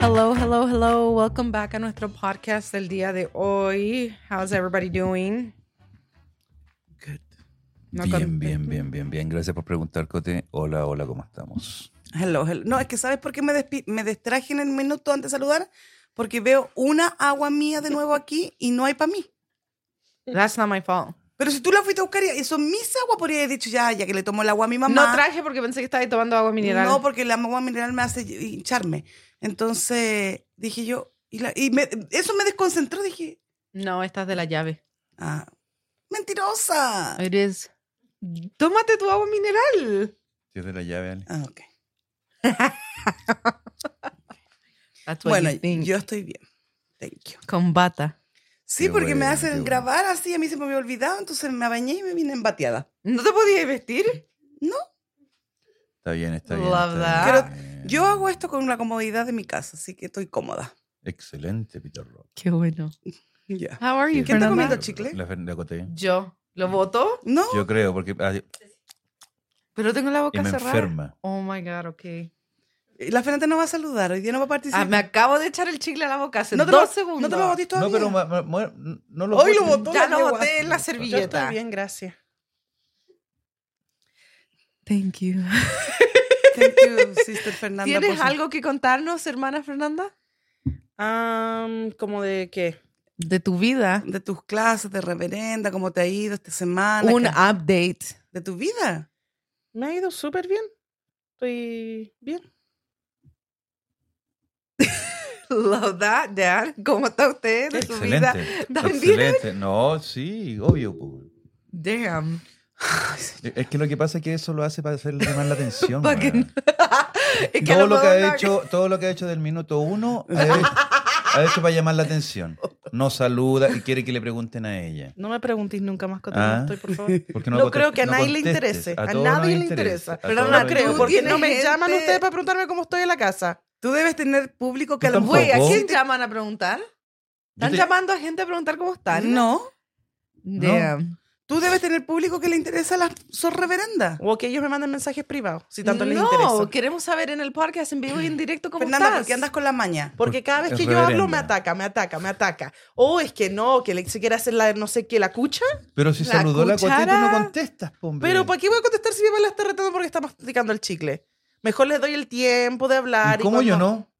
hello, hello. Welcome back a nuestro podcast del día de hoy. How's everybody doing? Good. No bien, con- bien, bien, bien, bien. Gracias por preguntar, Cote. Hola, hola, ¿cómo estamos? Hello, hello. No, es que ¿sabes por qué me, despi- me distraje en el minuto antes de saludar? Porque veo una agua mía de nuevo aquí y no hay para mí. That's not my fault. Pero si tú la fuiste a buscar, y son mis aguas, podría haber dicho ya, ya que le tomo el agua a mi mamá. No traje porque pensé que estaba ahí tomando agua mineral. No, porque la agua mineral me hace hincharme. Entonces dije yo, y, la- y me- eso me desconcentró, dije, no, esta es de la llave. ah, mentirosa. It is. Tómate tu agua mineral. Cierre la llave, Ale. Ah, ok. That's what Bueno, you think. yo estoy bien. Thank you. Con bata. Sí, Qué porque me bueno, hacen qué bueno. grabar así, a mí se me había olvidado, entonces me bañé y me vine embateada. ¿No te podías vestir? Está bien, está bien. Love está that. bien. Yo hago esto con la comodidad de mi casa, así que estoy cómoda. Excelente, Peter Rock. Qué bueno. Ya. How are you, ¿Quién está Fernanda? comiendo chicle? La, Fernanda Cote. Yo. ¿Lo voto? No, Yo creo, porque ah, Pero tengo la y boca me cerrada. enferma. Oh my God, ok. la Fernanda no va a saludar, hoy día no va a Ah, participar. me acabo de echar el chicle a la boca hace no te dos lo, segundos. No te lo botes todavía. No, pero ma- ma- ma- no lo Hoy lo boten. botó. Ya la lo yegua. boté en la Yo servilleta. bien, gracias. Thank you. Thank you, sister Fernanda. por ¿Tienes su- algo que contarnos, hermana Fernanda? Am, ¿Cómo de qué? De tu vida. De tus clases, de reverenda, cómo te ha ido esta semana. Un que- update. De tu vida. Me ha ido súper bien. Estoy bien. Love that, Dad. ¿Cómo está usted de su vida? Excelente. ¿También? Excelente. No, sí, obvio. po. Damn. Es que lo que pasa es que eso lo hace para hacerle llamar la atención. Pa' que weón. Es todo lo que ha Madonna- hecho, todo lo que ha hecho del minuto uno, ha hecho, ha hecho para llamar la atención. No saluda y quiere que le pregunten a ella. No me preguntéis nunca más Cote, Ah. no estoy, por favor. Porque No conte- creo que a nadie le contestes, interese, a todos nadie nos le interesa. a Pero todos no nos creo, interesa. porque no me gente- llaman ustedes para preguntarme cómo estoy en la casa. Tú debes tener público que a Tú lo mejor- Güey, ¿a tampoco. quién llaman a preguntar? Yo ¿Están te- llamando a gente a preguntar cómo están? No. Damn. Tú debes tener público que le interesa a la sor reverenda. O que ellos me manden mensajes privados, si tanto les no, interesa. queremos saber en el podcast en vivo y en directo cómo Fernanda, estás. ¿por qué andas con la maña? Porque cada vez Es que yo hablo reverenda. me ataca, me ataca, me ataca. O es que no, que le- se quiere hacer la no sé qué, la cucha. Pero si La saludó la cuestión, tú no cuchara- contestas, po, hombre. Pero ¿para qué voy a contestar si mi mamá la está retando porque está masticando el chicle? Mejor les doy el tiempo de hablar. ¿Y cómo yo cuando- no?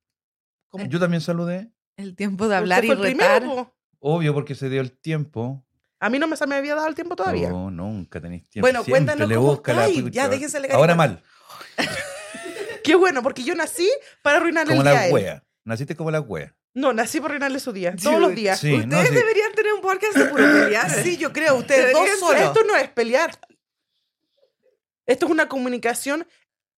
¿Cómo? Yo también saludé. El tiempo de Usted hablar y fue el primero, retar. po. Obvio, porque se dio el tiempo. A mí no me, se me había dado el tiempo todavía. No, nunca tenéis tiempo. Bueno, Siempre cuéntanos le cómo busca la estáis. Ya, cuchara. déjense la Ahora galleta. mal, Qué bueno, porque yo nací para arruinarle como el día a la él. wea. Naciste como la wea. No, nací para arruinarle su día. Sí, Todos los güey. días. Sí, no, Ustedes sí. deberían tener un podcast de puro pelear. Sí, yo creo, ustedes dos Deberían- solos. Esto no es pelear. Esto es una comunicación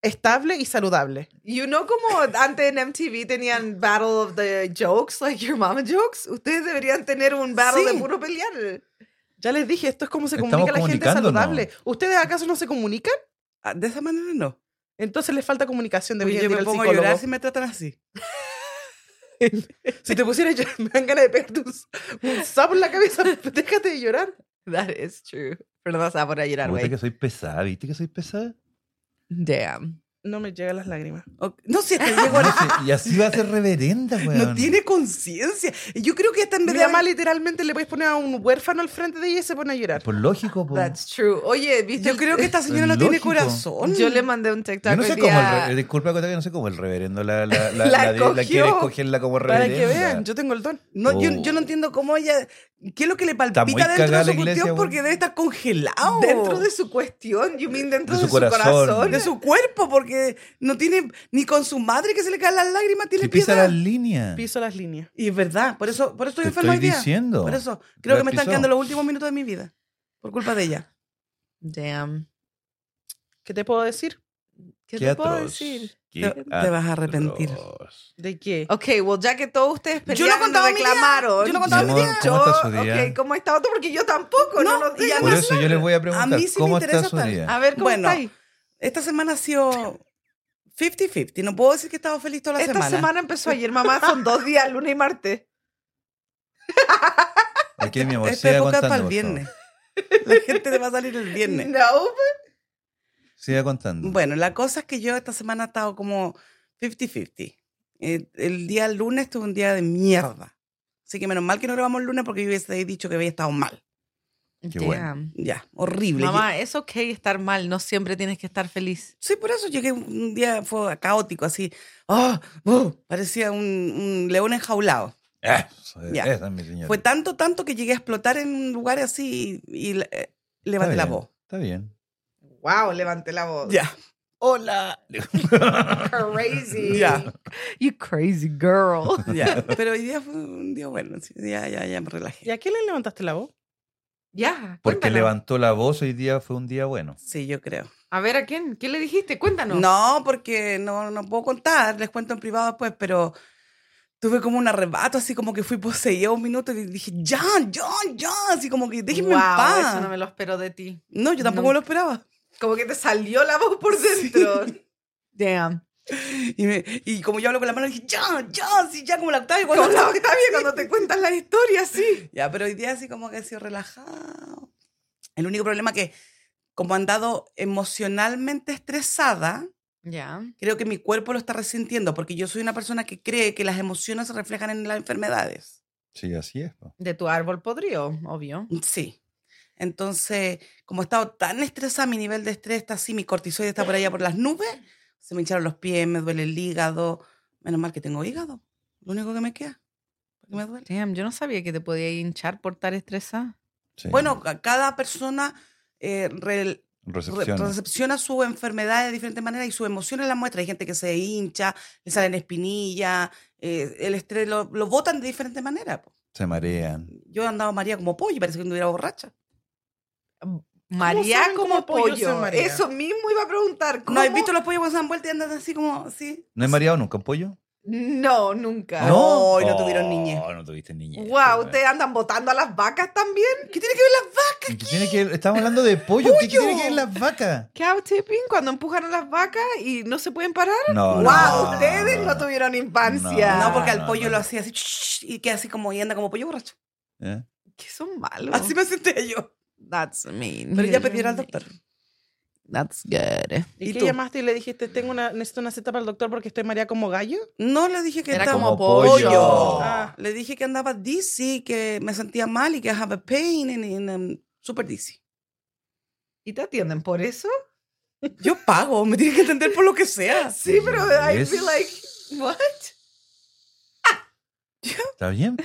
estable y saludable. You know como antes en MTV tenían Battle of the Jokes, like your mama jokes. Ustedes deberían tener un battle Sí. de puro pelear. Ya les dije, esto es como se Estamos comunica la gente comunicándonos. saludable. ¿Ustedes acaso no se comunican? Ah, De esa manera no. Entonces les falta comunicación. Oye, Deberían yo ir me al pongo a psicólogo. llorar si me tratan así. Si te pusieras yo, me dan ganas de pegarte un, un sapo en la cabeza. Déjate de llorar. That is true. Perdón, estaba por llorar, Puta güey. que soy pesada, ¿viste que soy pesada? Damn. No me llegan las lágrimas. O- No, si hasta llego a No sé, y así va a ser reverenda, weón. No tiene conciencia. Y Yo creo que hasta en vez Mi de mamá literalmente le puedes poner a un huérfano al frente de ella y se pone a llorar. Por lógico, po. That's true. Oye, ¿viste? Yo el- creo que esta señora no Lógico. tiene corazón. Yo le mandé un TikTok Yo no hoy sé cómo, el día. re- disculpa Cota, que no sé cómo el reverendo la, la, la, La la de- la cogió. quiere escogerla como Para reverenda. que vean, yo tengo el don. No, yo, Oh. yo no entiendo cómo ella. ¿Qué es lo que le muy palpita dentro cagada la de su iglesia, güey. cuestión? Porque debe estar congelado. Dentro de su cuestión, you mean dentro de su, corazón. De su cuerpo, porque no tiene ni con su madre que se le caen las lágrimas, tiene Si pisa piedad. las líneas. Piso las líneas. Y es verdad, por eso, por eso estoy Te enferma estoy hoy día. diciendo. Por eso, creo La que me están pisó. quedando los últimos minutos de mi vida. Por culpa de ella. Damn. ¿Qué te puedo decir? ¿Qué, Qué te puedo atroz. decir? Qué Te- te vas a arrepentir. atroz. ¿De qué? Ok, well, ya que todos ustedes Yo no he pelearon, contado mi día. reclamaron. Yo no he Mi contado amor, ¿cómo está su día? Ok, ¿cómo está otro? Porque yo tampoco. No, No, no, y digan Por además- eso yo les voy a preguntar, A mí sí me ¿cómo está interesa su estar- día? A ver, ¿cómo Bueno, está ahí? Esta semana ha sido 50-50. No puedo decir que he estado feliz toda la Esta semana. semana. empezó ayer, mamá. Son dos días, lunes y martes. Aquí mi amor, Esta siga época es contando. para el por viernes. favor. La gente te va a salir el viernes. No. Siga contando. Bueno, la cosa es que yo esta semana he estado como 50-50. eh, el día lunes tuve un día de mierda. Así que menos mal que no grabamos el lunes porque yo hubiese dicho que había estado mal. pues. Qué bueno. Damn. Ya, horrible. Mamá, es ok estar mal, no siempre tienes que estar feliz. Sí, por eso llegué un día, fue caótico, así. ah, uh, parecía un, un león enjaulado. Eso, Ya. Esa es mi señora. Fue tanto, tanto que llegué a explotar en un lugar así y, y, eh, Está levanté la bien, voz. Está bien. Wow, levanté la voz. Ya. Hola. Crazy. Ya. You crazy girl. Ya. Pero hoy día fue un día bueno. sí, Ya, ya, ya me relajé. ¿Y a quién le levantaste la voz? Ya. Porque cuéntanos. levantó la voz hoy día fue un día bueno. Sí, yo creo. A ver, ¿a quién? ¿Qué le dijiste? Cuéntanos. No, porque no, no puedo contar, les cuento en privado después, pero tuve como un arrebato, así como que fui poseída un minuto y dije, John, John, John, así como que déjenme Wow, en paz. Eso no No, me lo espero de ti. yo tampoco nunca. lo esperaba. Como que te salió la voz por dentro. Damn. Y, me- y como yo hablo con la mano, dije, John, John, sí, ya como la octava. y cuando- Con la Octavia cuando te cuentan la historia, sí. Ya, pero hoy día así como que he sido relajado. El único problema que, como he andado emocionalmente estresada, Ya. creo que mi cuerpo lo está resintiendo, porque yo soy una persona que cree que las emociones se reflejan en las enfermedades. Sí, así es. po. De tu árbol podrido, obvio. Mm, Sí. Entonces, como he estado tan estresada, mi nivel de estrés está así, mi cortisol está por allá por las nubes, se me hincharon los pies, me duele el hígado. Menos mal que tengo hígado, lo único que me queda. Porque me duele. Damn, yo no sabía que te podía hinchar por estar estresada. Sí. Bueno, a cada persona eh, rel- recepción. recepciona su enfermedad de diferentes maneras y sus emociones las muestra. Hay gente que se hincha, le salen espinillas, eh, el estrés lo, lo botan de diferentes maneras. po. Se marean. Yo he andado María como pollo y parece que anduviera borracha. María saben como cómo pollo pollo. se marea? Eso mismo iba a preguntar. ¿Cómo? ¿No has visto los pollos cuando se dan vuelta y andan así como así? ¿No he mareado nunca un pollo? Oh, No, nunca. No, y no tuvieron niñez. No, no tuviste niñez. Wow, po, ¿ustedes andan votando a las vacas también? ¿Qué tiene que ver las ¿Y qué tiene que ver? Estamos hablando de pollo. ¿Qué tiene que ver las vacas? Cow tipping, cuando empujan a las vacas y no se pueden parar. No, wow, no, ustedes no, tuvieron infancia. Oh, No, porque Ah, al no, pollo no, lo no. hacía así "Shh", y queda así como y anda como pollo borracho. ¿Eh? Que son malos. Así me senté yo. That's mean. Pero ya pedí al doctor. That's good. ¿Y, ¿Y qué tú? llamaste y le dijiste, tengo una, necesito una cita para el doctor porque estoy María como gallo? No le dije que Era estaba como Como pollo. pollo. Ah. Le dije que andaba dizzy, que me sentía mal y que I have a pain and, and I'm super dizzy. ¿Y te atienden por eso? Yo pago, me tienes que entender por lo que sea. Sí, pero I Yes. feel like, what? ¿Está bien?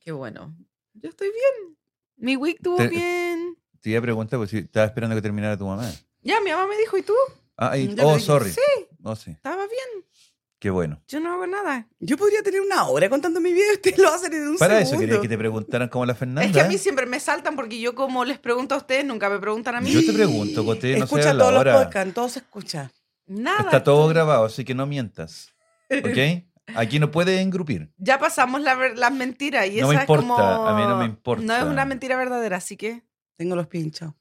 Qué bueno. Yo estoy bien. Mi week estuvo Te- bien. Te iba a preguntar porque si estaba esperando que terminara tu mamá. Ya, mi mamá me dijo, ¿y tú? Ah, y- Ya le oh, dije, sorry. Sí, Oh, sí. estaba bien. Qué bueno. Yo no hago nada. Yo podría tener una hora contando mi vida y ustedes lo hacen en un Para eso segundo. quería que te preguntaran como la Fernanda. Es que a mí siempre me saltan porque yo como les pregunto a ustedes, nunca me preguntan a mí. Yo te pregunto, Cote, no Escucha sé la todos los hora. podcasts, todo se escucha. Nada. Está todo grabado, así que no mientas. ¿Ok? Aquí no puedes engrupir. Ya pasamos la ver- las mentiras y No me esa importa, es como... a mí no me importa. No es una mentira verdadera, así que Tengo los pinchos.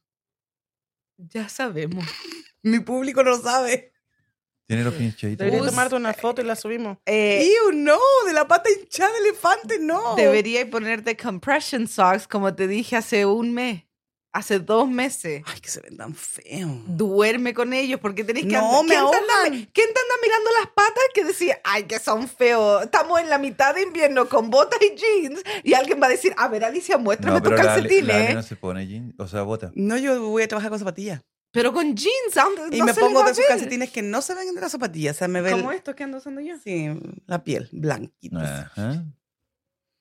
ya sabemos. Mi público no lo sabe. Tienes los pinchaditos. Debería Us- tomarte una foto y la subimos. Eh, Ew, no, de la pata hinchada de elefante, no. debería ponerte compression socks, como te dije hace un mes, hace dos meses. Ay, que se ven tan feos. Duerme con ellos porque tenés que No, andar- me ¿Quién te anda- ahogan. ¿Quién te anda mirando las patas que decía, ay, que son feos? Estamos en la mitad de invierno con botas y jeans y alguien va a decir, a ver, Alicia, muéstrame tus la Ale- calcetines. ¿eh? la Ale no se pone jeans, o sea, bota. No, yo voy a trabajar con zapatillas. Pero con jeans, ¿a dónde- y no me se les pongo va de a esos ver? calcetines que no se ven de las zapatillas. O sea, me ven Como estos que ando usando yo. sí, la piel blanquita. Pues así. Ajá.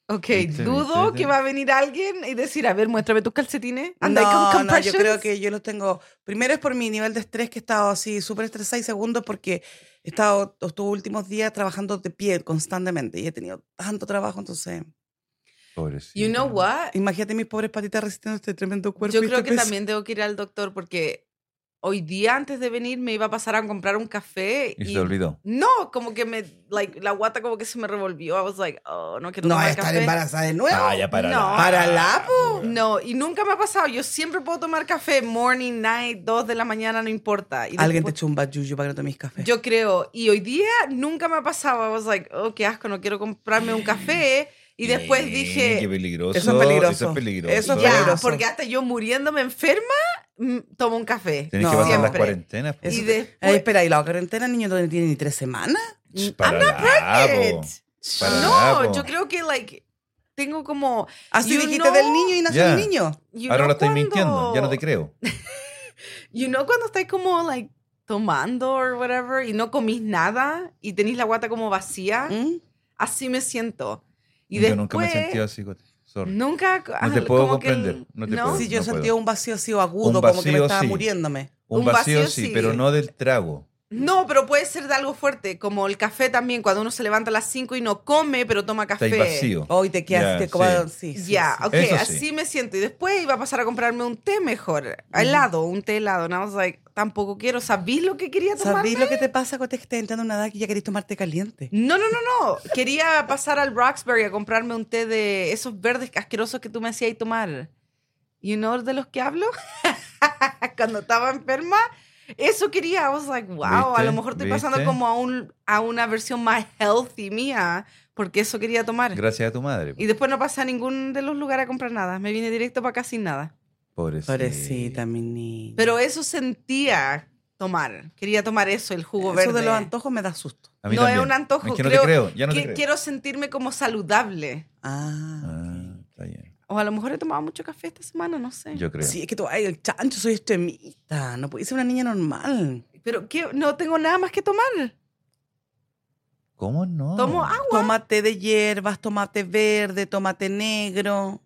Ok, Viste, dudo viste, que va a venir alguien y decir, a ver, muéstrame tus calcetines. No, Anda ahí con no, yo creo compressions. que yo los tengo. Primero es por mi nivel de estrés que he estado así súper estresada y segundo porque he estado estos últimos días trabajando de pie constantemente y he tenido tanto trabajo, entonces Pobrecito. You know what? imagínate mis pobres patitas resistiendo este tremendo cuerpo. Yo y creo este que peso. también tengo que ir al doctor porque hoy día antes de venir me iba a pasar a comprar un café Y se te olvidó. no, como que me like la guata como que se me revolvió. I was like, oh, no quiero No, tomar estar café. embarazada de nuevo. Ah, ya para No. la. Para la, No, y nunca me ha pasado. Yo siempre puedo tomar café morning, night, dos de la mañana, no importa. Y Alguien te después- chumba yuyo para que no tomes café. Yo creo. Y hoy día nunca me ha pasado. I was like, oh, qué asco, no quiero comprarme un café. Y después Eh, dije, Qué peligroso. Eso es peligroso. Eso es peligroso. Eso es Ya, peligroso. porque hasta yo muriéndome enferma mm, tomo un café. Tenés que No, pasar las siempre. cuarentenas. pues. Eso Y te- Ay, después... espera, y la cuarentena, niño, no tiene ni tres semanas. Ch, I'm not la, pregnant. po. Para nada, No, po. yo creo que, like, tengo como... Así You dijiste know- del niño y nació Ya. el niño. you Ahora know lo estoy cuando- mintiendo, ya no te creo. You know cuando estáis como, like, tomando or whatever y no comís nada y tenéis la guata como vacía, ¿Mm? así me siento. Y yo después, nunca me he sentido así, Coti. Sorry. Nunca... No te ah, puedo como que- comprender, no te puedo. Sí, yo no sentía puedo. un vacío así agudo, Un como que me vacío, estaba sí. muriéndome. Un, vacío, sí, pero no del trago. No, pero puede ser de algo fuerte, como el café también, cuando uno se levanta a las 5 y no come, pero toma café. Oh. Estáis vacío. Hoy te quedas Ya, te como- sí. sí, Ya, sí, sí. ok, Eso sí. así me siento. Y después iba a pasar a comprarme un té mejor, helado, un té helado. And I was like, tampoco quiero. ¿Sabís lo que quería tomar? ¿Sabéis lo que te pasa cuando te estás entrando en una edad que ya querés tomarte caliente? No, no, no, no. Quería pasar al Roxbury a comprarme un té de esos verdes asquerosos que tú me hacías tomar. You know de los que hablo? Cuando estaba enferma. Eso quería. I was like, wow, a ¿Viste? lo mejor estoy pasando ¿Viste? como a, un, a una versión más healthy mía, porque eso quería tomar. Gracias a tu madre. pues. Y después no pasé a ningún de los lugares a comprar nada. Me vine directo para acá sin nada. Pobrecita. Pobrecita, mi niña. Pero eso sentía tomar. Quería tomar eso, el jugo eso verde. de los antojos me da susto. A mí no también. es un antojo. Es que no creo- te creo, ya no que- te creo. Quiero sentirme como saludable. Ah. Ah, está bien. O a lo mejor he tomado mucho café esta semana, no sé. Yo creo. Sí, es que tú, ay, el chancho, soy extremista. No puede ser una niña normal. Pero ¿qué? no tengo nada más que tomar. ¿Cómo no? Tomo agua. Tómate de hierbas, tomate verde, tomate negro.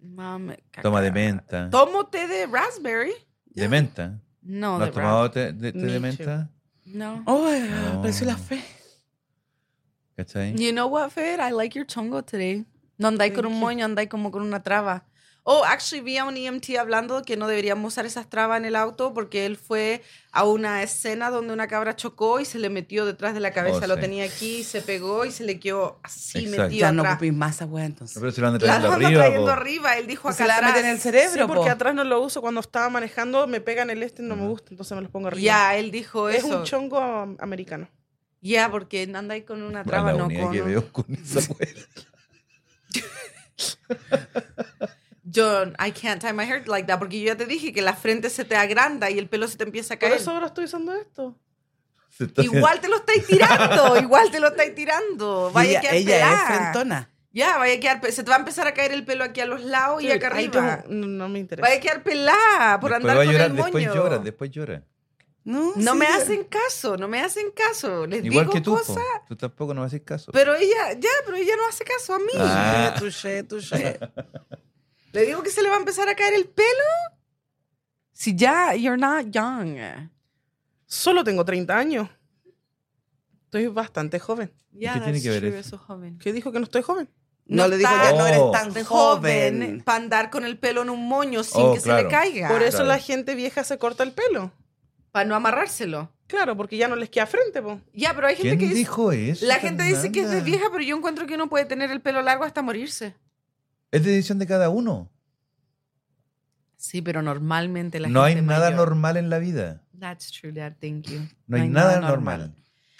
Mame, caca. Toma de menta. ¿Tomo té de raspberry? ¿De menta? No, ¿No, Oh, de has tomado rasp- té té- té Me de menta? No. Ay, No. apareció la fe. ¿Cachai? You know what, Fer? I like your chongo today. No andáis con Thank un you. moño, andáis como con una traba. Oh, actually vi a un EMT hablando que no deberíamos usar esas trabas en el auto porque él fue a una escena donde una cabra chocó y se le metió detrás de la cabeza. Lo Oh, sí. tenía aquí, se pegó y se le quedó así Exacto. metido Ya no atrás. ocupís más esa weá No, entonces. pero se lo han La traído anda arriba. trayendo po. arriba, él dijo Pues acá se la atrás. meten en el cerebro, Sí, po. porque atrás no lo uso. Cuando estaba manejando, me pegan el este y no me gusta, entonces me los pongo Ya, arriba. él dijo es eso. un chongo um, americano. Ya, porque anda ahí con una A traba, la no única con... que veo con esa abuela. John, I can't tie my hair like that, porque yo ya te dije que la frente se te agranda y el pelo se te empieza a Por caer. eso ahora estoy usando esto. Se está- Igual te lo estáis tirando, igual te lo estáis tirando. Y Vaya a ella, quedar ella es pelada. frentona. Ya, vaya a quedar, pe- se te va a empezar a caer el pelo aquí a los lados y Sí, acá ahí arriba. tengo- no, no me interesa. Vaya a quedar pelada por Después andar va a con llorar, el moño. Después llora, después llora. No, no sí, me ya. hacen caso, no me hacen caso. Les Igual digo que tú, po. cosas, tú tampoco no haces caso. pero ella, ya, pero ella no hace caso a mí. Ah. Touché, touché. Le digo que se le va a empezar a caer el pelo. Si ya, you're not young. Solo tengo 30 años. Estoy bastante joven. Ya, qué tiene que ver that's true, eso? es joven. ¿Qué dijo que no estoy joven? No, No le digo, está- ya no Oh. eres tan de joven. joven para andar con el pelo en un moño sin Oh, que se claro. le caiga. Por eso Claro. la gente vieja se corta el pelo. Para e-, no amarrárselo. Claro, porque ya no les queda frente, po. Ya, pero hay gente ¿Quién que dice... dijo eso? La gente dice que es de Fernanda? vieja, pero yo encuentro que uno puede tener el pelo largo hasta morirse. Es decisión de cada uno. Sí, pero normalmente la No hay gente nada mayor- normal en la vida. That's true, Dad. Thank you. No hay, nada, normal.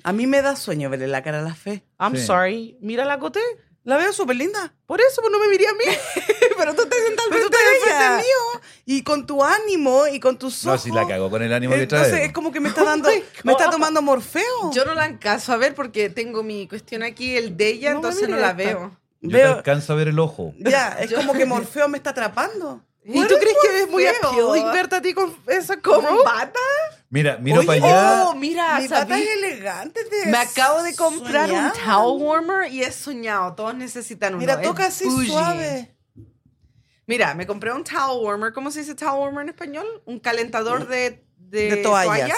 A mí me da sueño verle la cara a la fe. I'm Sí. sorry. Mira la coté. La veo súper linda. Por eso, pues no me miría a mí. Pero tú te sentas al frente de ella. mío y con tu ánimo y con tus No, ojos. si la cago con el ánimo que trae. Entonces es como que me está dando, me está tomando morfeo. Yo no la alcanzo a ver porque tengo mi cuestión aquí, el de ella, No me entonces no mires la esta. veo. Yo te veo, alcanzo a ver el ojo. ya, es como que morfeo me está atrapando. ¿Y tú crees que es muy feo. appealing verte a ti con esa ¿Con como? bata? Mira, miro Oye, para allá. Oh, mira, Mi ¿sabí? bata es elegante. te Me acabo de comprar soñaba. un towel warmer y he soñado. Todos necesitan uno. Mira, Es toca así bougie. suave. Mira, me compré un towel warmer. ¿Cómo se dice towel warmer en español? Un calentador de, de, De toallas. toalla.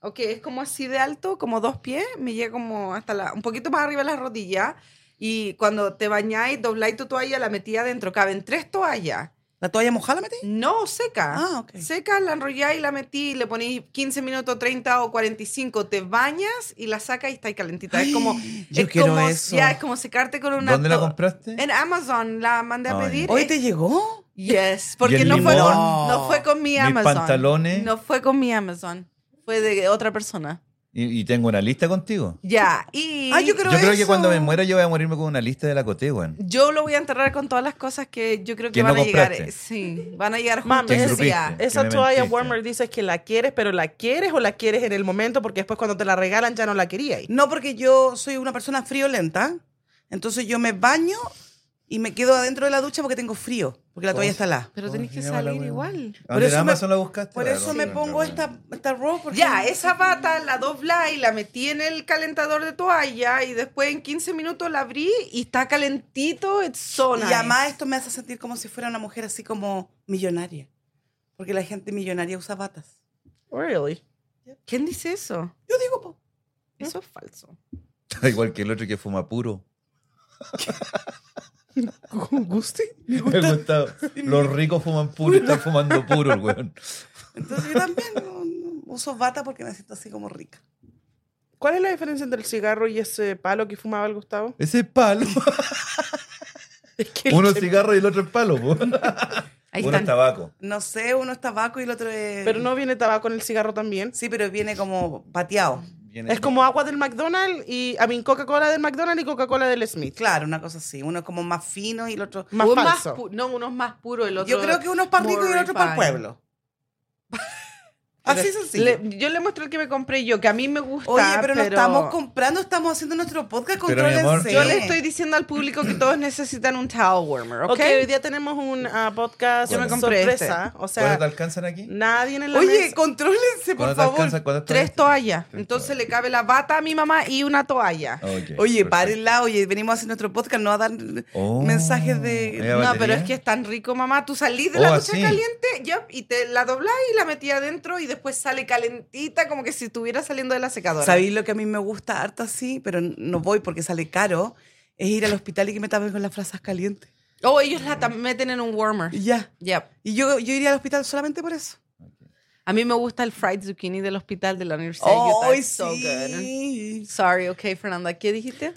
Ok, es como así de alto, como dos pies. Me llega como hasta la, un poquito más arriba de la rodilla. Y cuando te bañáis, dobláis tu toalla, la metí adentro. Caben tres toallas. ¿La toalla mojada la metí? No, seca. Ah, ok. Seca, la enrolláis, la metí, le ponéis 15 minutos, 30 o 45, te bañas y la sacas y está ahí calentita. Es como, yo es quiero como, eso. Ya, es como secarte con una... ¿Dónde la to- compraste? En Amazon, la mandé a Ay. pedir. ¿Hoy te llegó? Yes, porque el no fue, limón? con, no fue con mi Mis Amazon. pantalones. No fue con mi Amazon, fue de otra persona. Y, y tengo una lista contigo. Ya, y Ah, yo yo, Pero yo creo que eso- cuando me muera yo voy a morirme con una lista de la Coté, weón. lo voy a enterrar con todas las cosas que yo creo que Que van no a llegar. eh, compraste. Sí, van a llegar Mami, juntos ese te día. que Esa me toalla mentiste. warmer dices que la quieres, pero la quieres o la quieres en el momento porque después cuando te la regalan ya no la querías. No, porque yo soy una persona friolenta. Entonces yo me baño y me quedo adentro de la ducha porque tengo frío. Porque la toalla está la. Pero ¿Cómo tenés se que llama la salir weá? igual. ¿A Por dónde eso en me- Amazon la buscaste? Ah, Por La eso me Amazon, pongo weón. esta, esta ropa. porque- Ya, esa bata la dobla y la metí en el calentador de toalla y después en 15 minutos la abrí y está calentito, it's so Y nice. además esto me hace sentir como si fuera una mujer así como millonaria. Porque la gente millonaria usa batas. Really? ¿Quién dice eso? Yo digo, po. ¿Mm? Eso es falso. Está igual que el otro que fuma puro. ¿Gusti? El Gustavo. Los ricos fuman puro y están fumando puro, el weón. Entonces yo también no, no, uso bata porque me siento así como rica. ¿Cuál es la diferencia entre el cigarro y ese palo que fumaba el Gustavo? Ese es palo. Uno es cigarro y el otro es palo, po. Ahí Uno es están. tabaco. No sé, uno es tabaco y el otro es... Pero no viene tabaco en el cigarro también. Sí, pero viene como pateado. Viene- Es como agua del McDonald's y, a mí, Coca-Cola del McDonald's y Coca-Cola del Smith. Claro, una cosa así. Uno es como más fino y el otro... Más Uno falso. pu- no, uno es más puro, el otro. yo creo que uno es para rico y el otro para el glorified. pueblo. así es sencillo. Le- yo le muestro el que me compré yo, que a mí me gusta. Oye, pero no estamos comprando, estamos haciendo nuestro podcast. Pero, mi amor, Contrólense. Yo le estoy diciendo al público que todos necesitan un towel warmer, ¿ok? Ok, hoy día tenemos un ah, podcast Yo me compré sorpresa. O sea, ¿Cuándo te alcanzan aquí? nadie en la Oye, mesa- contrólense, por ¿Cuándo te favor. alcanzan? ¿Cuándo te Tres alcanzan? toallas. Tres Entonces le cabe la bata a mi mamá y una toalla. Ok, Oye, perfecto. párenla, oye, venimos a hacer nuestro podcast, no a dar Oh, mensajes de... mira, No, batería. pero es que es tan rico, mamá. Tú salís de Oh, la ducha así. caliente yup, y te la doblás y la metí adentro y después sale calentita como que si estuviera saliendo de la secadora. ¿Sabéis lo que a mí me gusta harto así? Pero no voy porque sale caro. Es ir al hospital y que me tapen con las frazas calientes. O Oh, ellos la tam- meten en un warmer. Y ya. Yup. Y yo, yo iría al hospital solamente por eso. A mí me gusta el fried zucchini del hospital de la Universidad de Utah. ¡Ay, It's so good. sí! Sorry, ok, Fernanda. ¿Qué dijiste?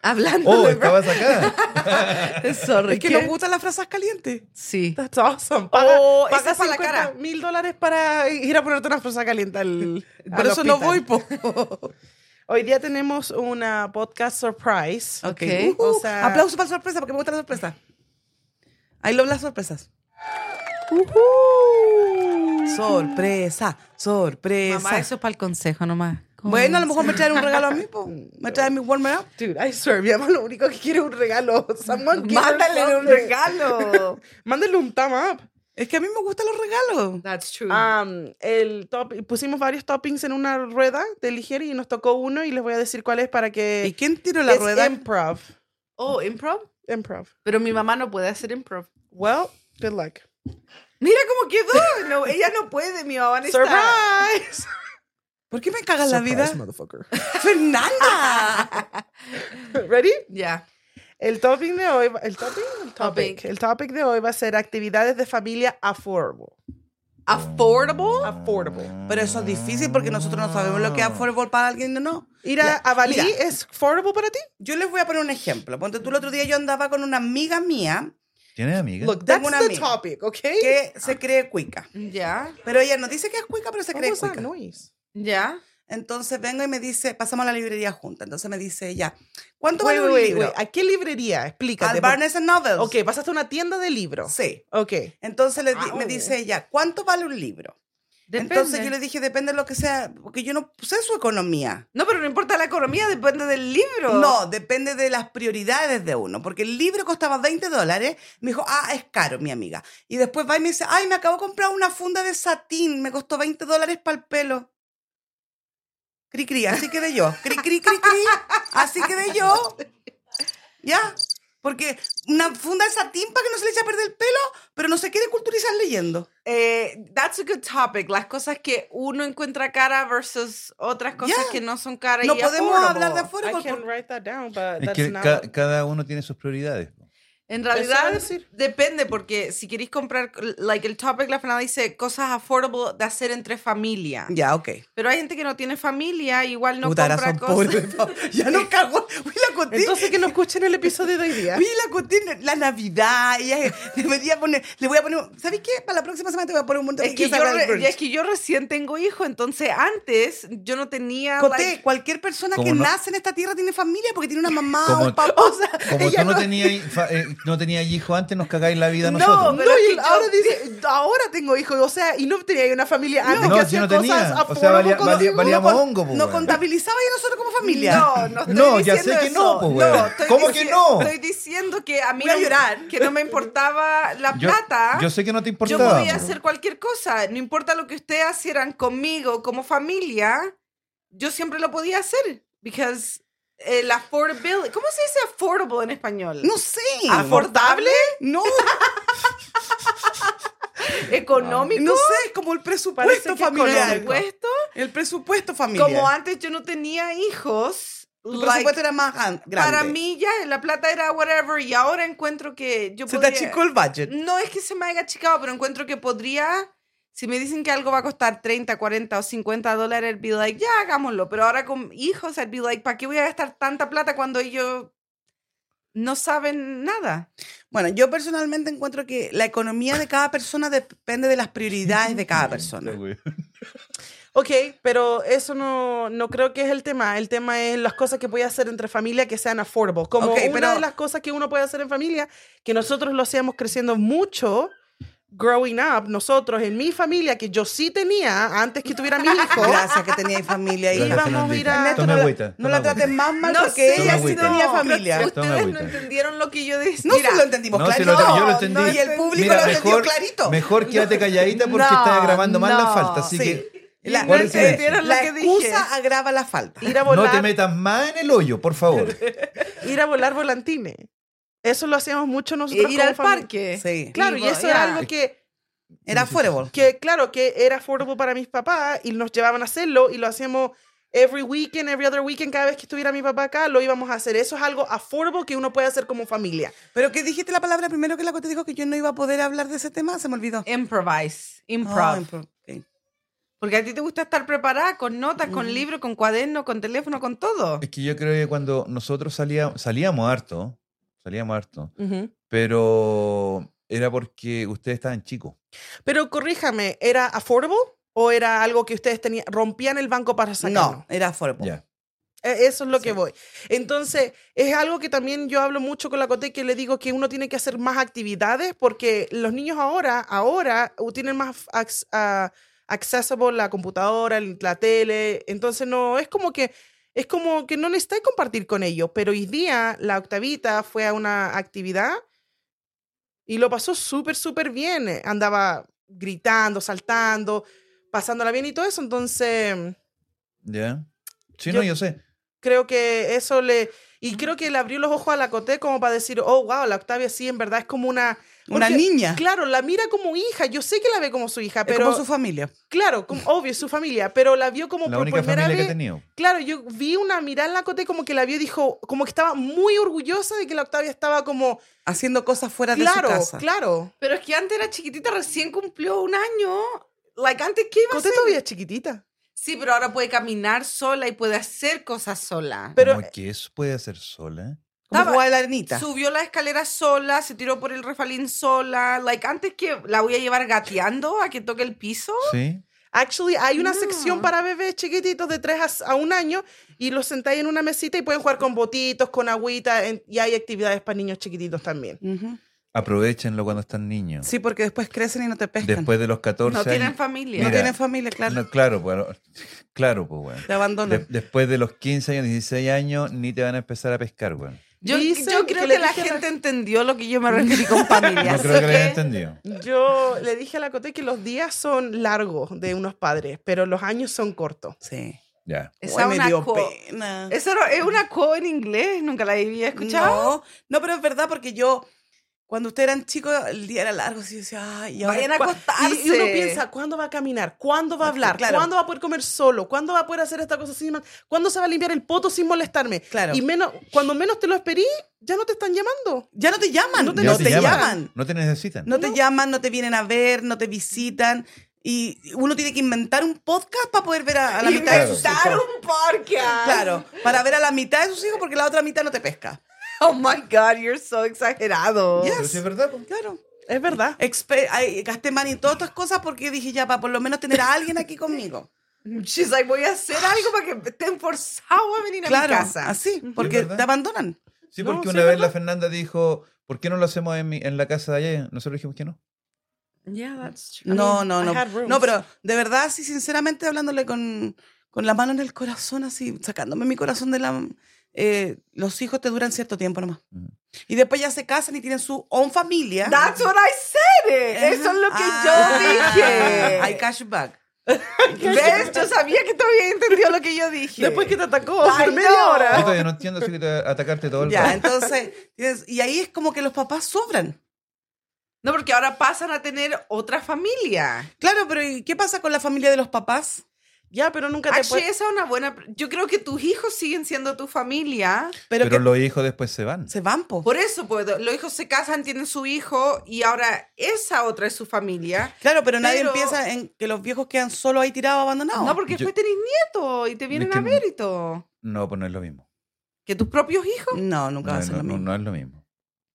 Hablando Oh, de estabas acá. Sorry. Es que ¿qué? nos gustan las frazas calientes. Sí. That's awesome. Paga, Oh, esa paga es para la 50 cara. mil dólares para ir a ponerte una frosa caliente al Por al eso no hospital. voy, po. Hoy día tenemos una podcast surprise. Ok. o O sea- sea... Aplauso para la sorpresa, porque me gusta la sorpresa. Ahí lo las sorpresas. Sorpresa, sorpresa. Mamá, eso es para el consejo nomás. ¿Cómo Bueno, a es? lo mejor me traen un regalo a mí, po. Me traen mi warmer up. Dude, I swear, mi mamá lo único que quiere es un regalo. Someone give her Mándale un something. regalo. Mándale un thumb up. Es que a mí me gustan los regalos. That's true. Um, el top, pusimos varios toppings en una rueda de ligero y nos tocó uno y les voy a decir cuál es para ¿Y que... quién tiró la Eh, es em- rueda? improv. oh, improv. Improv. Pero mi mamá no puede hacer improv. Well, good luck. Mira cómo quedó. No, ella no puede, mi mamá necesita. Surprise. ¿Por qué me cagas la vida? Surprise, motherfucker. ¡Fernanda! Ready? Ya. El topic de hoy, va- el topic, el topic, Topic. el topic de hoy va a ser actividades de familia affordable. Affordable. Affordable. Pero eso es difícil porque nosotros no sabemos lo que es affordable para alguien o no. Ir a, Ya, a Bali mira. es affordable para ti. Yo les voy a poner un ejemplo. Ponte tú el otro día yo andaba con una amiga mía Mm. ¿Tienes amiga? Look, that's Tengo una the amiga. topic, okay? que se cree cuica. Ya. Pero ella no dice que es cuica, pero se What cree was that cuica. noise? Ya. Entonces vengo y me dice, pasamos a la librería junta. Entonces me dice ella, ¿cuánto Wait, vale un wait, wait, libro? wait. ¿A qué librería? Explícate. Al porque- Barnes and Nobles. Ok, pasaste a una tienda de libros. Sí. Ok. Entonces le di- Wow. me dice ella, ¿cuánto vale un libro? Depende. Entonces yo le dije, depende de lo que sea, porque yo no sé su economía. No, pero no importa la economía, depende del libro. No, depende de las prioridades de uno, porque el libro costaba 20 dólares. Me dijo, ah, es caro, mi amiga. Y después va y me dice, ay, me acabo de comprar una funda de satín, me costó 20 dólares para el pelo. Cri, cri, así quedé yo. Cri, cri, cri, cri, así quedé yo. Ya, porque una funda de satín para que no se le eche a perder el pelo, pero no se quiere culturizar leyendo. Eh, that's a good topic. Las cosas que uno encuentra cara versus otras cosas Ya. que no son cara. No y podemos affordable. hablar de afuera I porque can write that down, but es that's que not ca- cada uno tiene sus prioridades. En Eso iba a realidad, decir. depende, porque si queréis comprar, like el topic, la Fernanda dice cosas affordable de hacer entre familia. Ya, ok. Pero hay gente que no tiene familia, igual no Puta, ahora compra son cosas. pobres. po. Ya no cago. Uy, la Cotín. Entonces que no escuchen el episodio de hoy día. Uy, la Cotín, la Navidad. Ella debería poner, le voy a poner, ¿sabes qué? Para la próxima semana te voy a poner un montón de Es que, cosas yo para el re- brunch. ya es que yo recién tengo hijo, entonces antes yo no tenía. Coté, like- cualquier persona Como que no- nace en esta tierra tiene familia porque tiene una mamá o Como- un papá. O sea, Como ella tú no, no- tenías, fa- eh, no tenías hijo antes, nos cagáis la vida a No, nosotros. pero No, es y que yo- ahora dice, ahora tengo hijos, o sea, y no tenía una familia No, antes que si hacía no cosas tenía. a O sea, forma valía- con- valía- valía- no, con- mongo, po, no pues, weón. contabilizaba a nosotros como familia. No, no estoy No, ya diciendo sé que eso. no, pues, weón. estoy ¿Cómo dici- que no? Estoy diciendo que a mí Voy a no- llorar. que no me importaba la Yo, plata. yo pues. sé que no te Yo importaba. podía hacer cualquier cosa, no importa lo que ustedes hicieran conmigo como familia, yo siempre lo podía hacer. Because el affordability, ¿cómo se dice affordable en español? No sé. ¿Afordable? No, ¿Económico? no sé, es como el Parece presupuesto que familiar. económico. ¿Presupuesto? El presupuesto familiar. Como antes yo no tenía hijos, el like, presupuesto era más gran- grande. para mí ya la plata era whatever y ahora encuentro que yo se te podría- achicó el budget. No es que se me haya achicado, pero encuentro que podría. Si me dicen que algo va a costar 30, 40 o 50 dólares, I'd be like, ya hagámoslo. Pero ahora con hijos, I'd be like, ¿para qué voy a gastar tanta plata cuando ellos no saben nada? Bueno, yo personalmente encuentro que la economía de cada persona depende de las prioridades de cada persona. Ok, pero eso no, no creo que es el tema. El tema es las cosas que puede hacer entre familia que sean affordable. Como Ok, una pero- de las cosas que uno puede hacer en familia, que nosotros lo hacíamos creciendo mucho, growing up, nosotros, en mi familia, que yo sí tenía antes que tuviera mi hijo. Gracias que tenía ahí familia. Y Gracias, vamos, Fernanda. a ir a- Ernesto, Toma no la- agüita. no la trates traten más mal No porque sé, ella Toma sí agüita. tenía No, familia. pero Toma Ustedes no agüita. entendieron lo que yo decía. No Mira, sí lo entendimos No, sí clarito. lo- yo lo No, entendí. y el público Mira, lo entendió mejor, clarito. mejor quédate calladita porque No, estaba grabando mal la no, falta. Así sí. que La, Por el silencio. entendieron lo la que dije. excusa agrava la falta. Ir a no te volar, metas más en el hoyo, por favor. ir a volar volantines. Eso lo hacíamos mucho nosotros. Eh, ir como al familia. parque. Sí. Claro, Y y vo- eso ya. era algo que Era affordable. que claro, que era affordable para mis papás y nos llevaban a hacerlo y lo hacíamos every weekend, every other weekend, cada vez que estuviera mi papá acá, lo íbamos a hacer. Eso es algo affordable que uno puede hacer como familia. Pero que dijiste la palabra primero que la Cote dijo que yo no iba a poder hablar de ese tema, se me olvidó. Improvise. Ah, Improv. improv, ok. Porque a ti te gusta estar preparada con notas, con libro, con cuaderno, con teléfono, con todo. Es que yo creo que cuando nosotros salíamos, salíamos harto, salíamos harto, pero era porque ustedes estaban chicos. Pero corríjame, ¿era affordable o era algo que ustedes tenían, rompían el banco para sacarlo? No, era affordable. Ya. E- Eso es lo que Sí. voy. Entonces, es algo que también yo hablo mucho con la Cote, que le digo que uno tiene que hacer más actividades porque los niños ahora, ahora u- tienen más ac- ah, accessible la computadora, el- la tele. Entonces, no, es como que es como que no necesitáis compartir con ellos. Pero hoy día la Octavita fue a una actividad y lo pasó súper, súper bien. Eh, Andaba gritando, saltando, pasándola bien y todo eso. Entonces ¿Ya? Sí, Yo- no, yo sé. creo que eso le y creo que le abrió los ojos a la Coté como para decir oh wow la Octavia sí en verdad es como una Una porque, niña, claro la mira como hija yo sé que la ve como su hija pero pero como su familia. claro como, obvio es su familia pero la vio como La por única primera familia que he vez tenido. claro yo vi una mirada en la Coté como que la vio y dijo como que estaba muy orgullosa de que la Octavia estaba como Haciendo cosas fuera claro de su casa. claro Pero es que antes era chiquitita, recién cumplió un año. Like, antes, ¿qué iba a Coté hacer? todavía es chiquitita Sí, pero ahora puede caminar sola y puede hacer cosas sola. pero- ¿Cómo que eso puede hacer sola? Como Estaba- jugaba a la arenita. Subió la escalera sola, se tiró por el refalín sola. Like, antes que la voy a llevar gateando a que toque el piso. Sí. Actually, hay una No. sección para bebés chiquititos de 3 a, s- a un año y los sentáis en una mesita y pueden jugar con botitos, con agüita en- y hay actividades para niños chiquititos también. Ujú. Aprovechenlo cuando están niños. Sí, porque después crecen y no te pescan. Después de los 14 No tienen años- familia. no Mira, tienen familia, claro. No, claro, pues, claro, pues, weón. Te abandonan. De- después de los 15 años, 16 años, ni te van a empezar a pescar, weón. Yo, Dicen yo creo que que, le la dije a la- gente entendió lo que yo me referí con familia. No así creo que lo hayan que- entendido. Yo le dije a la Cote que los días son largos de unos padres, pero los años son cortos. Sí. Ya. Esa Uy, es me una dio co- pena. esa era- es una co en inglés, nunca la había escuchado. No, no, pero es verdad porque yo Cuando ustedes eran chicos, el día era largo, así decía, ay, y ahora Vayan a cua- acostarse. Y, y uno piensa, ¿cuándo va a caminar? ¿Cuándo va a hablar? Claro. ¿Cuándo va a poder comer solo? ¿Cuándo va a poder hacer esta cosa sin man- ¿Cuándo se va a limpiar el poto sin molestarme? Claro. Y menos, cuando menos te lo esperí, ya no te están llamando. Ya no te llaman, no No te, te- Ya llaman. No te necesitan. No te llaman, no te vienen a ver, no te visitan. Y uno tiene que inventar un podcast para poder ver a, a la mitad de sus hijos. Inventar un podcast. Claro, para ver a la mitad de sus hijos porque la otra mitad no te pesca. Oh my God, you're so exagerado. Yeah. Pero si es verdad, pues. po. Claro. Es verdad. Expe- ay, gasté money en todas estas cosas porque dije ya, para por lo menos tener a alguien aquí conmigo. She's like, voy a hacer algo para que estén forzados a venir a claro, mi casa. así, Es porque verdad. te abandonan. Sí, No, porque sí, una es vez verdad. la Fernanda dijo, ¿por qué no lo hacemos en, mi- en la casa de allá? Nosotros dijimos que no. Yeah, that's true. No, no, I no. had rooms. No, pero de verdad, sí, sinceramente, hablándole con, con la mano en el corazón, así, sacándome mi corazón de la... eh, los hijos te duran cierto tiempo nomás. Mm. Ujú. Y después ya se casan y tienen su own familia. That's what I said. Ajá. Eso es lo que Ah, yo Hay dije. cashback. ¿Ves? Yo sabía que todavía entendió lo que yo dije. Después que te atacó, Ay, por media no. Yo hora. todavía no entiendo, así que te voy a atacarte todo el Ya, rato. entonces, tienes- y ahí es como que los papás sobran. No, porque ahora pasan a tener otra familia. Claro, pero ¿y qué pasa con la familia de los papás? Ya, pero nunca te Actually, puedes. esa es una buena... pre- Yo creo que tus hijos siguen siendo tu familia. Pero, Pero, que los hijos después se van. se van, po. Por eso, puedo. los hijos se casan, tienen su hijo y ahora esa otra es su familia. Claro, pero nadie Pero- empieza en que los viejos quedan solo ahí tirados, abandonados. No, porque Yo- después tenés nieto y te vienen Es que a ver y todo. No, pues no es lo mismo. Que tus propios hijos, No, nunca va No, a ser no, lo no, mismo. no es lo mismo.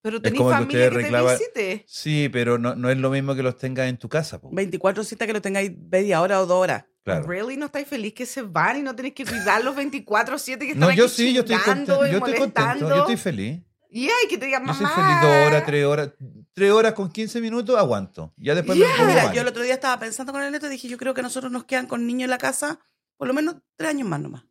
pero tenés como que familia ustedes que, reclaman- te visite. Sí, pero no, no es lo mismo que los tengas en tu casa. po. 24 citas que lo tengáis media hora o dos horas. Claro. ¿Really no estáis feliz que se van y no tenéis que cuidar los 24-7 que están No, aquí yo sí, yo estoy chingando contento. y Yo estoy contento, yo molestando? estoy feliz. Y ay, que te digan, Yo mamá. soy feliz dos horas, tres horas. Tres horas con 15 minutos aguanto. Ya después me pongo Mira, mal. yo el otro día estaba pensando con el neto y dije, yo creo que nosotros nos quedan con niños en la casa por lo menos tres años más nomás.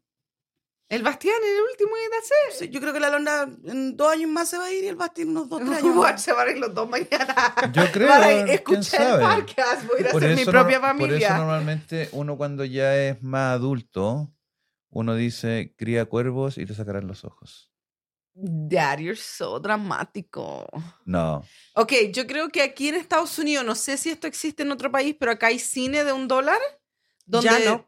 El Bastián, el último de O sea, Yo creo que la Londa en dos años más se va a ir y el Basti en unos dos, tres hacer. años Igual más. se van a ir los dos mañana. Yo creo, Van a ir- quién escuchar el sabe. podcast, voy a ir a Por hacer mi eso propia no- Por familia. eso normalmente uno cuando ya es más adulto, uno dice, cría cuervos y te sacarán los ojos. Dad, you're so dramático. No. Ok, yo creo que aquí en Estados Unidos, no sé si esto existe en otro país, pero acá hay cine de un dólar. Donde... Ya no.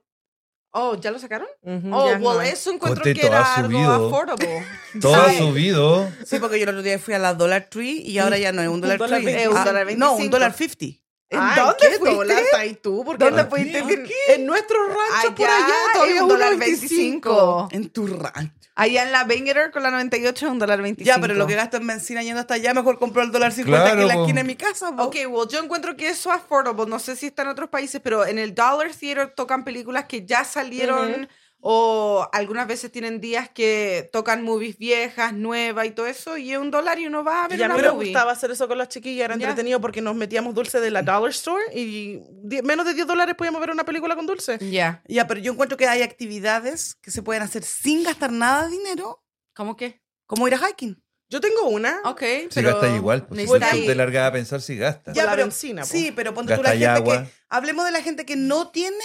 Oh, ¿ya lo sacaron? Ujú, Oh, ya well, no. eso encuentro Corte, que todo era ha algo subido. affordable. Todo ha Ay. subido. Sí, porque yo el otro día fui a la Dollar Tree y ahora ya no es un Un Dollar dólar Tree. veinticinco. Ah, Un dólar no, un veinticinco. Dollar fifty. Ah, ¿En Ay, dónde ¿qué fuiste? dónde estás ahí tú? Porque ¿Dónde no- fuiste? Aquí, En nuestro rancho por allá todavía un dólar 25. En tu rancho. Allá en la Bengerer con la 98 es un dólar 25. Ya, pero lo que gasto en benzina yendo hasta allá, mejor compro el dólar 50 que en la Claro, po. esquina de mi casa. po. Ok, well, yo encuentro que eso es affordable. No sé si está en otros países, pero en el Dollar Theater tocan películas que ya salieron o algunas veces tienen días que tocan movies viejas, nuevas y todo eso y es un dólar y uno va a ver Ya una no me movie. gustaba hacer eso con las chiquillas, era Ya. entretenido porque nos metíamos dulce de la Dollar Store y die- menos de 10 dólares podíamos ver una película con dulce. Ya. Ya, pero yo encuentro que hay actividades que se pueden hacer sin gastar nada de dinero, ¿Cómo que? como ir a hiking. Yo tengo una. Ok, Si pero... gastas igual. Pues, si necesitas tú ir- te largas a pensar si gastas. Ya, Ya, la pero, benzina, po. sí, pero ponte tú la Gastas gente agua. que... Hablemos de la gente que no tiene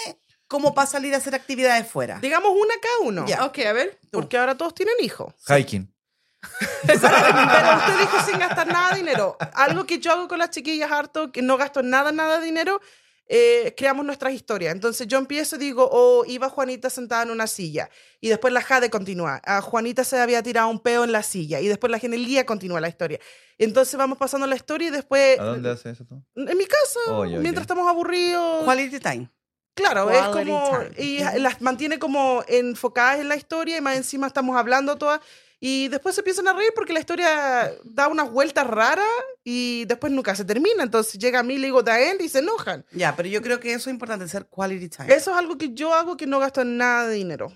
como para salir a hacer actividades fuera. Digamos una cada uno. Ya, Ok, a ver. Porque ahora todos tienen hijos. Hiking. Pero usted dijo sin gastar nada de dinero. Algo que yo hago con las chiquillas harto, que no gasto nada, nada de dinero, eh, creamos nuestras historias. Entonces yo empiezo y digo, oh, iba Juanita sentada en una silla. Y después la Jade continúa. A Juanita se había tirado un peo en la silla. Y después la Genelia continúa la historia. Entonces vamos pasando la historia y Eh, después... ¿A dónde haces eso tú? En mi casa, Oye, oye. mientras estamos aburridos. Quality time. Claro, es Quality como. time. Y las mantiene como enfocadas en la historia y más encima estamos hablando todas. Y después se empiezan a reír porque la historia da unas vueltas raras y después nunca se termina. Entonces llega a mí, le digo, The End y se enojan. Ya, pero yo creo que eso es importante, ser quality time. Eso es algo que yo hago que no gasto nada de dinero.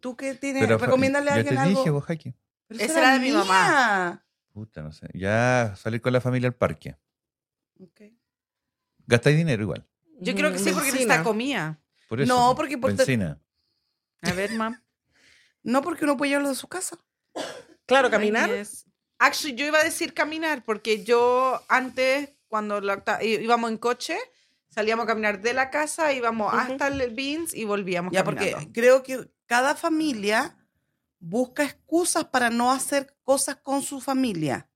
¿Tú qué tienes? Pero, eh, Recomiéndale a yo alguien te algo. dije, vos hiking. Pero Esa era de mi mamá. Puta, no sé. Ya salir con la familia al parque. Ok. Gastáis dinero igual. Yo creo que sí porque Benzina. necesita comida. Por eso. No, porque por- Benzina. A ver, mam. No porque uno puede llevarlo de su casa. Claro, caminar. Ay, yes. Actually, yo iba a decir caminar porque yo antes, cuando la octa- í- íbamos en coche, salíamos a caminar de la casa, íbamos Ujú. hasta el Beans y volvíamos Ya, porque caminando. creo que cada familia busca excusas para no hacer cosas con su familia.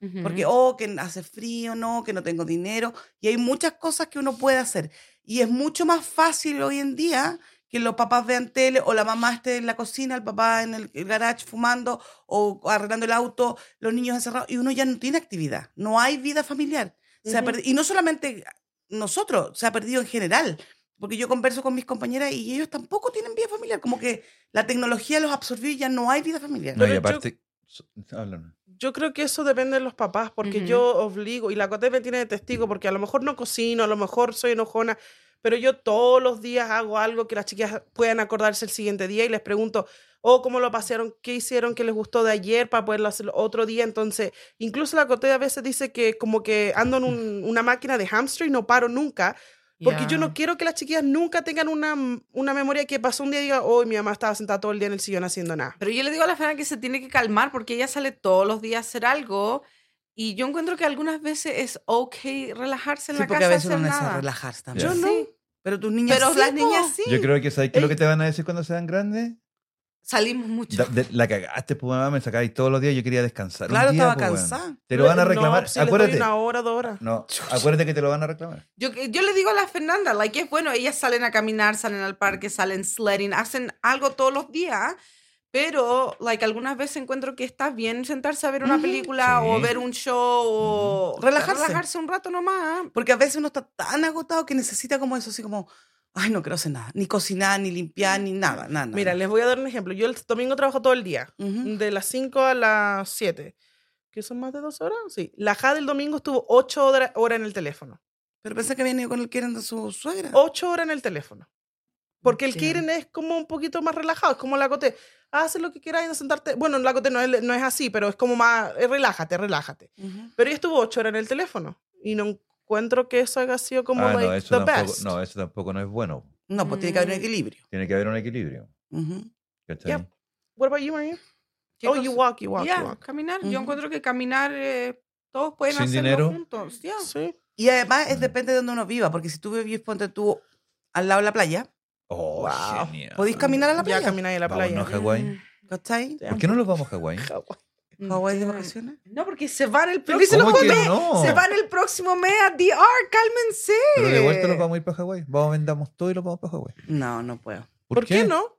Ujú. Porque, oh, que hace frío, no, que no tengo dinero. Y hay muchas cosas que uno puede hacer. Y es mucho más fácil hoy en día que los papás vean tele o la mamá esté en la cocina, el papá en el el garage fumando o arreglando el auto, los niños encerrados. Y uno ya no tiene actividad. No hay vida familiar. Se ha Ujú. perdi- y no solamente nosotros, se ha perdido en general. Porque yo converso con mis compañeras y ellos tampoco tienen vida familiar. Como que la tecnología los absorbió y ya no hay vida familiar. No, Pero y Eh, yo- aparte. so- háblame. Yo creo que eso depende de los papás, porque Ujú. yo obligo, y la Cote me tiene de testigo, porque a lo mejor no cocino, a lo mejor soy enojona, pero yo todos los días hago algo que las chicas puedan acordarse el siguiente día y les pregunto, oh, ¿cómo lo pasaron? ¿Qué hicieron? ¿Qué les gustó de ayer para poderlo hacer otro día? Entonces, incluso la Cote a veces dice que como que ando en un- una máquina de hamster y no paro nunca, porque Ya. yo no quiero que las chiquillas nunca tengan una, una memoria que pasó un día y diga, hoy mi mamá estaba sentada todo el día en el sillón haciendo nada. Pero yo le digo a la Fernanda que se tiene que calmar porque ella sale todos los días a hacer algo y yo encuentro que algunas veces es ok relajarse en Sí, la porque casa a veces uno hacer necesita nada. relajarse también. Ya. Yo no. Sí. Pero tus niñas Pero sí, las po. niñas sí. Yo creo que ¿sabes qué es lo Ey. que te van a decir cuando sean grandes? Salimos mucho. Da- de- la cagaste, pues mamá, me sacabais todos los días, yo quería descansar. un Claro, día, estaba pues, weón. cansada. Te lo van a reclamar. No, si les doy acuérdate. una hora, dos horas. No, acuérdate que te lo van a reclamar. Yo, eh, yo le digo a la Fernanda, like, es bueno, ellas salen a caminar, salen al parque, salen sledding, hacen algo todos los días, pero, like, algunas veces encuentro que está bien sentarse a ver una Ujú. película o Sí. ver un show o Relajarse. un rato nomás. Porque a veces uno está tan agotado que necesita como eso, así como, ay, no quiero hacer nada. Ni cocinar, ni Mm. limpiar, ni nada, nada. nada. Mira, les voy a dar un ejemplo. Yo el domingo trabajo todo el día, Mm. Ujú. de las 5 a las 7, que son más de dos horas. Sí, la Jade el domingo estuvo 8 horas en el teléfono. Pero pensé que habían ido con el que eran de su suegra. Oh. 8 horas en el teléfono. Porque el Ya. Kiren es como un poquito más relajado, es como la Cote. Haz lo que quieras y no sentarte. Bueno, la Cote no es, no es así, pero es como más. eh, relájate, relájate. Ujú. Pero ella estuvo 8 horas en el teléfono y no encuentro que eso haya sido como Ah, like, no, eso the tampoco, best. no, eso tampoco no es bueno. No, pues tiene que haber un Mm. equilibrio. Tiene que haber un equilibrio. Ujú. ¿cachai? Yep. What about you, Maria? ¿Qué Oh, you cosa? walk, you walk, Ya, you walk. caminar. Yo Ujú. encuentro que caminar, eh, todos pueden Sin hacerlo dinero. juntos. ya. Sí. Y además es Mm. depende de donde uno viva, porque si tú vivís, ponte tú al lado de la playa, Oh, Wow. genial. podéis caminar a la Ya playa. camináis a la Vámonos playa. Mm. a Hawái. ¿Cachai? ¿Por qué no los vamos a Hawái? Mm, Hawái de mm. vacaciones. No, porque se van el Pero se próximo los ¿Cómo que mes. no? Se van el próximo mes a DR, cálmense. Pero de vuelta los vamos a ir para Hawái. Vamos, vendamos todo y los vamos para Hawái. No, no puedo. ¿Por qué no?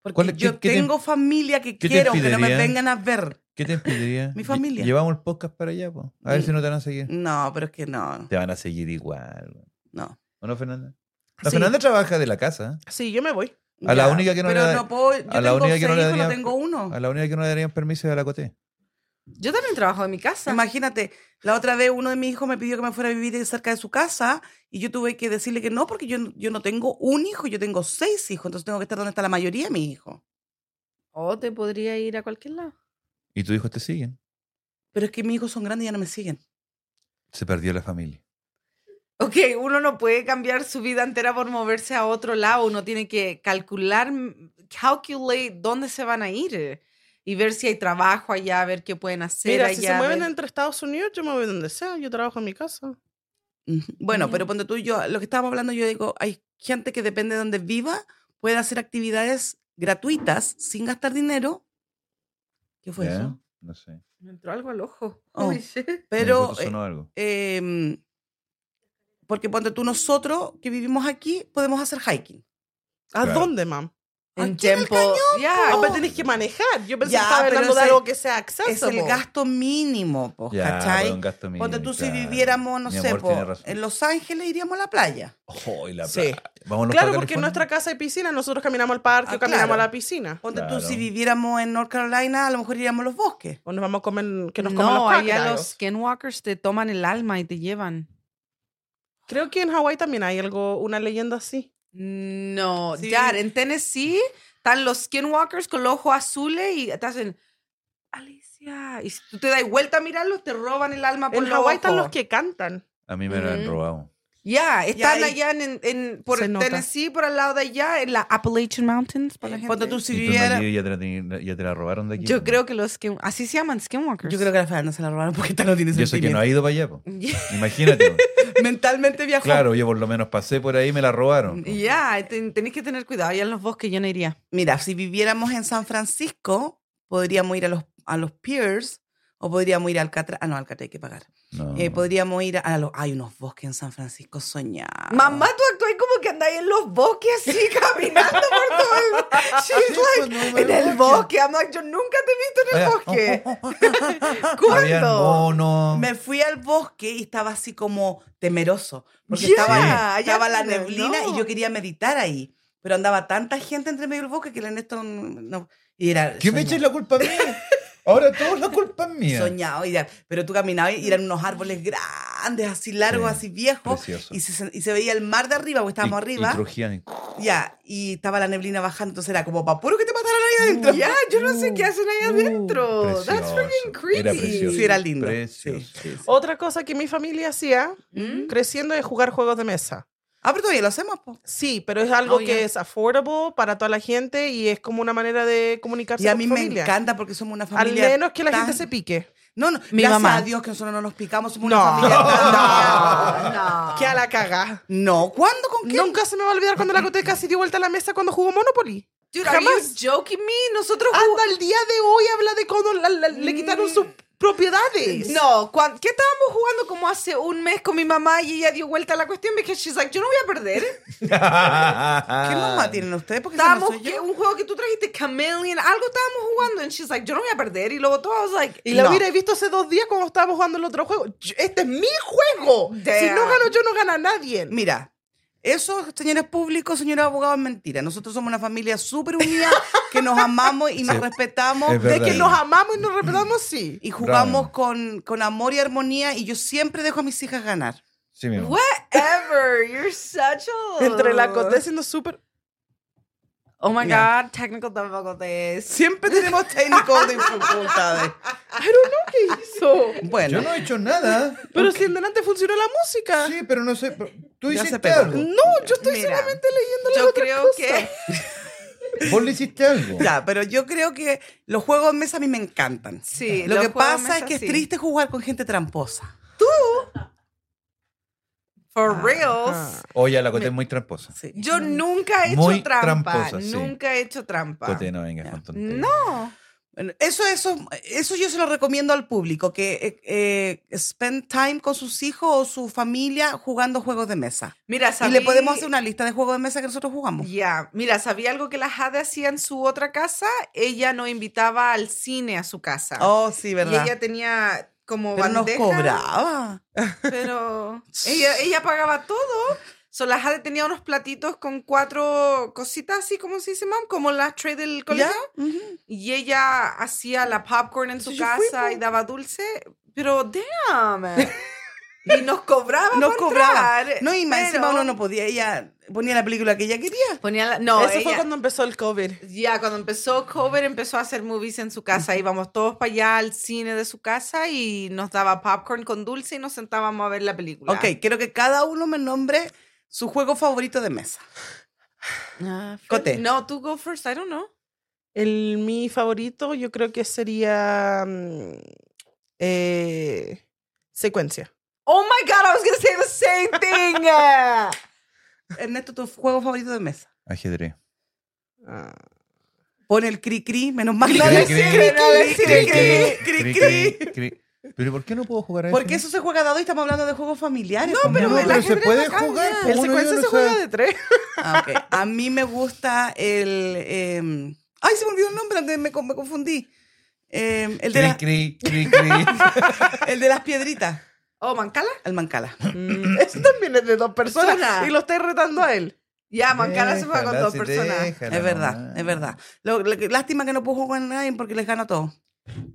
Porque ¿Cuál- qué- yo qué te- tengo familia que qué te quiero, que no me impediría? vengan a ver. ¿Qué te impediría? Mi Lle- familia. Llevamos el podcast para allá, po. A ver Mm. si no te van a seguir. No, pero es que no, Te van a seguir igual. weón. no. ¿O no, Fernanda? La Sí. Fernanda trabaja de la casa. Sí, yo me voy. A la Ya, única que no pero le da- no puedo, yo a la tengo única que no seis le hijos, no daría- tengo uno. A la única que no le darían permiso es a la Coté. Yo también trabajo en mi casa. Imagínate, la otra vez uno de mis hijos me pidió que me fuera a vivir cerca de su casa y yo tuve que decirle que no, porque yo, no- yo no tengo un hijo, yo tengo seis hijos, entonces tengo que estar donde está la mayoría de mis hijos. O Oh, te podría ir a cualquier lado. Y tus hijos te siguen. Pero es que mis hijos son grandes y ya no me siguen. Se perdió la familia. Ok, uno no puede cambiar su vida entera por moverse a otro lado. Uno tiene que calcular, mm, calculate dónde se van a ir eh, y ver si hay trabajo allá, ver qué pueden hacer Mira, allá. si se mueven ver- entre Estados Unidos, yo me voy donde sea. Yo trabajo en mi casa. Ujú. Bueno, Ya. pero ponte tú, yo, lo que estábamos hablando, yo digo, hay gente que depende de donde viva, puede hacer actividades gratuitas sin gastar dinero. ¿Qué fue ¿Ya? eso? No sé. Me entró algo al ojo. Oh. Ay, sí. Pero... Justo eh, sonó algo. em, porque ponte tú, nosotros que vivimos aquí podemos hacer hiking. ¿A Claro. dónde, mam? en Aquí en el tiempo. Ya. Ah, po. pero tenés que manejar. Yo pensé Oh. Ya, que estaba pero hablando de ese- algo que sea acceso. Es el gasto mínimo, po, Ya, ¿cachai? por un gasto mínimo, Ponte tú si claro. viviéramos, no Mi sé, amor po, tiene razón. en Los Ángeles iríamos a la playa. Oh, y la Sí. playa. Vámonos Claro, para porque California. en nuestra casa hay piscina. Nosotros caminamos al parque Ah, o caminamos claro. a la piscina. Ponte tú si Claro. viviéramos en North Carolina, a lo mejor iríamos a los bosques. O nos vamos a comer, que nos coman no, los allá crocodiles. los skinwalkers te toman el alma y te llevan. Creo que en Hawái también hay algo, una leyenda así. No, Sí. Dad, en Tennessee están los skinwalkers con los ojos azules y te hacen Alicia. Y si tú te das vuelta a mirarlos, te roban el alma por En los Hawái están ojos. los que cantan. A mí me lo han Ujú. robado. Ya, están y- allá en, en- en- por Se nota. Tennessee, por al lado de allá, en la Appalachian Mountains. Para la gente. Ponte tú si Y tú en viviera... Maldivas ya te, la, teni- ya te la robaron de aquí. Yo po. creo que los skin, así se llaman skinwalkers. Yo creo que la Fernanda se la robaron porque esta no tiene Y eso que no sentimiento. ha ido para allá. po. Imagínate. po. Mentalmente viajó. claro, yo por lo menos pasé por ahí y me la robaron. po. Ya, ten- tenés que tener cuidado. Allá en los bosques yo no iría. Mira, si viviéramos en San Francisco, podríamos ir a los, a los piers, O podríamos ir a Alcatraz. Ah, no, Alcatraz hay que pagar. No. Eh, podríamos ir a los. Hay unos bosques en San Francisco soñados. Mamá, tú actúas como que andáis en los bosques así, caminando por todo el... She's pues, like, en el bosque. I'm like, yo nunca te he visto en oh, el bosque. Habían ¿Cuándo? monos. Me fui al bosque y estaba así como temeroso. Porque Ya, estaba, ya, estaba la no. neblina y yo quería meditar ahí. Pero andaba tanta gente entre medio del bosque que el Ernesto no. Y era ¿Qué me soñado, echan la culpa a mí? Ahora todo es la culpa mía. soñado, y era- pero tú caminabas y eran unos árboles grandes, así largos, Sí, así viejos. precioso. Y se, y se veía el mar de arriba, porque estábamos Y- arriba. Y crujían. y- Ya, y estaba la neblina bajando, entonces era como, pa' puro que te mataron ahí adentro. Ya, yo no sé qué hacen ahí adentro. That's Oh, freaking Precioso. creepy. Era precioso. Sí, era lindo. Precioso. Sí, sí, sí. Otra cosa que mi familia hacía ¿Mm? creciendo es jugar juegos de mesa. Ah, pero todavía lo hacemos, po. Sí, pero es algo Oh, que ya. es affordable para toda la gente y es como una manera de comunicarse Y a con mí tu me familia. encanta porque somos una Al familia. menos que la tan- gente se pique. No, no, Mi gracias mamá. a Dios que nosotros no nos picamos, somos No. una familia. tan- No, no. Que a la caga. No, ¿cuándo con quién? Nunca se me va a olvidar cuando la Cote casi dio vuelta a la mesa cuando jugó Monopoly. Dude, are you Jamás. joking me? Nosotros Hasta el día de hoy habla de cuando la- la- le quitaron sus Mm. propiedades. No, cuan- ¿qué estábamos jugando como hace un mes con mi mamá y ella dio vuelta a la cuestión? Me dije, she's like, yo no voy a perder. ¿Qué mamá tienen ustedes? Porque esa no Estábamos, soy que- yo. un juego que tú trajiste, Chameleon, algo estábamos jugando. And she's like, yo no voy a perder. Y lo botó, I was like, Y la no. hubiera visto hace dos días cuando estábamos jugando el otro juego. Yo- Este es mi juego. Si Damn. no gano yo, no gana nadie. Mira, eso, señores públicos, señores abogados, es mentira. Nosotros somos una familia súper unida, que nos amamos y nos Sí. respetamos. Es De que verdad. nos amamos y nos respetamos, sí. Y jugamos Bravo. con, con amor y armonía y yo siempre dejo a mis hijas ganar. Sí, mi amor. Whatever, you're such a... Entre la Cote siendo súper... Oh my Yeah. God, technical difficulties. Siempre tenemos técnicos de dificultades. ¿Qué hizo? Yo Bueno, no he hecho nada. Pero si en delante funcionó la música. Sí, pero no sé. pero Tú Ya se hiciste pegó. algo. No, yo estoy Mira, solamente leyendo la Yo otra creo cosa. que... Vos le hiciste algo. ya, pero yo creo que los juegos de mesa a mí me encantan. Sí, Lo los que juegos de pasa es mesa, que sí. es triste jugar con gente tramposa. For reals. Ajá. Oye, Oh, la Cote es muy tramposa. Sí. Yo nunca he hecho Muy trampa. tramposa, sí. Nunca he hecho trampa. Cote, no vengas Ya. con tonterías. No. Bueno, eso, eso, eso yo se lo recomiendo al público, que eh, eh, spend time con sus hijos o su familia jugando juegos de mesa. Mira, sabí... Y le podemos hacer una lista de juegos de mesa que nosotros jugamos. Ya, mira, sabía algo que la Jade hacía en su otra casa. Ella no invitaba al cine a su casa. Oh, sí, y ¿verdad? ella tenía como pero nos bandeja, cobraba. pero ella, ella pagaba todo. So, la Jade tenía unos platitos con cuatro cositas así, como se dice, mam, como las tray del colegio. ¿Ya? Ujú. Y ella hacía la popcorn en su Sí, yo fui, casa y po. daba dulce, pero damn. y nos cobraba. Nos por cobraba. entrar, No, y más Eh, pero- encima uno no podía, ella ponía la película que ella quería. Ponía la- No, Eso fue ella- cuando empezó el COVID. Ya, cuando empezó Cover, empezó a hacer movies en su casa. Íbamos todos para allá al cine de su casa y nos daba popcorn con dulce y nos sentábamos a ver la película. Ok, quiero que cada uno me nombre su juego favorito de mesa. Ah, Fer- Cote. No, tú go first, I don't know. El mi favorito yo creo que sería mm, eh, secuencia. Oh my God, I was gonna say the same thing. Eh, Ernesto, tu juego favorito de mesa. Ajedrez. Pon el cri cri, menos mal. Cri, No, cri, cri, no decir cri, cri, cri, cri, cri, cri. cri, cri. Pero ¿por qué no puedo jugar a eso? Porque eso se juega dado y estamos hablando de juegos familiares. No, pero, mi amor. el se ajedrez puede no cambia. jugar. El pues, el uno ya secuencia no se juega sabe. de tres. Ah, ok. A mí me gusta el... eh, ay, se me olvidó el nombre, antes me, co- me confundí. Eh, el, de la- Cri, cri, cri, cri. el de las piedritas, Oh, Mancala. el mancala. Mm, Eso también es de dos personas Persona. y lo estáis retando a él. Ya, Mancala se fue con Déjala, dos sí, personas. déjala es verdad, nomás. es verdad. Lo- lo que- lástima que no puedo jugar a nadie porque les gano a todos.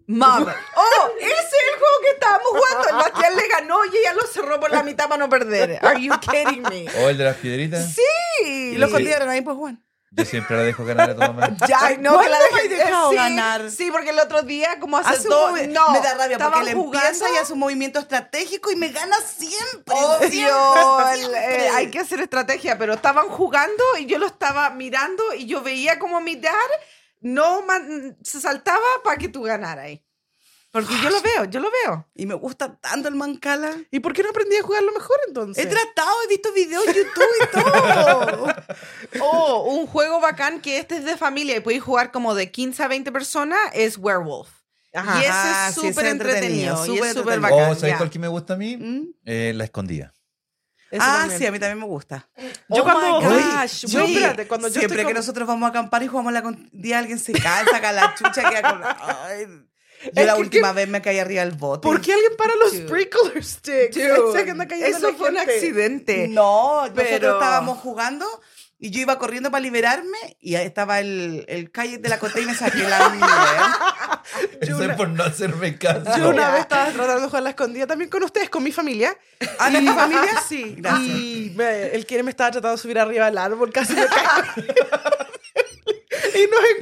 Mom. Oh, ese es el juego que estábamos jugando. El Bastián le ganó y ella lo cerró por la mitad para no perder. Are you kidding me? O el de las piedritas. Sí. Y los Sí. considero, nadie puede jugar. Yo siempre la dejo ganar a tu mamá. Ya, no, que la ¿Cuándo dejé me has dejado sí, ganar? Sí, porque el otro día, como hace, Hace un dos, movi- no, me da rabia porque estaban le jugando. empieza y hace un movimiento estratégico y me gana siempre. Obvio, siempre, el- siempre. eh, hay que hacer estrategia, pero estaban jugando y yo lo estaba mirando y yo veía como mi dad no man- se saltaba para que tú ganaras ahí. Porque yo lo veo, yo lo veo. Y me gusta tanto el mancala. ¿Y por qué no aprendí a jugarlo mejor entonces? He tratado, he visto videos en YouTube y todo. Oh, un juego bacán que este es de familia y podéis jugar como de 15 a 20 personas es Werewolf. y Ajá, ese sí, es súper entretenido, y es súper O, bacán. Oh, ¿sabes ya. cuál que me gusta a mí? ¿Mm? Eh, la escondida. Eso Ah, también. sí, a mí también me gusta. Yo Oh cuando. my gosh, Oye, yo, güey. espérate, cuando yo Siempre estoy que con- nosotros vamos a acampar y jugamos la con- día, alguien se cae, saca la chucha, queda con... Ay. Yo Es la que- última vez me caí arriba del bote. ¿Por qué alguien para los Dude. sprinkler sticks? Dude, Se anda cayendo eso la fue un gente. accidente. No, nosotros Pero- estábamos jugando y yo iba corriendo para liberarme y ahí estaba el, el calle de la cote y me saqué la mierda. Eso es por no hacerme Yo caso. una vez estaba tratando de jugar a la escondida también con ustedes, con mi familia. ¿A mi familia? Sí, Gracias. Y me- el que me estaba tratando de subir arriba del árbol, casi me caí. y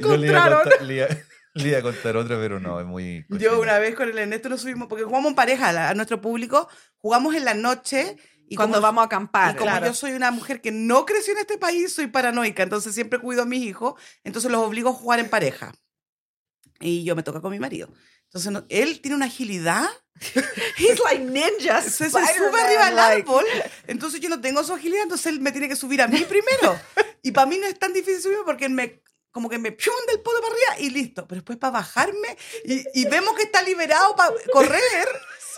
nos Yo le iba, a encontraron. contar, le iba- le iba a contar otra, pero no, es muy. cochina. Yo una vez con el Ernesto nos subimos, porque jugamos en pareja a, la- a nuestro público, jugamos en la noche y Y cuando como- vamos a Y acampar. como yo soy una mujer que no creció en este país, soy paranoica, entonces siempre cuido a mis hijos, entonces los obligo a jugar en pareja. Y yo me toca con mi marido. Entonces no- él tiene una agilidad, He's like ninja. se, se sube arriba al árbol, entonces yo no tengo su agilidad, entonces él me tiene que subir a mí primero. Y para mí no es tan difícil subirme porque él me como que me pium del polo para arriba y listo. Pero después para bajarme y, y vemos que está liberado para correr.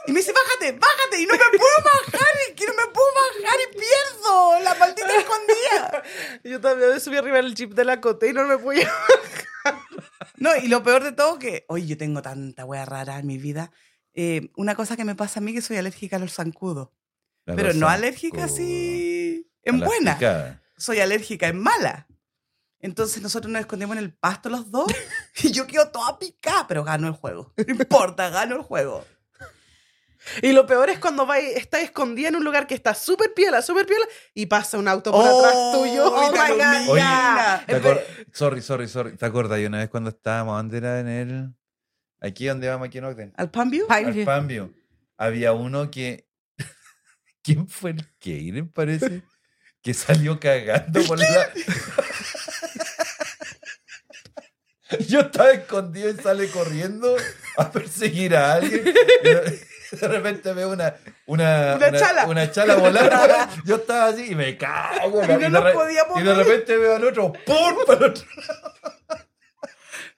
Y me dice, bájate, bájate. Y no me puedo bajar, y que no me puedo bajar y pierdo la maldita escondida. Yo también me subí arriba del jeep de la cote y no me fui. No, y lo peor de todo que, oye, yo tengo tanta wea rara en mi vida. Eh, una cosa que me pasa a mí que soy alérgica a los zancudos. La Pero cosa no alérgica con- así a en las buena. picadas. Soy alérgica en mala. Entonces nosotros nos escondemos en el pasto los dos y yo quedo toda picada, pero gano el juego. No importa, gano el juego. Y lo peor es cuando va, está escondida en un lugar que está súper piola, súper piola, y pasa un auto por atrás tuyo. Oh y te my God. ilumina. Oye, Ya. ¿te acor- sorry, sorry, sorry. ¿Te acuerdas? Y una vez cuando estábamos, ¿dónde era? En el. Aquí donde vamos, aquí en Ogden. ¿Al Panview? Al Panview. Había uno que. ¿Quién fue el Keiren, parece? Que salió cagando por la. Yo estaba escondido y sale corriendo a perseguir a alguien. Y De repente veo una, una, Una chala. una chala volar. Yo estaba así y me cago. Y no de nos re- podíamos y de mover. repente veo al otro. ¡Pum! Para el otro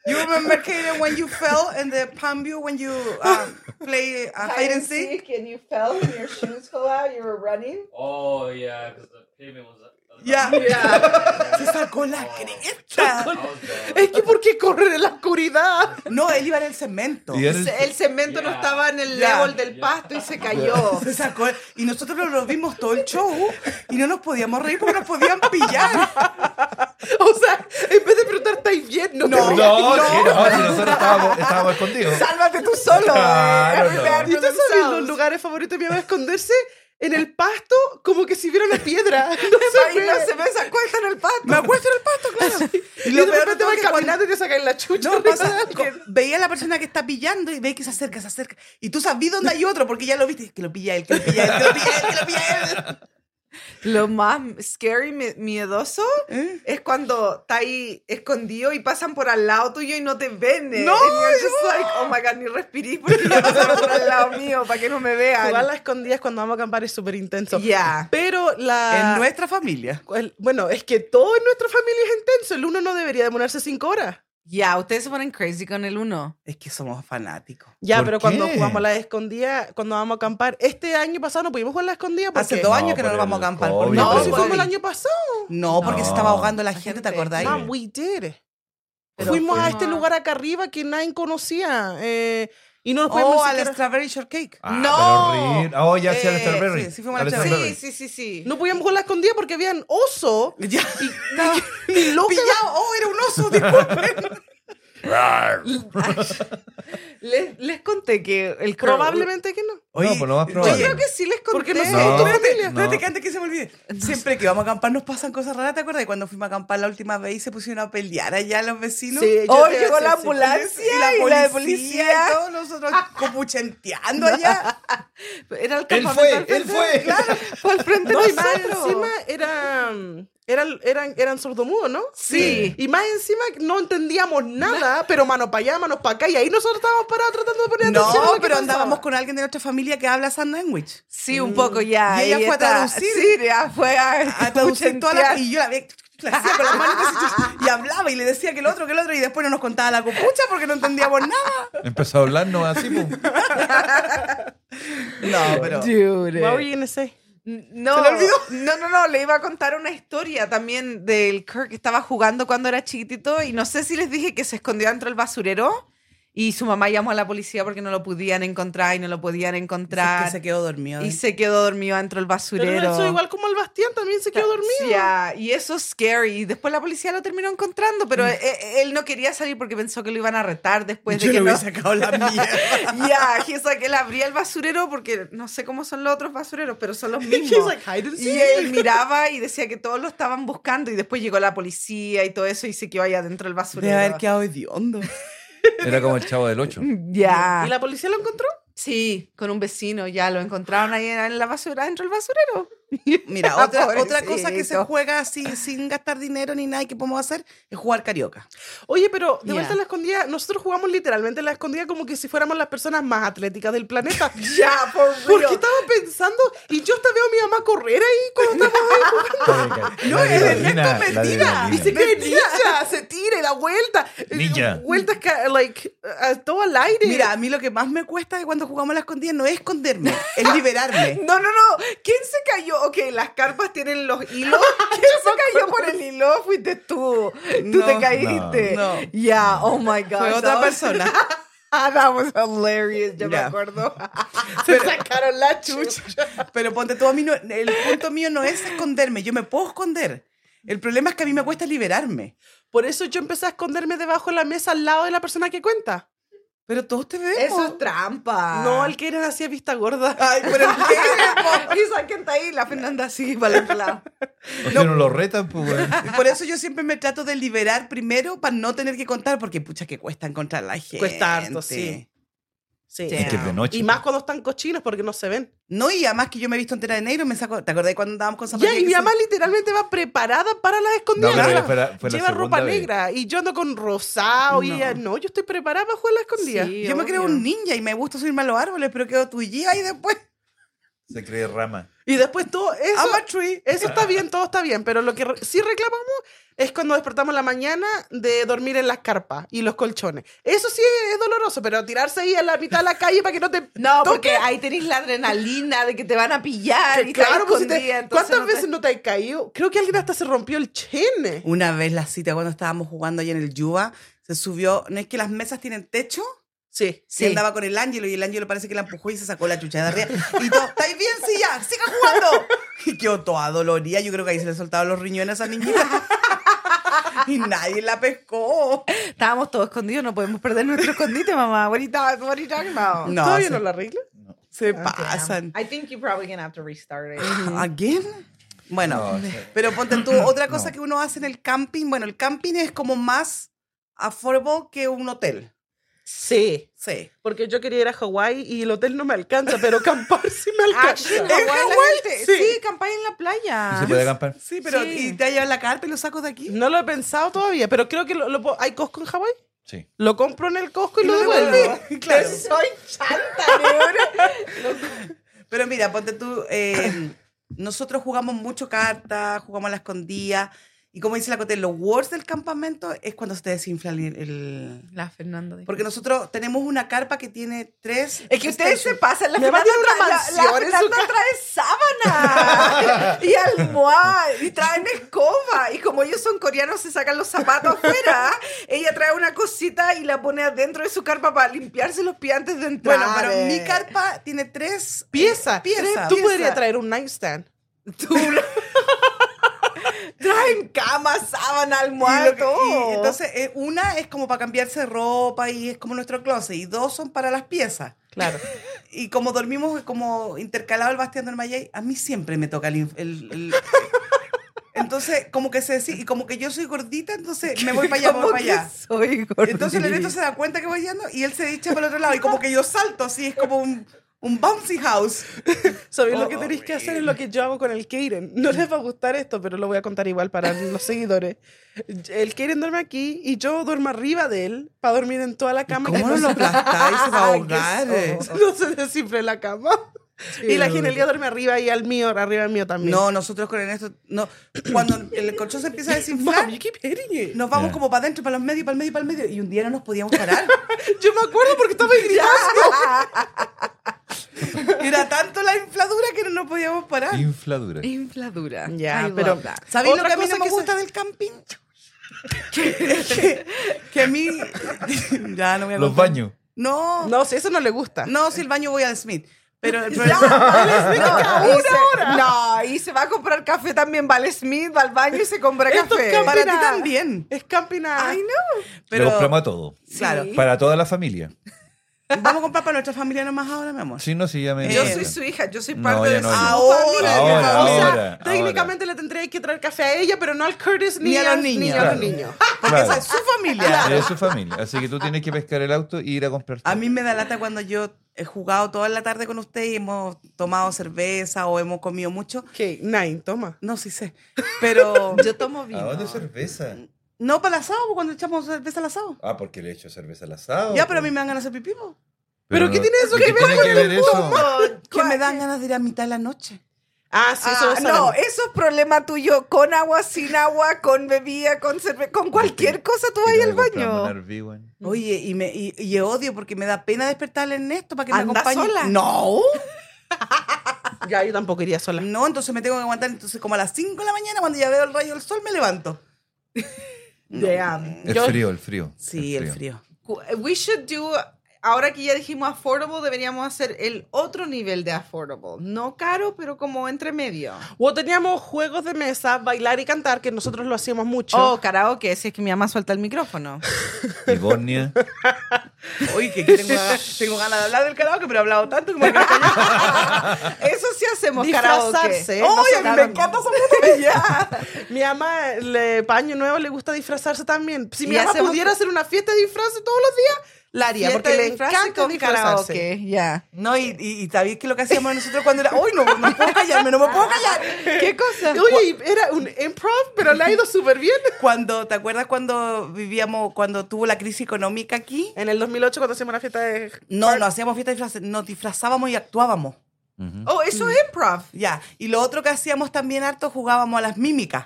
You remember Kaden when you fell in the Panview when you um, play uh, hide and seek? and you fell and your shoes fell out, you were running. Oh yeah, because the payment was. Yeah. yeah. Se sacó la cresta. I was bad. Es que ¿por qué correr en la oscuridad? No, él iba en el cemento. Y era el- El cemento no Yeah. estaba en el Yeah. level del Yeah. pasto y se cayó. Se sacó. Y nosotros lo- lo vimos todo el show y no nos podíamos reír porque nos podían pillar. O sea, en vez de preguntar, ¿estáis bien? No, te No. rías. No, sí, no, si nosotros estábamos, estábamos escondidos. Sálvate tú solo. Claro, eh. no. Everywhere ¿Y for ustedes saben los themselves. lugares favoritos de mi mamá esconderse? En el pasto, como que si viera una piedra. No Ay, se ve. no se me sacó esta en el pasto. Me acuesto en el pasto, claro. Y Y lo peor de de repente todo vas es que cuando- caminando y te sacan la chucha. No, pasa, co- veía a la persona que está pillando y ve que se acerca, se acerca. Y tú sabes dónde hay otro porque ya lo viste. Que lo pilla él, que lo pilla él, que lo pilla él, que lo pilla él. Lo más scary, mi- miedoso, ¿Eh? es cuando está ahí escondido y pasan por al lado tuyo y no te ven. eh. No, And you're just like, oh my God, ni respirís porque ya pasaron por al lado mío para que no me Jugar a vean. las escondidas cuando vamos a acampar es súper intenso. Ya. Yeah. Pero la... Ah. En nuestra familia. el- bueno, es que todo en nuestra familia es intenso. El uno no debería demorarse cinco horas. ustedes se ponen crazy con el uno. Es que somos fanáticos. Ya, ¿Por pero cuando qué? jugamos a la escondida, cuando vamos a acampar, este año pasado no pudimos jugar a la escondida porque... Hace dos No, años que no por nos vamos a el acampar. COVID, por No, No, nada. si por fuimos el el- año pasado. No, porque se No. estaba ahogando la La gente, gente. ¿te acordás? Mom, we did it. Pero fuimos a fuimos este a- lugar acá arriba que nadie conocía. eh, y no nos podíamos O al siquiera- Strawberry Shortcake. Ah, No. pero rir. Ah, Oh, ya sí, al Eh, Starberry. sí, sí fuimos al Al Starberry. Starberry. Sí, sí, sí, sí. No podíamos jugar a la escondida porque habían oso. Ya. Ni loca. Pillado. Oh, era un oso, disculpen. Les, les conté que el curl- Probablemente que no. No, pues lo más yo Yo probable. creo que sí les conté. Porque no sé, No. tu Espérate, familia. espérate, No. que antes que se me olvide. Siempre que vamos a acampar nos pasan cosas raras. ¿Te acuerdas de cuando fuimos a acampar la última vez y se pusieron a pelear allá los vecinos? Sí, yo Oh, te- llegó sí, la sí. ambulancia Y la policía, y todos nosotros copuchenteando allá. Era el Él campamento fue, al él frente. fue. Fue al frente No, de y más nosotros. encima eran, eran, eran, eran sordomudos, ¿no? Sí. Y más encima no entendíamos nada, pero mano para allá, manos para acá. Y ahí nosotros estábamos parados tratando de poner No, atención. a lo que pero pasaba. andábamos con alguien de nuestra familia que habla sandwich. Sí, un poco ya. Y ella ahí fue a está. traducir. Sí, ya fue a, Ah, A traducir toda la... puchentear. Y yo la vi... la hacía con las manos así, y hablaba y le decía que el otro, que el otro, y después no nos contaba la copucha porque no entendíamos nada. Empezó a hablarnos así, pues. po. No, pero. Wow, INC. No, ¿Se le olvidó? no, no, no, le iba a contar una historia también del Kirk que estaba jugando cuando era chiquitito y no sé si les dije que se escondió dentro del basurero y su mamá llamó a la policía porque no lo podían encontrar y no lo podían Que encontrar se quedó dormido. y se quedó dormido dentro del Pero basurero. eso igual como el Bastián también se quedó dormido. Ya, y eso es scary. Y Después la policía lo terminó encontrando, Mm. pero e- e- él no quería salir porque pensó que lo iban a retar después Pues de Yo que le no- hubiera sacado la mierda. Ya, y eso que él abría el basurero porque no sé cómo son los otros basureros, pero son los mismos. She's like, hide and Y seek. él miraba y decía que todos lo estaban buscando y después llegó la policía y todo eso y se quedó allá dentro del De basurero. haber quedado hediondo. Era como el chavo del 8. Ya. ¿Y la policía lo encontró? Sí, con un vecino ya lo encontraron ahí en, en la basura, dentro del basurero. Mira, otra, otra cosa que se Pobrecito. juega así sin gastar dinero ni nada y que podemos hacer es jugar carioca. Oye, pero de Ya. vuelta a la escondida, nosotros jugamos literalmente a la escondida como que si fuéramos las personas más atléticas del planeta. Ya, por Porque estaba pensando, y yo hasta veo a mi mamá correr ahí cuando estamos ahí. No, es Ernesto Medina. Dice que ninja, se tira y da vuelta. Eh, Ninja. Vueltas, ca- like, a todo al aire. Mira, a mí lo que más me cuesta de cuando jugamos a la escondida no es esconderme, es liberarme. No, no, no. ¿Quién se cayó? Ok, las carpas tienen los hilos. ¿Quién se cayó por el hilo? Fuiste tú. Tú No, te caíste. no, no. Ya, oh my God. Fue otra persona. That was hilarious, yo Ya. me acuerdo. se sacaron la chucha. Pero ponte tú a mí, no- el punto mío no es esconderme, yo me puedo esconder. El problema es que a mí me cuesta liberarme. Por eso yo empecé a esconderme debajo de la mesa al lado de la persona que cuenta. Pero todos te vemos. Eso es trampa. No, el que era así a vista gorda. Ay, pero ¿qué? Y saquen está ahí, la Fernanda sí, para el otro lado. O sea, no lo retan, pues, weón. Por eso yo siempre me trato de liberar primero para no tener que contar, porque pucha que cuesta encontrar a la gente. Cuesta harto, sí. Sí. Es que es de noche. Y más cuando están cochinos porque no se ven. No, y además que yo me he visto entera de negro, me saco. ¿Te acordás cuando andábamos con Ya, zapatillas? y mi que son- mamá literalmente va preparada para las No, escondidas. pero Lleva- fue la- fue la Lleva ropa segunda vez. negra y yo ando con rosado y No. ella, no, yo estoy preparada para jugar a las escondidas. Sí. Yo me creo obvio. un ninja y me gusta subirme a los árboles, pero quedo tuya y después. Se cree rama. Y después todo eso, I'm a tree. eso está bien, todo está bien, pero lo que re- sí reclamamos es cuando despertamos en la mañana de dormir en las carpas y los colchones. Eso sí es doloroso, pero tirarse ahí a la mitad de la calle para que no te... No, toque. porque ahí tenéis la adrenalina de que te van a pillar Que y claro, claro, pues, si te- escondida. entonces ¿Cuántas no te- veces no te has caído? Creo que alguien hasta se rompió el chene. Una vez la cita cuando estábamos jugando ahí en el Yuba, se subió. ¿No es que las mesas tienen techo? Sí. Sí. andaba con el ángelo y el ángelo parece que la empujó y se sacó la chucha de arriba. Y todo, ¿estáis bien? Sí, ya, siga jugando. Y quedó toda dolorida. Yo creo que ahí se le soltaban los riñones a esa niñita. Y nadie la pescó. Estábamos todos escondidos, no podemos perder nuestro escondite, mamá. What are you ta- what are you talking about? No, ¿Todavía se- no la arregla? Ah, Se pasan. I think you're probably gonna have to restart it. ¿Again? Bueno, No, sí. pero ponte tú, otra cosa No. que uno hace en el camping, bueno, el camping es como más affordable que un hotel. Sí. Sí. Porque yo quería ir a Hawái y el hotel no me alcanza, pero acampar sí me alcanza. Action, ¿En Hawái, la Hawái? gente- Sí. Sí, acampar en la ¿Y playa. se puede acampar? Sí, pero Sí. ¿y te va a llevar la carpa y los sacos de aquí? No lo he pensado todavía, pero creo que lo, lo puedo- hay Costco en Hawái. Sí. Lo compro en el Costco y lo devuelvo. devuelvo. Claro. Soy chanta, neuro. Pero mira, ponte tú, eh, nosotros jugamos mucho cartas, jugamos a la escondida, y como dice la Cote, lo worst del campamento es cuando se te desinfla el... el- La Fernanda. dijo. Porque nosotros tenemos una carpa que tiene tres... Es que ustedes se stations. pasan, la Mi mamá Fernanda, tiene una trae, la- la mansión en su Fernanda trae sábana y almohada y traen escoba y como ellos son coreanos se sacan los zapatos afuera, ella trae una cosita y la pone adentro de su carpa para limpiarse los pies antes de entrar. Bueno, pero mi carpa tiene tres... Pieza. Pieza. Tú Pieza. podrías traer un nightstand. Tú- traen cama, sábana, almohada, Y lo que- todo. y entonces, eh, una es como para cambiarse ropa y es como nuestro closet, y dos son para las piezas. Claro. Y como dormimos como intercalado el Bastián del Mayay, a mí siempre me toca el... inf- el- el- entonces, como que se decía, y como que yo soy gordita, entonces me voy para allá, me voy ¿Cómo para que allá. soy Entonces el Loreto se da cuenta que voy yendo y él se echa para el otro lado y como que yo salto, así es como un, un bouncy house. ¿Sabéis Oh, lo que tenéis que hacer? Es lo que yo hago con el Keiren. No les va a gustar esto, pero lo voy a contar igual para los seguidores. El Keiren duerme aquí y yo duermo arriba de él para dormir en toda la cama. y que no se- aplastáis? va a ahogar, eh? no se desinfle la cama. Y la Ginelia duerme arriba y al mío, arriba mío también. No, nosotros con esto. No. Cuando el colchón se empieza a desinflar, Mami, ¿qué pere? nos vamos Ya. como para adentro, para los medios, para el medio, para el medio. Y un día no nos podíamos parar. Yo me acuerdo porque estaba gritando. Era tanto la infladura que no nos podíamos parar. Infladura. Infladura. Ya, I love pero- that. ¿Sabéis lo Otra que a mí cosa no me que se- gusta del camping? que, que a mí. ya, no voy a Los contar. baños. No. No, No, si eso no le gusta. si el baño voy al Smith. Pero el problema. No, y se- no, y se va a comprar café también. Vale Smith, va al baño y se compra Esto café. es camping. para ti mira. también. Es camping a- Ay, no. Le Pero. compramos a todo. Claro. Sí. Para toda la familia. Vamos a comprar para nuestra familia nomás ahora, mi amor. Si no, sí, ya me Yo di soy cuenta. su hija, yo soy Eh, No, parte ya de no, su ya. familia. Ahora, o sea, ahora, técnicamente le tendréis que traer café a ella, pero no al Curtis ni, Ni a los al- niños. ni a Claro. los niños. Porque Claro. esa es su familia. Es su familia. Así que tú tienes que pescar el auto y ir a comprar. Ah. A todo. mí me da lata cuando yo he jugado toda la tarde con usted y hemos tomado cerveza o hemos comido mucho. Ok, Nine, toma. No, sí sé. Pero Yo tomo vino. ¿A dónde Ah, cerveza? no para el asado, porque cuando echamos cerveza al asado. Ah, porque le he hecho cerveza al asado. Ya, pero a mí me dan ganas de hacer pipí. po. ¿Pero qué tiene eso que ver tiene que ver eso? Que me dan ganas de ir a mitad de la noche. Ah, sí, eso Ah, va a no, ser- eso es problema tuyo. Con agua, sin agua, con bebida, con cerveza, con cualquier cosa tú vas al baño. Mm. Oye, y me y, y odio porque me da pena despertarle en esto para que me ¿Anda acompañe. sola? No, Ya, yo tampoco iría sola. no, entonces me tengo que aguantar. Entonces, como a las 5 de la mañana, cuando ya veo el rayo del sol, me levanto. Damn. El Yo- frío, el frío. Sí, el frío. Cu- We should do, ahora que ya dijimos affordable, deberíamos hacer el otro nivel de affordable. No caro, pero como entre medio. O teníamos juegos de mesa, bailar y cantar, que nosotros lo hacíamos mucho. Oh, karaoke, si es que mi mamá suelta el micrófono. Y Bosnia. Oye, que tengo, tengo ganas de hablar del karaoke, pero he hablado tanto que me Eso sí hacemos Disfrazarse, karaoke. Oh, ¡Ay, a ¿eh? Nosotros mí me también. encanta esa ya. Mi mamá, le paño nuevo, le gusta disfrazarse también. Si mi Y mamá hacemos- pudiera hacer una fiesta de disfraces todos los días, la haría, porque le encanta disfrazarse. karaoke, ya. No, y, y, y sabéis que lo que hacíamos nosotros cuando era, uy, no, no puedo callarme, no me puedo callar. ¿Qué cosa? Oye, y era un improv, pero le ha ido súper bien. Cuando, ¿te acuerdas cuando vivíamos, cuando tuvo la crisis económica aquí? En el 2008, cuando hacíamos la fiesta de... No, no hacíamos fiesta disfraz, nos disfrazábamos y actuábamos. Ujú. Oh, eso es improv. Ya. Y lo otro que hacíamos también harto, jugábamos a las mímicas.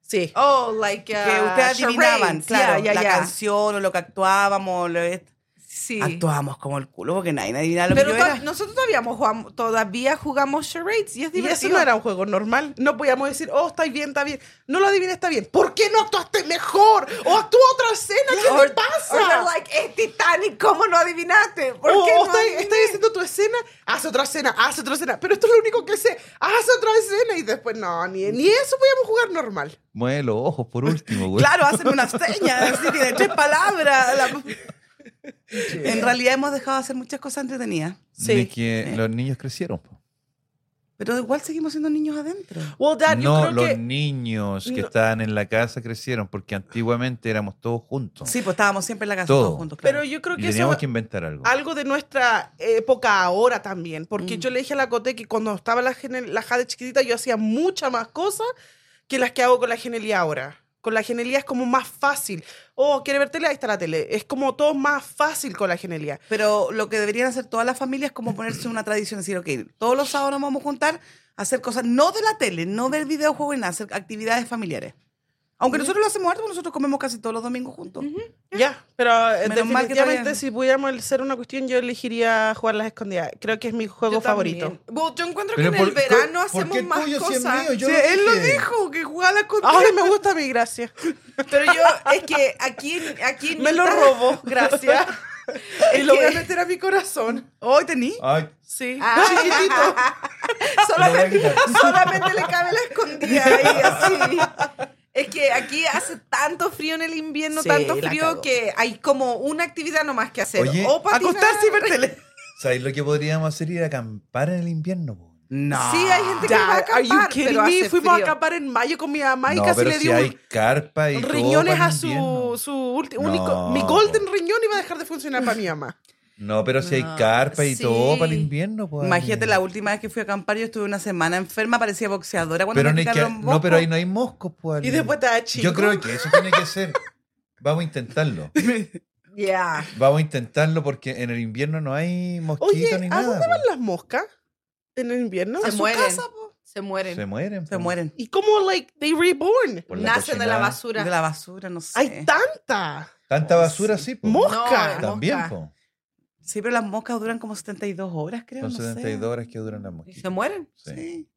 Sí. Oh, like uh, Que ustedes adivinaban, charades. claro, Ya, ya, la ya. canción o lo que actuábamos. lo- est- Sí. Actuábamos como el culo porque nadie adivinaba lo Pero que yo to- era. nosotros todavía jugamos, todavía jugamos charades y es Y divertido. eso no era un juego normal. No podíamos decir, oh, está bien, está bien. No lo adiviné, está bien. ¿Por qué no actuaste mejor? ¿O actúa otra escena? ¿Qué te pasa? "Oh, O they're like, es Titanic, ¿cómo no adivinaste? ¿Por o qué no estás, adiviné? estás haciendo tu escena, haz otra escena, haz otra escena. Pero esto es lo único que sé, haz otra escena. Y después, no, ni, ni eso podíamos jugar normal. Mueve los ojos por último, güey. Claro, hacen una seña, así tiene tres palabras. la- En realidad hemos dejado de hacer muchas cosas entretenidas. De que los niños crecieron. po. Pero igual seguimos siendo niños adentro. Well, Dad, yo No, creo los que... niños que No. estaban en la casa crecieron porque antiguamente éramos todos juntos. Sí, pues estábamos siempre en la casa Todo. todos juntos. claro. Pero yo creo y que teníamos eso que inventar algo. algo de nuestra época ahora también. Porque Mm. yo le dije a la Cote que cuando estaba la, gene- la Jade chiquitita, yo hacía muchas más cosas que las que hago con la Genelia ahora. Con la Genelia es como más fácil. Oh, ¿quiere ver tele? Ahí está la tele. Es como todo más fácil con la Genelia. Pero lo que deberían hacer todas las familias es como ponerse una tradición, decir, ok, todos los sábados nos vamos a juntar a hacer cosas, no de la tele, no ver videojuegos, ni nada, hacer actividades familiares. Aunque nosotros lo hacemos harto, porque nosotros comemos casi todos los domingos juntos. Ya, pero eh, Menos mal que definitivamente todavía- si pudiéramos hacer una cuestión, yo elegiría jugar las escondidas. Creo que es mi juego Yo favorito. también. Well, yo encuentro Pero que en el por- ¿por- verano por hacemos qué más tuyo si es cosas. mío? Yo Sí, lo él lo dije. dijo, que jugaba la con Ahora me gusta mi gracia. Pero yo, es que aquí, en- aquí en Me lo Utah- robó, gracias. y Es lo voy a que- meter a mi corazón. Hoy tení. Ay, Sí. Ah. Chiquitito. lo voy a solamente, quitar. solamente le cabe la escondida ahí, así. Es que aquí hace tanto frío en el invierno, Sí, tanto la frío cagó. que hay como una actividad nomás que hacer. Oye, o patinar. Acostarse y ver tele. ¿sabes lo que podríamos hacer? Ir a acampar en el invierno. po. No. Sí, hay gente que va a Ya, are you acampar, kidding pero me? hace frío. Fuimos a acampar en mayo con mi mamá y no, casi pero le si dio hay un- carpa y ropa riñones en a su, invierno. su ulti- único. No, Mi golden po. riñón iba a dejar de funcionar para mi mamá. No, pero si hay No, carpa y todo sí. para el invierno. pues, po, Imagínate Ale. la última vez que fui a acampar, yo estuve una semana enferma, parecía boxeadora cuando Pero me no, hay que- picaron no, pero moscos. ahí no hay moscos. po, Ale. Y después te da chico. Yo creo que eso tiene que ser. Vamos a intentarlo. Yeah. Vamos a intentarlo porque en el invierno no hay mosquitos Oye, ni ¿a nada. pues. dónde po. van las moscas? en el invierno? Se ¿A su mueren. casa, po? Se mueren. Se mueren. Se po. mueren. ¿Y cómo, like, they reborn? Por la Nacen de la cochinada. basura. De la basura, no sé. Hay tanta. Tanta Oh, basura, sí. sí, po. Mo- No, mosca. hay También, pues. mosca. po. Sí, pero las moscas duran como 72 horas, creo. Son no sé. 72 horas que duran las Y mosquitas. se mueren. Sí. Sí.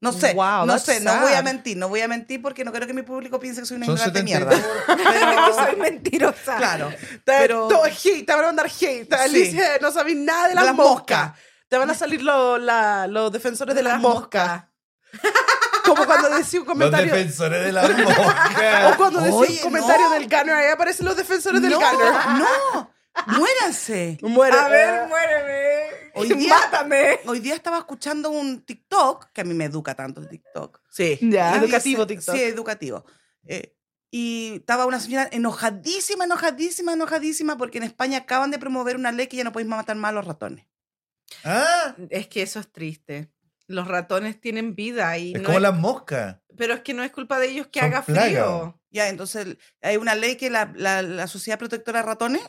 No sé, Wow, no that's sé, no voy a sad. mentir, no voy a mentir porque no creo que mi público piense que soy una Son ignorante de 72 mierda. Pero, Soy mentirosa. claro, Pero... Pero- Todo es hate, te van a mandar hate. Te- Sí. Alicia, no sabes nada de las, Las moscas. moscas. Te van a salir lo- la- los defensores de las, moscas. Como cuando decía un Los comentario. defensores de la mosca. Oh. O cuando decía Oye, un comentario no. del Gunner, ahí aparecen los defensores del no, Gunner. no, muéranse. Muere. Ah. A ver, muéreme. Hoy día- Mátame. Hoy día estaba escuchando un TikTok, que a mí me educa tanto el TikTok. Sí. Ya. Educativo Dice- TikTok. Sí, educativo. Eh, y estaba una señora enojadísima, enojadísima, enojadísima, porque en España acaban de promover una ley que ya no podéis matar más a los ratones. Ah, Es que eso es triste. Los ratones tienen vida y es no como es- las moscas. pero es que no es culpa de ellos que Son haga plaga. frío. Ya, entonces el- hay una ley que la, la- la Sociedad Protectora de Ratones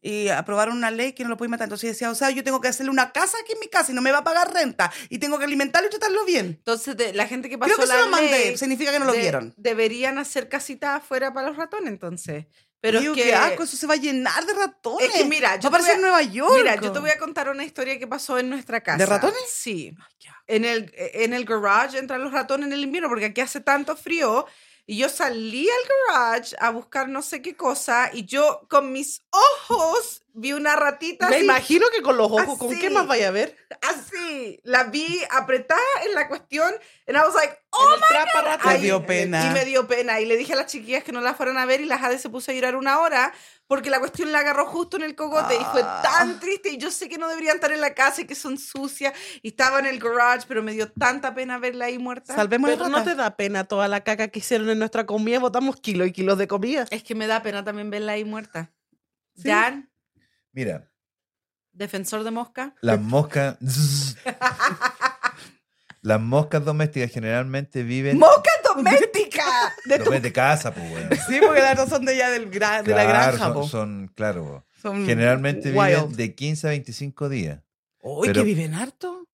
y aprobaron una ley que no lo podéis matar. Entonces decía, o sea, yo tengo que hacerle una casa aquí en mi casa y no me va a pagar renta y tengo que alimentarlo y tratarlo bien. Entonces, de- la gente que pasó Creo que la se lo mandé, ley significa que no lo de- vieron. deberían hacer casitas afuera para los ratones, entonces. Pero Digo, es que, qué asco, eso se va a llenar de ratones. es que mira, va yo a te, voy parecer a, Nueva York. mira, yo te voy a contar una historia que pasó en nuestra casa. ratones? Sí. En el, en el garage entran los ratones en el invierno porque aquí hace tanto frío. Y yo salí al garage a buscar no sé qué cosa y yo con mis ojos vi una ratita Me así imagino que con los ojos, ¿con Así. qué más vaya a ver? así. La vi apretada en la cuestión. And I was like, oh, En el trapa rato. Ay, eh, Te dio pena. Y me dio pena. Y le dije a las chiquillas que no la fueran a ver y la Jade se puso a llorar una hora porque la cuestión la agarró justo en el cogote y fue Ah. tan triste. Y yo sé que no deberían estar en la casa y que son sucias y estaba en el garage, pero me dio tanta pena verla ahí muerta. Salvemos Pero el no te da pena toda la caca que hicieron en nuestra comida, botamos kilos y kilos de comida. Es que me da pena también verla ahí muerta. Sí. Dan, Mira, defensor de mosca. las moscas. Zzz. las moscas domésticas generalmente viven. ¡Mosca doméstica! de de casa, pues, weón. Sí, porque las dos son de allá del gra- de la Claro, granja, po. son, son- claro, po. Son generalmente wild. viven de 15 a 25 días, Uy, pero- que viven harto.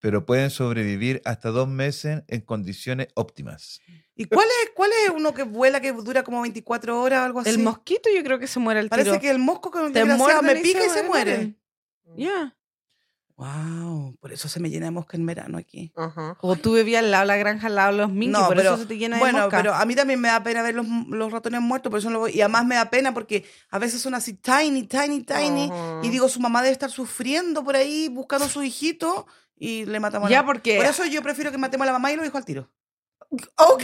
pero pueden sobrevivir hasta dos meses en condiciones óptimas. ¿Y cuál es, cuál es uno que vuela que dura como 24 horas o algo así? El mosquito yo creo que se muere al Parece tiro. que el mosco con el te desgraciado muerde me pica y se Mm. muere. Ya. Wow, por eso se me llena de mosca en verano aquí. Ajá. O tú bebías al lado de la granja, al lado de los minkies, No, por pero- eso se te llena de Bueno, mosca. pero a mí también me da pena ver los, los ratones muertos, por eso no lo voy. Y además me da pena porque a veces son así tiny, tiny, tiny. Ajá. Y digo, su mamá debe estar sufriendo por ahí buscando a su hijito y le matamos a la ya porque... Por eso yo prefiero que matemos a la mamá y los hijos al tiro. Ok.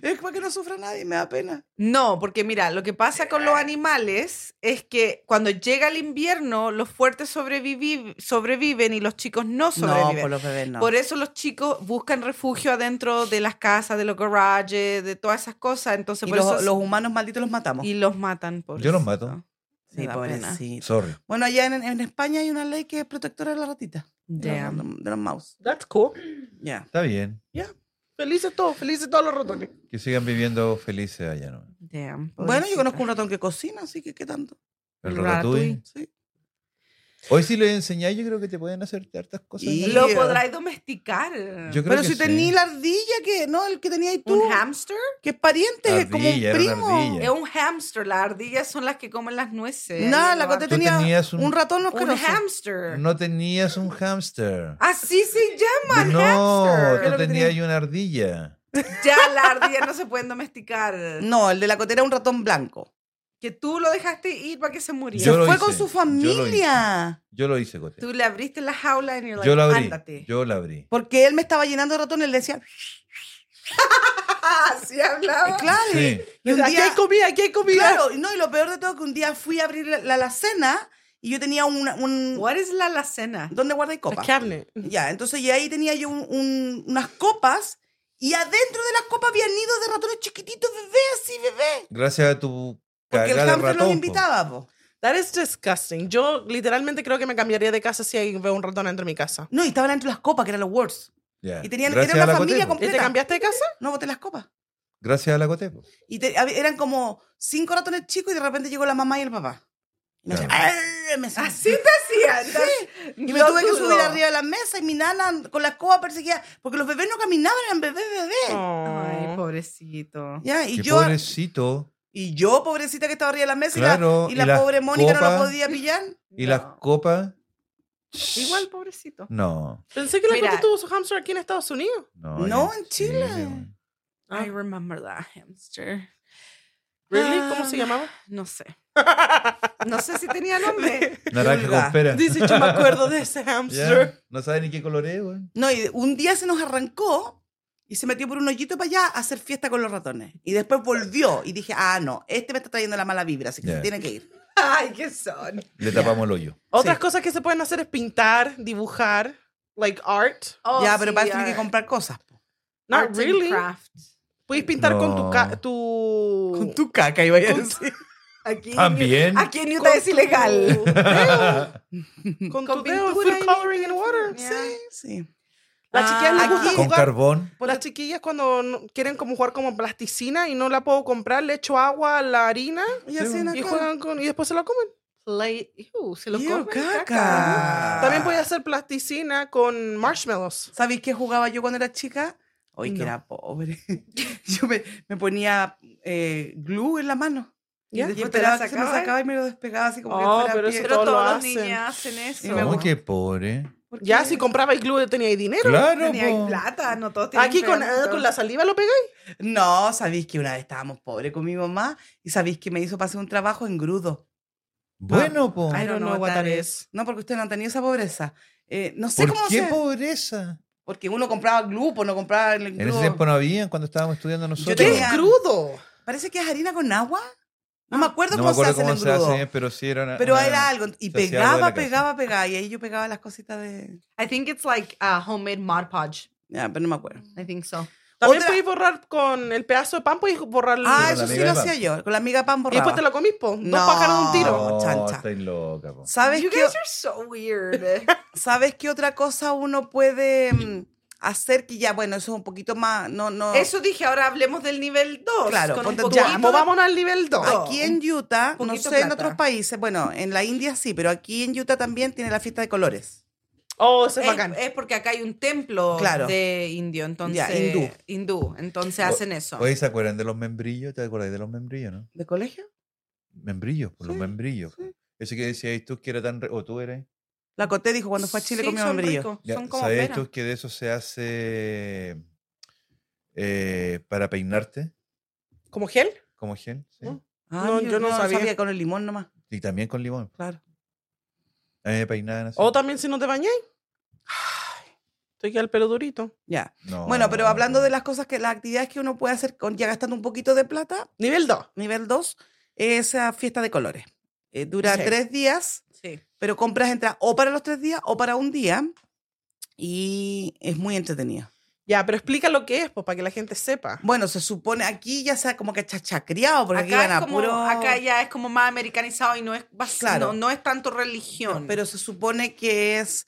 Es para que no sufra nadie, me da pena. No, porque mira, lo que pasa con los animales es que cuando llega el invierno, los fuertes sobrevivi- sobreviven y los chicos no sobreviven. por, los bebés no. eso los chicos buscan refugio adentro de las casas, de los garages, de todas esas cosas. Entonces, y por los, eso- los humanos malditos los matamos. y los matan. por Yo los eso. mato. Me Sí, da pena. pobrecito. Sorry. Bueno, allá en, en España hay una ley que es protectora de la ratita. De, los- Damn. de los mouse. That's cool. Ya. Está bien. Felices todos, felices todos los ratones. Que sigan viviendo felices allá, ¿no? Damn, Bueno, yo pobrecita. conozco un ratón que cocina, así que qué tanto. El El ratatouille. ratatouille. Sí. Hoy si les enseñáis, yo creo que te pueden hacer hartas cosas. Y- ¿no? Lo Yeah. podrás domesticar. Yo creo Pero que si sí. tenía la ardilla, que no, el que tenías ahí tú, ¿Un hamster? que es pariente, es como un Ardilla, era una primo. ardilla. Es un hamster. Las ardillas son las que comen las nueces. Nada, Ahí la lo cota hacen. Ah, Tú tenía tenías un- un, ratón Un Ah, asqueroso. hamster. No tenías un hámster. Así se llaman no, hamster. no tenías una ardilla. Ya la ardilla no se pueden domesticar. No, el de la cotera era un ratón blanco. Que tú lo dejaste ir para que se muriera. Yo lo Fue hice, con su yo lo hice. familia. Yo lo hice, Cote. Tú le abriste la jaula y like, Yo la abrí. ándate. Yo la abrí. Porque él me estaba llenando de ratones, le decía, Así hablaba. claro. Sí. Y un Aquí hay día, comida, aquí hay comida. claro, y no, y lo peor de todo que un día fui a abrir la, la alacena y yo tenía una- un... What is la alacena? ¿Dónde guardáis La copas? carne. Ya, entonces y ahí tenía yo un- un- unas copas y adentro de las copas había nidos de ratones chiquititos, bebé, así, bebé. Gracias a tu Porque el cagada de hamster ratón. pues. los po. invitaba, po. That is disgusting. Yo literalmente creo que me cambiaría de casa si ahí veo un ratón entre mi casa. No, y estaban dentro las copas, que eran los words. Ya. Y tenían- Gracias era a una la familia Cote, po. ¿Y te Completa. cambiaste de casa? No boté las copas. Gracias a la pues. Cote, po. Y te- hab- eran como cinco ratones chicos y de repente llegó la mamá y el papá. Y me hacía, "Arr", me hacía Así te hacían. Y me tuve que subir arriba de la mesa y mi nana con la escoba perseguía, porque los bebés no caminaban, eran bebés, bebés. Oh. Ay, Ay, po- pobrecito. Ya, Qué y yo, pobrecito. y yo, pobrecita que estaba arriba de la mesa, y la- Claro, y y la, las pobre Mónica no la copas. podía pillar. ¿Y las copas? Igual, pobrecito. No, Pensé que la Mira. Coti tuvo su hamster aquí en Estados Unidos. no. No, en Chile. weón. I remember that hamster. Really? ¿Cómo se Ah, llamaba? No sé. No sé si tenía nombre. Naranja Yulga. con pera. Dice, yo me acuerdo de ese Ya, hamster. No sabe ni qué color es, güey. No, y un día se nos arrancó y se metió por un hoyito para allá a hacer fiesta con los ratones. Y después volvió y dije, ah, no, este me está trayendo la mala vibra, así que Ya. se tiene que ir. Ay, qué son. Le tapamos el hoyo. Otras Sí. cosas que se pueden hacer es pintar, dibujar, like art. Oh, ya, pero sí, para eso tiene art- que comprar cosas. po. Not arts and really. craft. Puedes pintar con tu, ca- No. tu... Con tu caca, iba a Con- decir. Aquí en También. Utah- Aquí en Utah es ilegal. Con tu dedo. Con tu Con dedo, pintura food y coloring and water. Yeah. Sí, sí. Las chiquillas les Ah, gusta aquí- Con jugar. Pues carbón. Las chiquillas cuando no- quieren como jugar como plasticina y no la puedo comprar, le echo agua a la harina Y así bueno. en y acá. juegan con y después se la comen. Play. Ew, se lo Ew, comen caca. caca. Ah. También podía hacer plasticina con marshmallows. ¿Sabéis qué jugaba yo cuando era chica? Hoy que No. era pobre. yo me, me ponía eh, glue en la mano. ¿Ya? Y después ¿Y te la esperaba que se me sacabas? sacaba y me lo despegaba así como Oh, que fuera pero pie. eso- Pero Todos lo todos los hacen. niños hacen eso. Y me Uy, qué pobre. ¿Por Ya qué? si compraba el glue de tenía ahí dinero. Claro, Tenía pues, po. plata, no todos tienen Aquí con, pegamento. ah, con la saliva lo pegáis. No, sabéis que una vez estábamos pobres con mi mamá y sabéis que me hizo pasar un trabajo en grudo. Bueno, po. I don't know what that is. No, porque usted no han tenido esa pobreza. Eh, no sé ¿Por cómo qué se... pobreza? Porque uno compraba glue, pues no compraba el En ese glue. tiempo no había, cuando estábamos estudiando nosotros. ¿Qué tenía- es crudo? Parece que es harina con agua. No me acuerdo Ah. No me cómo acuerdo se hace cómo el se engrudo. hace, pero sí era una- Pero una- era algo. Y se hacía algo de la casa. pegaba, pegaba, pegaba. Y ahí yo pegaba las cositas de. I think it's like a homemade Mod Podge. Ya, pero no me acuerdo. I think so. También Otra- podéis borrar con el pedazo de pan, podéis borrar el- Ah, con la eso sí amiga lo de hacía yo. Con la amiga pan y después borraba. te lo comís, po. Dos No. pájaros de un tiro. No, chancha. estáis loca, po. ¿Sabes you qué, guys are so weird. ¿Sabes qué otra cosa uno puede mm, hacer? Que ya, bueno, eso es un poquito más. No, no. Eso dije, ahora hablemos del nivel 2. Claro, con un ponte- poquito Ya, de- movámonos pues al nivel 2. Ah, Aquí en Utah, no poquito sé en plata. otros países, bueno, en la India sí, pero aquí en Utah también tiene la fiesta de colores. Oh, eso es, Eh, Es, bacán. es porque acá hay un templo Claro. de indio, entonces. Ya, hindú. Hindú, entonces hacen eso. Oye, ¿se acuerdan de los membrillos? ¿Te acordáis de los membrillos, no? ¿De colegio? Membrillos, por los membrillos. po. Eso que decías tú que era tan... re- O tú eres... La Coté dijo cuando fue a Chile Sí, comió son membrillo. ricos, Ya, Son como ¿Sabes pera. tú que de eso se hace eh, para peinarte ¿Como gel? como gel? sí. Mm. Ah, No, yo no sabía. con el limón nomás. Y también con limón. Claro. A mí me peinaban así. O también si no te bañáis. Te queda el pelo durito. Ya. Oh. No, Bueno, pero hablando no. de las cosas que las actividades que uno puede hacer con ya gastando un poquito de plata, Nivel 2. nivel 2, esa fiesta de colores. Eh, dura Sí. tres días, Sí. pero compras entradas o para los tres días o para un día y es muy entretenido. Ya, pero explica lo que es, pues, para que la gente sepa. Bueno, se supone aquí ya sea como que chachacriado, porque aquí Acá, van es a como, puro- acá ya es como más americanizado y no es, bas- Claro. no, no es tanto religión. Pero se supone que es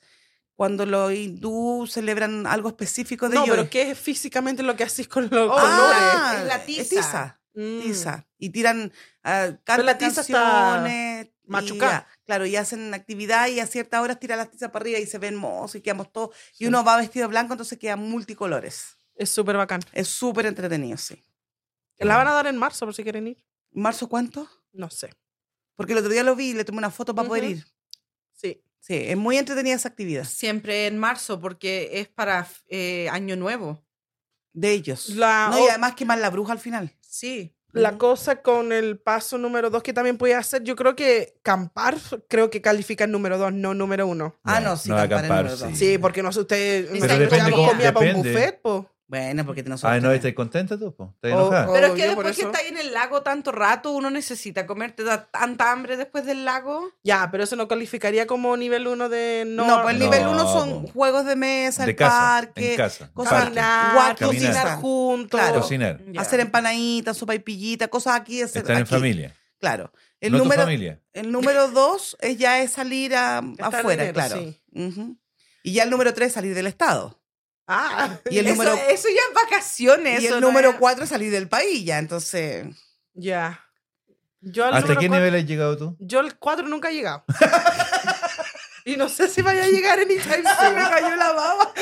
cuando los hindú celebran algo específico de No, ellos. pero ¿qué es físicamente lo que hacís con los Oh, colores? Ah, es la tiza. es tiza. Mm. tiza. Y tiran, ah, cantan la tiza está canciones. y machucá. ya, claro, y hacen actividad y a ciertas horas tiran las tizas para arriba y se ven hermosos y quedamos todos. Y uno va vestido de blanco, entonces quedan multicolores. Es súper bacán. Es súper entretenido, sí. La van a dar en marzo, por si quieren ir. ¿Marzo cuánto? No sé. Porque el otro día lo vi y le tomé una foto para poder Ujú. ir. Sí. Sí, es muy entretenida esa actividad. Siempre en marzo, porque es para eh, Año Nuevo. De ellos. La no, y o- además quemar la bruja al final. Sí. La cosa con el paso número 2 que también podía hacer, yo creo que campar, creo que califica el número 2, no número 1. Ah, no, sí, a Ah, acampar en Nueva York. Sí, porque no sé, ustedes Pero nosotros depende llevamos cómo- comida para un depende. buffet, po. Bueno, porque nosotros. Ah, no, tenemos- ¿estás contenta tú? po? ¿Estás Oh, enojada? oh. Pero es que yo por después que eso- está ahí en el lago tanto rato, uno necesita comerte da tanta hambre después del lago. Ya, pero eso no calificaría como nivel 1 de No, no, pues el No, nivel uno son po. juegos de mesa, De el casa, en parque, casa. cosas parque, Caminar. caminar, cocinar Caminar. juntos. Claro. Cocinar. hacer empanaditas, sopa y pillita, cosas aquí. hacer- Estar en aquí. familia. Claro. El, No tu número, familia. el número dos es ya es salir a- Gastar afuera, dinero, claro. sí. Ujú. Y ya el número tres es salir del estado. Ah, Y el eso, número, eso ya es vacaciones. y el eso no número es- cuatro es salir del país, ya. Entonces, ya. Yo al ¿Hasta número qué cuatro- nivel has llegado tú? Yo al 4 nunca he llegado. y no sé si vaya a llegar en soon. Me cayó la baba.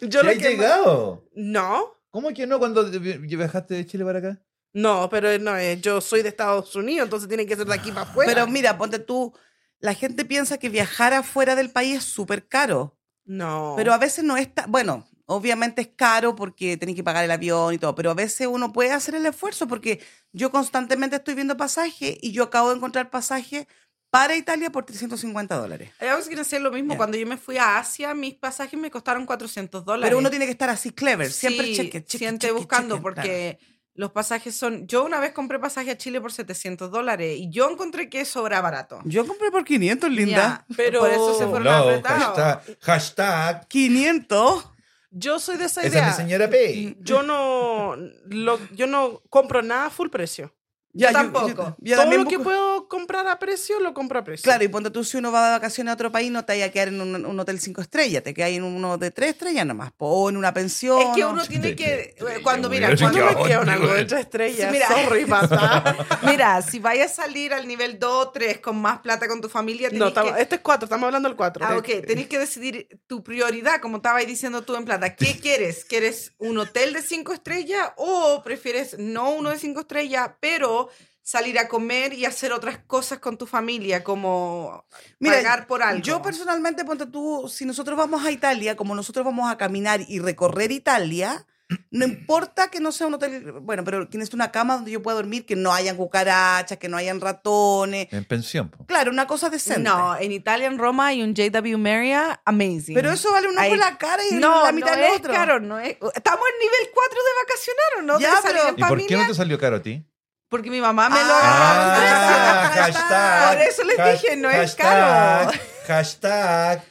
Yo ¿Ya lo has que más- llegado? No, ¿Cómo que no cuando te- viajaste de Chile para acá? no, pero eh, no es. Yo soy de Estados Unidos, entonces tiene que ser de aquí para afuera. Pero mira, ponte tú, la gente piensa que viajar afuera del país es súper caro, no. pero a veces no es tan, bueno, obviamente es caro porque tenés que pagar el avión y todo, pero a veces uno puede hacer el esfuerzo porque yo constantemente estoy viendo pasajes y yo acabo de encontrar pasajes para Italia por 350 dólares. I was gonna say lo mismo. Ya. Cuando yo me fui a Asia, mis pasajes me costaron 400 dólares. Pero uno tiene que estar así clever, siempre Sí, cheque, cheque, siente cheque, buscando cheque, claro. porque los pasajes son... Yo una vez compré pasaje a Chile por 700 dólares y yo encontré que eso era barato. Yo compré por 500, linda. Ya, pero... Por eso se fueron Oh, No, apretados. hashtag, hashtag, 500. yo soy de esa esa es idea. Mm, mi señora P. Yo no, lo- yo no compro nada a full precio. Ya, tampoco. ya Todo también lo que busco- puedo comprar a precio, lo compro a precio. Claro, y ponte tú, si uno va de vacaciones a otro país, no te vayas a quedar en un, un hotel cinco estrellas, te quedas en uno de tres estrellas nomás, po, o en una pensión. Es que o- uno tiene De- que... de- de- Cuando, de- mira, de- ¿Cuándo cuando... de- me quedo en Cabrón, algo de güey. tres estrellas? Sí, mira. Sorry, papá. Mira, si vayas a salir al nivel 2 o 3 con más plata con tu familia, tenés No, estamos- que... este es cuatro, estamos hablando del cuatro. Este, Ah, ok. Tenés que decidir tu prioridad, como estaba ahí diciendo tú en plata. ¿Qué quieres? ¿Quieres un hotel de cinco estrellas o prefieres no uno de cinco estrellas, pero salir a comer y hacer otras cosas con tu familia, como Mira, pagar por algo? Yo personalmente, ponte tú, si nosotros vamos a Italia, como nosotros vamos a caminar y recorrer Italia, no importa que no sea un hotel, bueno, pero tienes una cama donde yo pueda dormir, que no hayan cucarachas, que no hayan ratones. En pensión. po. Claro, una cosa decente. No, en Italia, en Roma hay un JW Marriott amazing. Pero eso vale un ojo Ahí- en la cara y no, la no mitad del es otro. caro, no es. Estamos en nivel 4 de vacacionar, ¿o no? Ya, de salir pero- en ¿Y por familia. qué no te salió caro a ti? Porque mi mamá me lo Ah, agarraba. Ah, hashtag. Por eso les hash- dije, no es hashtag, caro. Hashtag.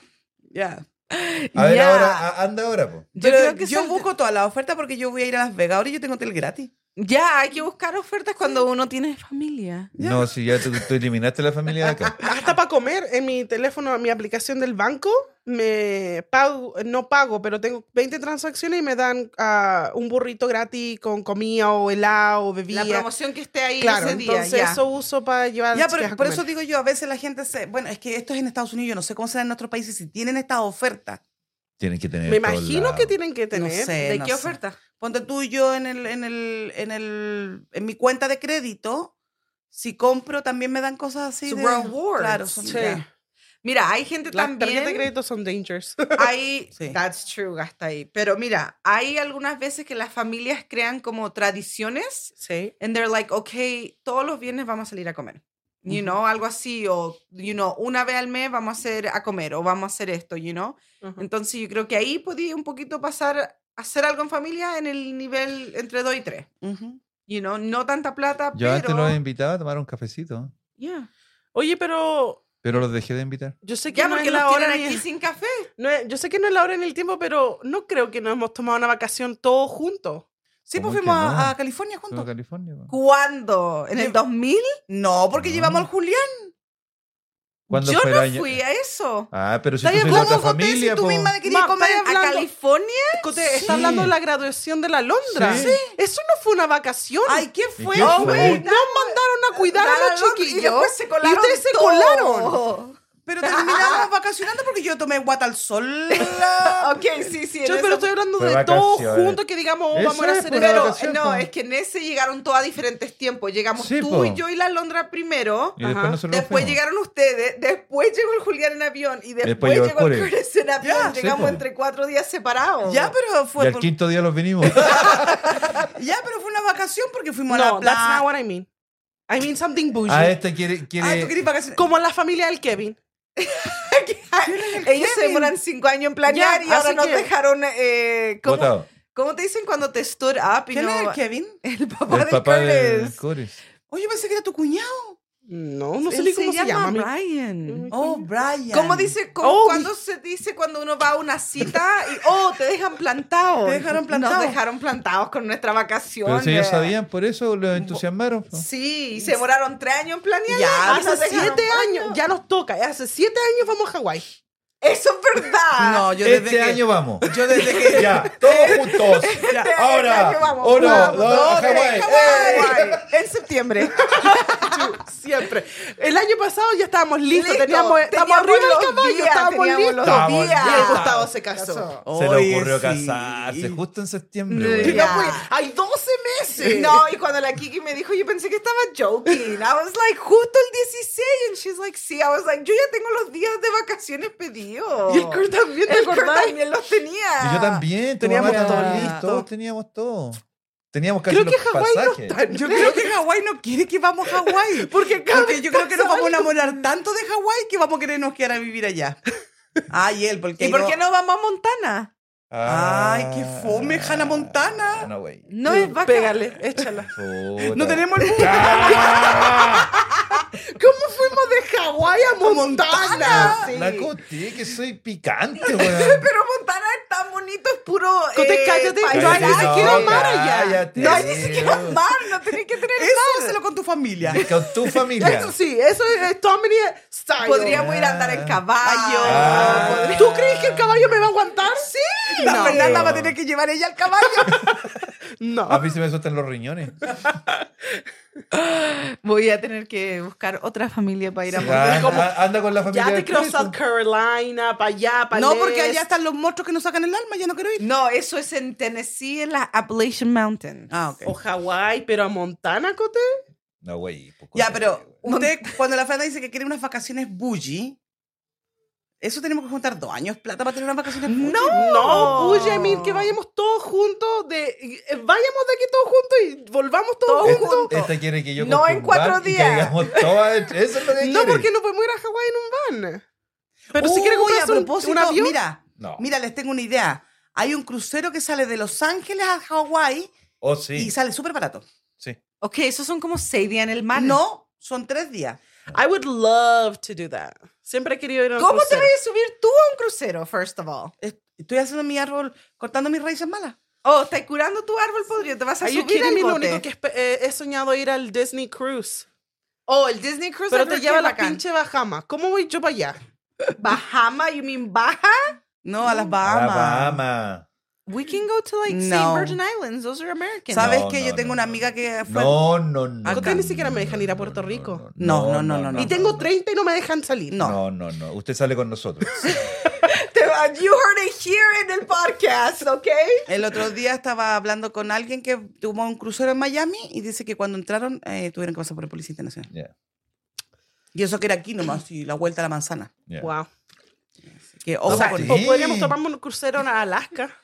Ya. A ver, Ya. ahora, a- anda ahora, po. Yo Pero creo que yo son- busco toda la oferta porque yo voy a ir a Las Vegas. Ahora yo tengo hotel gratis. Ya, hay que buscar ofertas cuando uno tiene familia. No, si ya tú, tú eliminaste la familia de acá. Hasta para comer, en mi teléfono, mi aplicación del banco, me pago, no pago, pero tengo 20 transacciones y me dan ah, un burrito gratis con comida o helado o bebida. La eh, promoción que esté ahí claro, ese día. entonces ya. eso uso para llevar a Ya, las chicas pero a por comer. eso digo yo, a veces la gente se... Bueno, es que esto es en Estados Unidos, yo no sé cómo será en nuestros países si tienen estas ofertas. Tienen que tener. Me en todos imagino que lados. tienen que tener. No sé, ¿De no qué sé. oferta? Ponte tú y yo en, el, en, el, en, el, en mi cuenta de crédito, si compro también me dan cosas así Su de... rewards. Claro, son... Sí. ya. Mira, hay gente Las tarjetas de también. crédito son dangerous. Hay, Sí. That's true, gasta ahí. Pero mira, hay algunas veces que las familias crean como tradiciones. sí. And they're like, okay, todos los viernes vamos a salir a comer. You Ujú. know, algo así. O, you know, una vez al mes vamos a hacer a comer o vamos a hacer esto, you know. Ujú. Entonces yo creo que ahí podía un poquito pasar a hacer algo en familia en el nivel entre 2 y 3. Ujú. You know, no tanta plata, Yo antes pero... los invitaba a tomar un cafecito, Yeah. Oye, pero pero los dejé de invitar. yo sé que Ya, no porque es los la hora tienen ni- aquí sin café. no es- yo sé que no es la hora en el tiempo, pero no creo que nos hemos tomado una vacación todos juntos. Sí, pues ¿Cómo que fuimos a- no? a, California Solo juntos. California. po. ¿Cuándo? ¿En el 2000? No, porque No. llevamos al Julián. ¿Cuándo Yo fue eh. el no año? fui a eso. Ah, pero si tú ¿Sabes sois de cómo otra Coté, si familia, tú po. misma de querías Ma, comer? ¿estás ¿A hablando- California? Cote, Sí. está hablando de la graduación de la Londra. Sí. Sí. Eso no fue una vacación. Ah, Ay, ¿qué ¿Y fue? qué Oh, fue? güey, nos mandaron a cuidar a los Londres, Y chiquillos. después se colaron ustedes se todo. colaron. Pero terminamos vacacionando porque yo tomé guata al sol. la- Ah, Ok, sí, sí. en Yo, esa- pero estoy hablando Fue de todos vacaciones. juntos que digamos, oh, Eso vamos a ir a es, hacer pues, pero- Pero vacación, no, po. es que en ese llegaron todos a diferentes tiempos. Llegamos Sí, tú po. y yo y la Londra primero. Y después Ajá. nosotros nos Después fuimos. llegaron ustedes, después llegó el Julián en avión y después, Después llegó el llegó el Curry. Curtis en avión. Ya, sí, Llegamos po. entre cuatro días separados. Ya, pero Y fue al por- quinto día los vinimos. ya, pero fue una vacación porque fuimos a la No, that's playa. not what I mean. I mean something bougie. ah, este quiere. quiere... Ah, tú querías vacaciones. Como la familia del Kevin. Ellos se demoran cinco años en planear Ya, y ahora así nos que- dejaron. Eh, ¿cómo, Botado. cómo te dicen cuando te stood up y ¿Quién no- es el Kevin? El papá El del papá de Curtis. Coris. Oye, yo pensé que era tu cuñado. No, no sé Él ni cómo se, llama. mi- Brian. Oh, Brian. ¿Cómo dice, cómo- Oh, cuándo se dice cuando uno va a una cita y, oh, te dejan plantado? Te dejaron plantado. Nos dejaron plantados con nuestra vacación. Eh, Pero si ellos sabían, por eso los entusiasmaron. po. Sí, y se demoraron tres años en planear. Ya, y nos Hace dejaron siete plantado. años, ya nos toca. Hace siete años vamos a Hawái. Eso es verdad. No, yo desde este que- año vamos. Yo desde que. Ya, todos juntos. Este año Ahora, vamos, uno, vamos, dos, dos, tres, Hawái. Hawái. En septiembre. Siempre. El año pasado ya estábamos listos. Listo, Teníamos, teníamos estábamos arriba los del caballo. días, estábamos teníamos listos. los Estábamos días. Y el Gustavo se casó. Se le Oye, ocurrió sí. casarse justo en septiembre. Sí. güey. No, Ya. pues, hay 12 meses. No, y cuando la Kiki me dijo, yo pensé que estaba joking. I was like, justo el 16. And she's like, sí. I was like, yo ya tengo los días de vacaciones pedidos. Y el Kurt también, ¿te El Kurt acordás? también los tenía. Y yo también, tu Teníamos mamá todo también, listo. Todos teníamos todo. Teníamos casi Creo los que Hawái no pasajes. está. Yo creo que Hawái no quiere que vamos a Hawái. Porque cada Porque yo creo que nos vamos a enamorar tanto de Hawái que vamos a querernos quedar a vivir allá. Ay, él, porque. ¿Y por qué no vamos a Montana? Ay, qué fome, Hannah Montana. Ah, No, güey. No es vaca. Pégale, échala. Puta. Ah. No tenemos el ¿Cómo fuimos de Hawái a Montana? Sí. La coté, que soy picante, güey. Pero Montana es tan bonito, es puro. eh, Cote, cállate, paisaje. no hay ni siquiera mar allá. cállate. No hay ni siquiera mar, no tenés que tener Eso hazlo con tu familia. Con tu familia. Eso sí, eso es, es Tommy Style. Podríamos ir a andar en caballo. Ah. podríamos- ¿Tú crees que el caballo me va a aguantar? Sí. La No. Fernanda va a tener que llevar ella al caballo. No. A mí se me sueltan los riñones. Voy a tener que buscar otra familia para ir a Montana. Ah, como- ah, anda con la familia. Ya te del creo Chris, South pues. Carolina, para allá, para No, porque allá están los monstruos que nos sacan el alma, ya no quiero ir. No, eso es en Tennessee, en las Appalachian Mountains. Oh, Ah, ok. O Hawái, pero a Montana, Cote. No, güey. poco Ya, te pero creo, güey. usted, cuando la Fernanda dice que quiere unas vacaciones bougie, eso tenemos que juntar dos años plata para tener unas vacaciones bougie. No, Benjamin, que vayamos todos juntos. De, eh, vayamos de aquí todos juntos y volvamos todos Todos juntos. juntos. Esta quiere que yo No compre en un cuatro van y que días. hagamos todas- Eso es lo que No, quiere. porque no podemos ir a Hawái en un van. Pero si Uy, quiere a comprarse un, propósito, un avión. Mira, No. mira, les tengo una idea. Hay un crucero que sale de Los Ángeles a Hawái Oh, y sí. sale súper barato. sí. Ok, esos son como seis días en el mar. No, son tres días. I would love to do that. Siempre he querido ir a un ¿Cómo te crucero. vas a subir tú a un crucero, first of all? Est- Estoy haciendo mi árbol, cortando mis raíces malas. Oh, estás curando tu árbol podrido, te vas a Are you subir kidding al me? Lo bote. único que espe- eh, he soñado ir al Disney Cruise. Oh, el Disney Cruise Pero Line, te qué lleva a la bacán. pinche Bahama. ¿Cómo voy yo para allá? Bahama, you mean Baja? No, a las A la Bahamas. Bahama. We can go to like No. St. Virgin Islands, those are American. ¿Sabe? ¿Sabes No, que no, yo tengo no, una no. amiga que fue... No, no, no. Usted Acá. Ustedes ni siquiera me dejan ir a Puerto Rico. No, no, no, no, no. Y tengo 30 y no me dejan salir. No. No, no, no. Usted sale con nosotros. Te va- You heard it here in el podcast, okay? El otro día estaba hablando con alguien que tuvo un crucero en Miami y dice que cuando entraron eh, tuvieron que pasar por el Policía Internacional. Yeah, Y eso que era aquí nomás, y la vuelta a la manzana. yeah. Wow. Así Que O, ojo sea, con sí. o podríamos tomarnos un crucero a Alaska.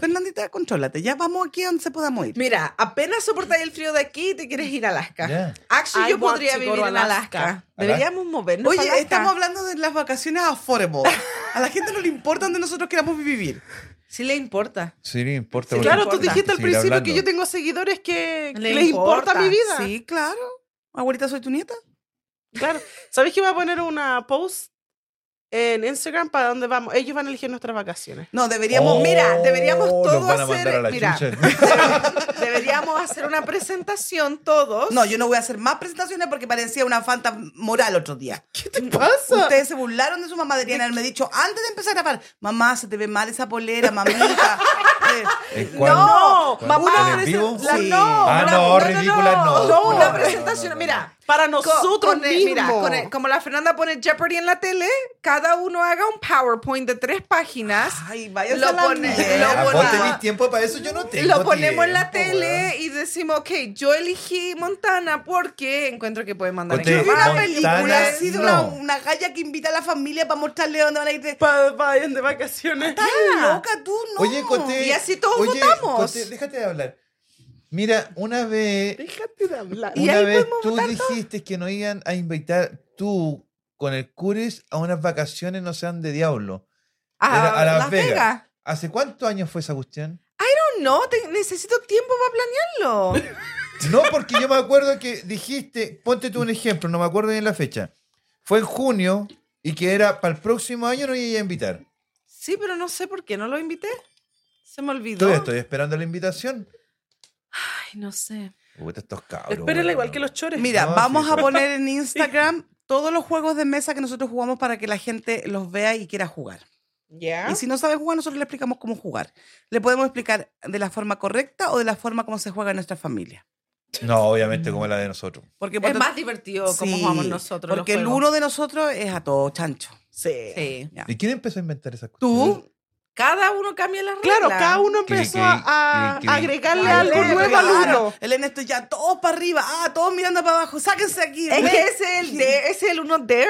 Fernandita, contrólate. Ya vamos aquí a donde se podamos ir. Mira, apenas soportáis el frío de aquí y te quieres ir a Alaska. Yeah. Actually, I yo want podría to go vivir to en Alaska. Alaska. Deberíamos movernos. Oye, para Alaska. estamos hablando de las vacaciones affordable. A la gente no le importa donde nosotros queramos vivir. Sí le importa. Sí, no importa. Sí, porque Claro, tú importa. dijiste al Seguir principio hablando. que yo tengo seguidores que Le les importa, importa, mi vida. Sí, claro. Abuelita, soy tu nieta. Claro. ¿Sabes que voy a poner una post en Instagram para dónde vamos? Ellos van a elegir nuestras vacaciones. No, deberíamos. Oh, mira, deberíamos los todo van a hacer- mandar a la mira. chucha. Deberíamos hacer una presentación Pues todos. No, yo no voy a hacer más presentaciones porque parecía una fanta moral otro día. ¿Qué te pasa? Ustedes se burlaron de su mamá, deberían haberme dicho antes de empezar a grabar, mamá, se te ve mal esa polera, mamita. Eh, ¿En cuál? No, ¿Cuál? mamá. ¿En presen- el vivo? la- Sí. no, Ah, una- no, ridícula, no. No, No, una no, presentación. Mira, Para co- nosotros con el- mismos. mira, con el- como la Fernanda pone Jeopardy en la tele, cada uno haga un PowerPoint de tres páginas. Ay, vaya Lo pone- Ah, lo vos bueno. tenés tiempo para eso, yo no Ah, tengo Lo ponemos en la tiempo, tele y decimos, ok, yo elegí Montana porque encuentro que puede mandar Conté- en Vi una caballo. Montana, película así de una, no. una galla que invita a la familia para mostrarle dónde van a ir. de- Pa- vayan de vacaciones. Estás loca tú, no. Oye, Coté. Y así todos oye, votamos. Coté, déjate de hablar. Mira, una vez Déjate de hablar. Y Una ahí vez podemos tú votar dijiste que no iban a invitar tú con el Cures a unas vacaciones no sean de diablo. A, a Las Las Vegas. Vegas. ¿Hace cuántos años fue esa cuestión? No, te- necesito tiempo para planearlo. No, porque yo me acuerdo que dijiste, ponte tú un ejemplo, no me acuerdo bien la fecha. Fue en junio y que era para el próximo año no iba a invitar. Sí, pero no sé por qué no lo invité. Se me olvidó. Todavía estoy esperando la invitación. Ay, no sé. Puta, estos cabros. Espérenla bueno. igual que los chores. Mira, No, vamos sí, a sí. poner en Instagram todos los juegos de mesa que nosotros jugamos para que la gente los vea y quiera jugar. ¿Ya? Y si no sabe jugar, nosotros le explicamos cómo jugar. Le podemos explicar de la forma correcta o de la forma como se juega en nuestra familia. No, obviamente como la de nosotros. Porque Es por- más divertido como Sí, jugamos nosotros. Porque los el juegos. uno de nosotros es a todo chancho. Sí. Sí. Ya. ¿Y quién empezó a inventar esas cosas? Tú, Cada uno cambia las reglas. Claro, cada uno Cri, empezó cri, a, cri, a cri. agregarle Ah, algo claro, nuevo al claro. uno. El Ernesto ya, todos para arriba. Ah, todos mirando para abajo. Sáquense aquí. Es ven. que ese es el, de, ese es el uno there.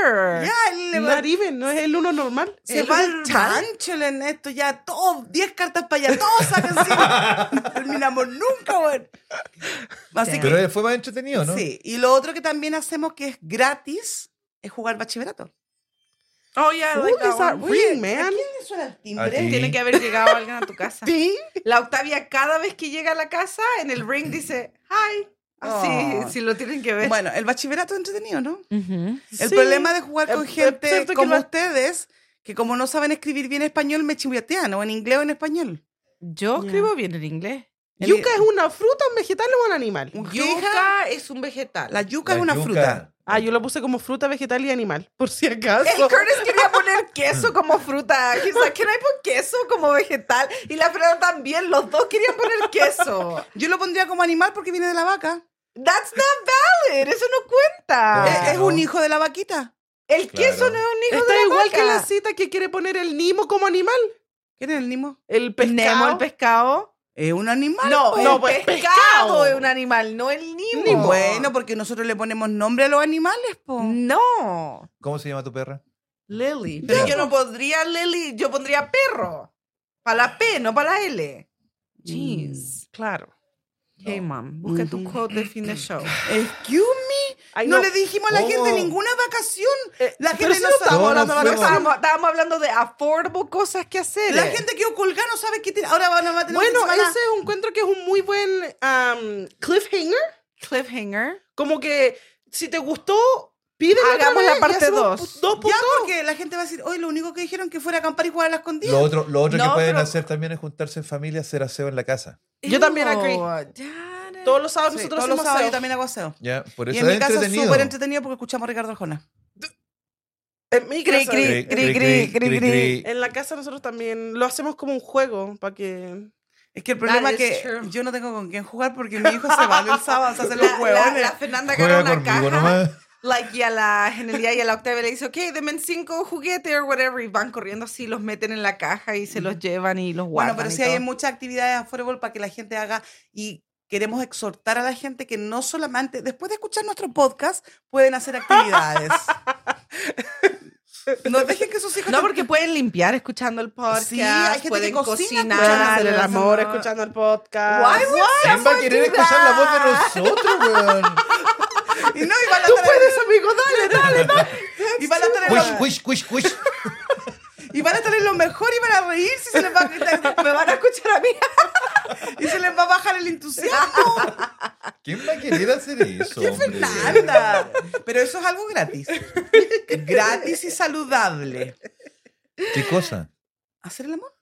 Ya, el- Not even, no es el uno normal. Se el va el normal. chancho el Ernesto, ya todos, 10 cartas para allá, todos sáquense. No terminamos nunca, güey. Así Ya. que, Pero eh, fue más entretenido, ¿no? sí. Y lo otro que también hacemos que es gratis es jugar bachillerato. Oh, yeah, I Who like is that that one. ring, man? ¿Quién suena el A ti. Tiene que haber llegado alguien a tu casa. Sí. La Octavia, cada vez que llega a la casa, en el ring dice, hi. Así, Oh. si lo tienen que ver. Bueno, el bachillerato es entretenido, ¿no? El Sí. problema de jugar con Eh, gente excepto que como lo- ustedes, que como no saben escribir bien español, me chimbiatean, o en inglés o en español. Yo escribo bien en inglés. El- ¿Yuca es una fruta, un vegetal o un animal? Un- ¿Yuca? Yuca es un vegetal. La yuca La es una yuca. fruta. Ah, yo lo puse como fruta, vegetal y animal, por si acaso. El Curtis quería poner queso como fruta. He's like, can I put queso como vegetal? Y la Fernanda también, los dos querían poner queso. Yo lo pondría como animal porque viene de la vaca. That's not valid, eso no cuenta. Ah, Es- es un no. hijo de la vaquita. El Claro. queso no es un hijo de Está la igual que vaca. la cita que quiere poner el Nimo como animal. ¿Quién es el Nimo? El pescado. Nemo, el pescado. Es un animal. No, po. el no, pues, pescado, pescado. es un animal, no el nimo. Ni Bueno, porque nosotros le ponemos nombre a los animales, po. No. ¿Cómo se llama tu perra? Lily. Pero yo no pondría Lily, yo pondría perro. Para la P, no para la L. Jeez. Claro. Mm, Hey, mom, busca tu Ujú. quote de fin de show. Excuse me. Ay, no, le dijimos a la Oh. gente ninguna vacación. Eh, La gente pero si no no sabe. estamos hablando de Pero Bueno. estábamos, estábamos hablando de affordable cosas que hacer. La gente que colgada no sabe qué tiene. Ahora van a van a tener Bueno, una semana- ese es un encuentro que es un muy buen um, cliffhanger. Cliffhanger. Como que si te gustó, pide Hagamos la parte dos. Dos Ya, puntos. porque la gente va a decir, oye, lo único que dijeron que fuera a acampar y jugar a las escondidas. Lo otro, lo otro No, que pueden pero- hacer también es juntarse en familia, hacer aseo en la casa. Yo también Ew. agree. Ya, ya. Todos los sábados Sí, nosotros todos los hacemos sábados yo aseo. también hago aseo. Ya, por Y eso en mi es caso entretenido. es súper entretenido porque escuchamos a Ricardo Arjona. En Eh, mi Cri, casa- cri. Cri, cri, cri, cri, cri. En la casa nosotros también lo hacemos como un juego para que... Es que el problema That es is que true. yo no tengo con quién jugar porque mi hijo se va el sábado, se hace los La, la- huevones. la Fernanda agarró Juega una conmigo caja. nomás. Like, y a la Genelia y a la Octavia le dice, ok, denme cinco juguetes o whatever. Y van corriendo así, los meten en la caja y se los llevan y los Bueno, guardan. pero y sí hay todo. muchas actividades a Fuerbol para que la gente haga y queremos exhortar a la gente que no solamente después de escuchar nuestro podcast pueden hacer actividades. no dejen que sus hijos No, porque pueden limpiar escuchando el podcast. Sí, hay gente que pueden cocina cocinar, escuchando hacer el pueden amor, hacer- escuchando el podcast. Why would ¿Quién va a someone querer do escuchar la voz de that? nosotros, weón? y no y van a Tú estar- puedes, amigo, dale, dale, dale. y van a estar en Wish, lo- wish, wish, wish. y van a estar en lo mejor y van a reírse y se les va a gritar, me van a escuchar a mí y se les va a bajar el entusiasmo ¿Quién va a querer hacer eso? ¡Qué hombre? Fernanda! Pero eso es algo gratis. Gratis y saludable. ¿Qué cosa? ¿Hacer el amor?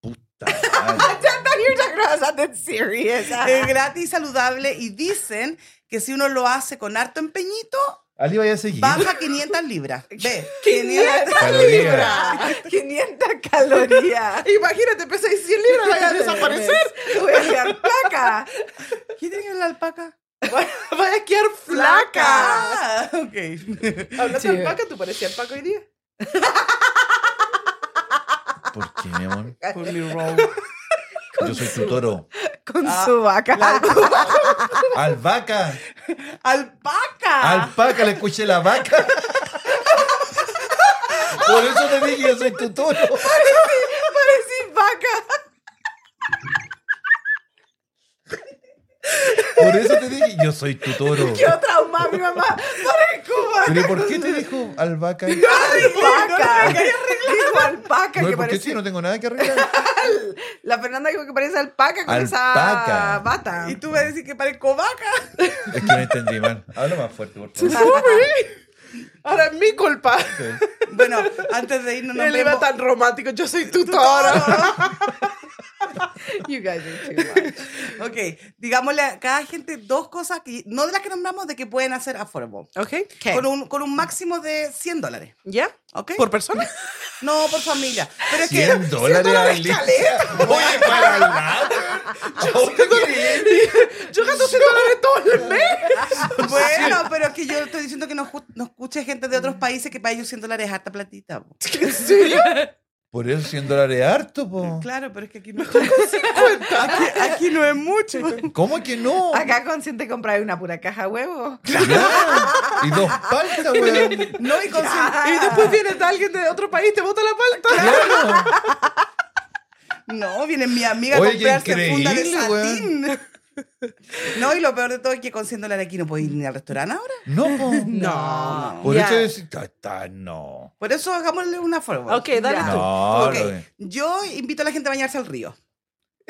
Puta. madre. You're talking about something serious. Es gratis y saludable y dicen que si uno lo hace con harto empeñito, Ali vaya a seguir. baja 500 libras. Ve, 500 Calorías. 500 calorías. Imagínate, pesa 100 libras, vaya a desaparecer. Voy a quedar placa. ¿Quién tiene la alpaca? Vaya a quedar flaca. Ah, ok. Hablando Sí. de alpaca, tú parecías alpaca hoy día. ¿Por qué, mi amor? Por mi roll. Yo soy tu toro. Con Ah, su vaca. ¡Albaca! ¡Alpaca! ¡Alpaca! ¡Le escuché la vaca! Por eso te dije, yo soy tu toro. Parecí vaca. Por eso te dije, yo soy tu toro. Yo traumé a mi mamá por el Cuba. ¿Pero por qué te dijo albaca? Alpaca. Dijo alpaca No, que ¿Por qué parecía. si no tengo nada que arreglar? La Fernanda dijo que parece alpaca con esa Alpaca. bata. Y tú vas a decir que parezco vaca. Es que no entendí, man. Habla más fuerte, por favor. Ahora es mi culpa. Bueno, antes de irnos nos Él iba vemos. tan romántico. Yo soy tutora. You guys are too much. Ok, digámosle a cada gente dos cosas, que, no de las que nombramos, de que pueden hacer affordable. ¿Ok? Con un, con un máximo de 100 dólares. ¿Ya? ¿Ok? ¿Por persona? No, por familia. Pero es que. 100 dólares dólares al Oye, para nada. Yo Yo gasto 100 dólares todo el mes. Bueno, pero es que yo estoy diciendo que nos, ju- nos escuche gente de otros países que para ellos 100 dólares es harta platita. po. ¿En serio? Por eso 100 dólares es harto, po. Claro, pero es que aquí no, aquí, aquí no es mucho. ¿Cómo que no? Acá consciente comprar una pura caja de huevos. Claro. Y dos paltas, weón. No, y con cien- Y después viene alguien de otro país, te bota la palta. Claro. No, viene mi amiga Oye, a qué comprarse funda de increíble, satín. No, y lo peor de todo es que con 100 dólares aquí no podéis ir ni al restaurante ahora. No, po. No. Por Ya. eso es. ta- ta- no. Por eso hagámosle una forma. Ok, dale Ya. tú. No, Ok, Rodi. Yo invito a la gente a bañarse al río.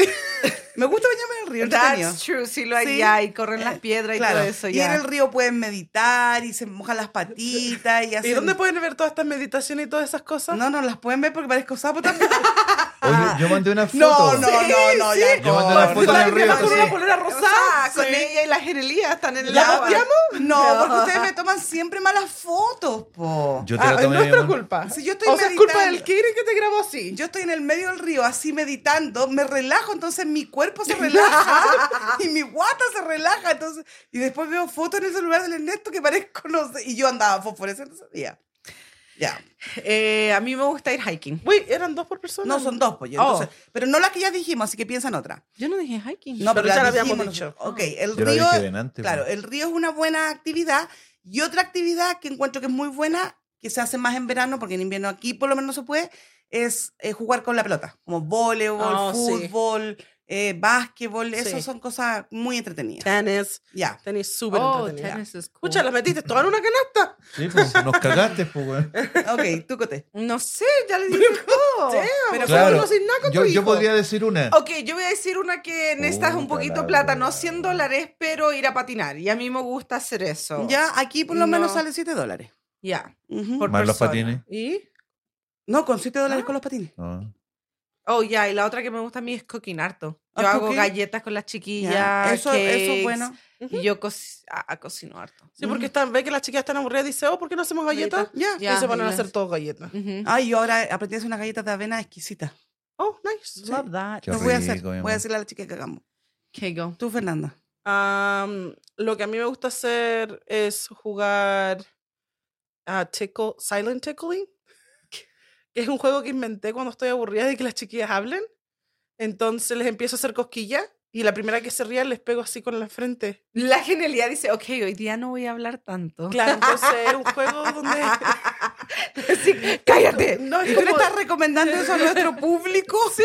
Me gusta bañarme en el río. entretenido. That's true, sí lo haría y corren las piedras y Claro, todo eso. y ya. en el río pueden meditar y se mojan las patitas y ¿Y hacen... dónde pueden ver todas estas meditaciones y todas esas cosas? No, no, las pueden ver porque parezco sapo también. Ah. Oye, yo mandé una No, foto. no, no, no, ya. Yo mandé una corta. foto en el Alguien río. me con una así. polera rosada. con ella y las jerelías están en el ¿La agua. posteamos? No, No. porque ustedes me toman siempre malas fotos, po. Yo te Ah, la es tomé. nuestra weón. culpa. Si yo estoy o sea, es culpa meditando. del Kirin que te grabó así. Yo estoy en el medio del río, así meditando, me relajo, entonces mi cuerpo se relaja y mi guata se relaja, entonces... Y después veo fotos en el celular del Ernesto que parezco, no sé, y yo andaba fosforescente ese día. Ya. Eh, a mí me gusta ir hiking. Güey, eran dos por persona. No, son dos, pues. yo, Oh. entonces- pero no las que ya dijimos, así que piensan otra. Yo no dije hiking. No, Pero ya la la habíamos dijimos. dicho. Ok, el Yo la río. dije delante, claro, pues. el río es una buena actividad. Y otra actividad que encuentro que es muy buena, que se hace más en verano, porque en invierno aquí por lo menos no se puede, es eh, jugar con la pelota. Como voleibol, Oh, sí. fútbol, eh, básquetbol. Esas Sí. son cosas muy entretenidas. Tenis. Ya. Tenis súper Oh, entretenida. tennis is cool. Escucha, las metiste todas en una canasta. Sí, pues, nos cagaste, pues, weón. Ok, tú cote. No sé, ya le dije todo. Pero Claro. solo sin nada con Yo, tu yo hijo. podría decir una. Ok, yo voy a decir una que necesitas un Puta poquito la plata, wea. no 100 dólares, pero ir a patinar. Y a mí me gusta hacer eso. Ya, aquí por lo menos Oh, No. sale 7 dólares. Ya. Ujú. Por- Más los persona. patines. ¿Y? No, con 7 dólares con los patines. No. Oh, ya. Y la otra que me gusta a mí es cooking harto. Yo Ah, hago cooking. galletas con las Ya. chiquillas. Eso, eso es cakes, bueno. Y yo co- a- a cocino harto. Sí, porque están, ve que las chicas están aburridas y dice, oh, ¿por qué no hacemos galletas? Ya. Ya, y se van a y hacer las- todos galletas. Ujú. Ay, yo ahora aprendí a hacer unas galletas de avena exquisitas. Oh, nice. Love that. Qué Lo voy a hacer. rico, mi Voy amor. a decirle a la chica que hagamos. Okay, go. Tú, Fernanda. Am, lo que a mí me gusta hacer es jugar a tickle, silent tickling, que es un juego que inventé cuando estoy aburrida de que las chiquillas hablen. Entonces les empiezo a hacer cosquillas y la primera que se ría les pego así con la frente. La genialidad dice, ok, hoy día no voy a hablar tanto. Claro, entonces es un juego donde... Sí, cállate. No, es ¿Y tú le como- estás recomendando eso a nuestro público? Sí.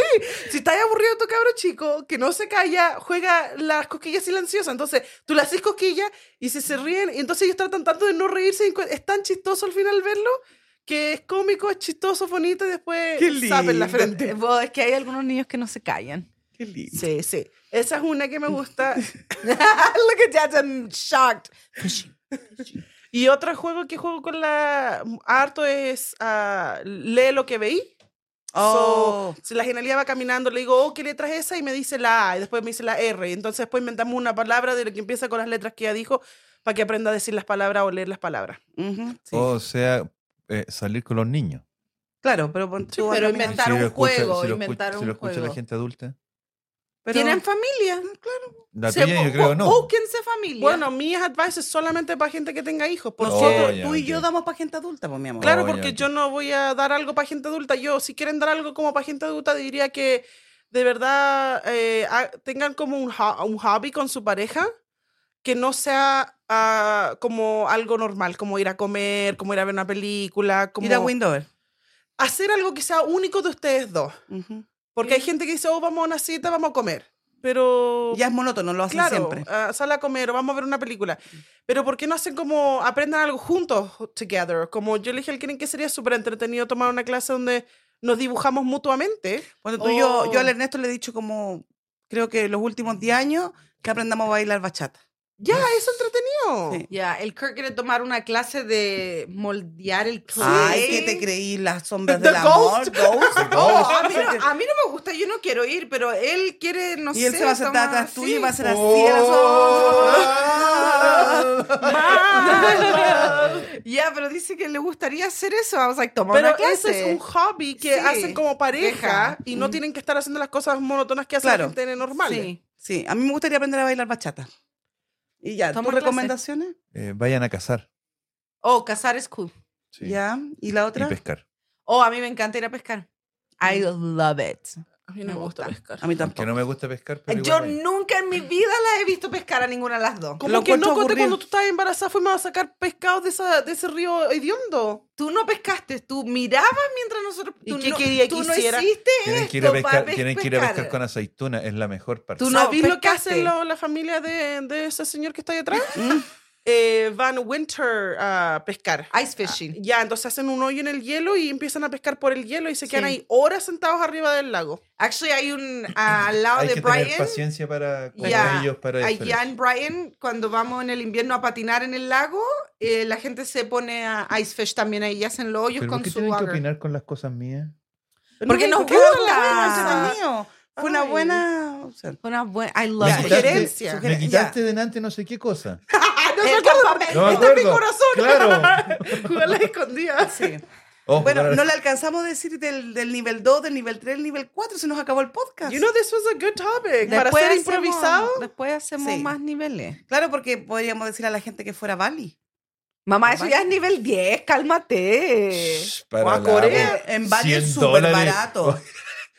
Si estás aburrido tu cabro chico, que no se calla, juega las cosquillas silenciosas. Entonces, tú le haces cosquillas y si se ríen, y entonces ellos tratan tanto de no reírse, y encu- es tan chistoso al final verlo, que es cómico, es chistoso, es bonito, y después Qué zap en la lindo. frente. Bueno, es que hay algunos niños que no se callan. Qué lindo. Sí, sí. Esa es una que me gusta. Look at that, I'm shocked. Y otro juego que juego con la harto es ah, lee lo que veí. Oh. So, si la genialidad va caminando, le digo, oh, ¿qué letra es esa? Y me dice la A, y después me dice la R. Y entonces después inventamos una palabra de lo que empieza con las letras que ella dijo para que aprenda a decir las palabras o leer las palabras. Ujú, O Oh. sí. sea, eh, salir con los niños. Claro, pero pon tú a pero caminar. inventar lo un escucha- juego, si lo escucha- inventar si un lo escucha juego. la gente adulta. Pero- ¿Tienen familia? La Se- oh, tuya yo bu- creo no. Búsquense familia. Bueno, mis advice es solamente para gente que tenga hijos. Porque, Oh, ya, Tú y ok. yo damos para gente adulta, pues, mi amor. Claro, Oh, ya, porque ok. yo no voy a dar algo para gente adulta. Yo, si quieren dar algo como para gente adulta, diría que de verdad eh, ha- tengan como un, ho- un hobby con su pareja que no sea ah, como algo normal, como ir a comer, como ir a ver una película, como Ir a Windover. hacer algo que sea único de ustedes dos. Ujú. Porque hay gente que dice, oh, vamos a una cita, vamos a comer. Pero. Ya es monótono, lo hacen claro, siempre. ah, sal a comer o vamos a ver una película. Pero ¿por qué no hacen como aprendan algo juntos, together? Como yo le dije al Keren que sería súper entretenido tomar una clase donde nos dibujamos mutuamente. Cuando tú y yo, Oh. yo al Ernesto le he dicho como, creo que los últimos 10 años, que aprendamos a bailar bachata. Mm. Ya, eso es entretenido. mío. Sí. Ya, el Kirk quiere tomar una clase de moldear el clay. Ay, que te creí las sombras The del amor. Ghost. Ghost. Ah, No, No, Oh, a, mí no, a mí no me gusta, yo no quiero ir, pero él quiere, no sé. Y él se va a está sentar más atrás tuyo y así. va a ser así. en la sombra. Ya, pero dice que le gustaría hacer eso. Vamos a tomar Pero una clase. ese es un hobby que Sí. hacen como pareja Deja. y no tienen que estar haciendo las cosas monotonas que hace Claro. la gente normal. Sí. Sí, a mí me gustaría aprender a bailar bachata. Y ya, Toma ¿tus clase. recomendaciones? Eh, vayan a cazar O cazar es cool. sí, Ya, ¿y la y otra? pescar. O a mí me encanta ir a pescar. I Mm. love it. A mí no me gusta pescar. A mí Que tampoco. no me gusta pescar, pero Yo igual ahí. nunca en mi vida la he visto pescar a ninguna de las dos. ¿Cómo Lo que no encuentro conté aburrido. cuando tú estabas embarazada fuimos a sacar pescados de, esa- de ese río hediondo? Tú no pescaste, tú mirabas mientras nosotros. ¿Y tú qué no, quería que tú no hiciera? hiciste Tienen que ir a esto pescar, pa tienen que ir a pescar con aceituna, es la mejor parte. Tú ¿Tú no no, ¿Sabís lo que pescaste. hace lo- la familia de, de ese señor que está ahí atrás? Eh, van winter a pescar. Ice Ah. fishing. Ya, entonces hacen un hoyo en el hielo y empiezan a pescar por el hielo y se quedan Sí. ahí horas sentados arriba del lago. Actually, hay un. Al lado Hay Ah, de que tener Brian. paciencia para con Ya, ellos para eso. Allá en Brian, cuando vamos en el invierno a patinar en el lago, eh, la gente se pone a ice fish también ahí y hacen los hoyos ¿Pero con por qué su tienen que auger. opinar con las cosas mías? Porque nos no ¿por qué no la gusta. entretenido. Fue una Ay. buena opción. Una buena. I Me love Ya, it. quitaste- sugerencia. Me Sugerencia. quitaste delante no sé qué cosa. El campamento. No me Este es mi acuerdo. corazón. Claro. Jugar a las escondidas. Sí. Oh, Bueno, claro. no le alcanzamos a decir del, del nivel 2, del nivel 3, del nivel 4. Se nos acabó el podcast. You know, this was a good topic. Para Después ser hacemos- improvisado. Después hacemos Sí. más niveles. Claro, porque podríamos decir a la gente que fuera Bali. Mamá, eso eso ya ya es nivel 10, cálmate. Shh, para a la- Corea, en Bali es 100 súper dólares. barato.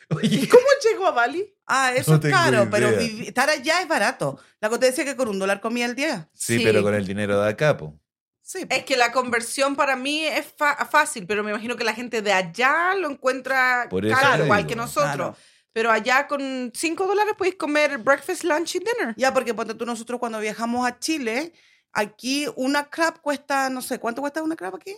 Oye, ¿Cómo llegó a Bali? Ah, eso No es tengo caro, idea. pero vivi- estar allá es barato. La cosa decía que con un dólar comía el día. Sí, Sí. pero con el dinero de acá, po. Sí. Eh, Es que la conversión para mí es fa- fácil, pero me imagino que la gente de allá lo encuentra Por eso caro, te igual digo. que nosotros. Claro. Pero allá con 5 dólares podéis comer breakfast, lunch y dinner. Ya, porque ponte tú, nosotros cuando viajamos a Chile, aquí una crab cuesta, no sé, ¿cuánto cuesta una crab aquí?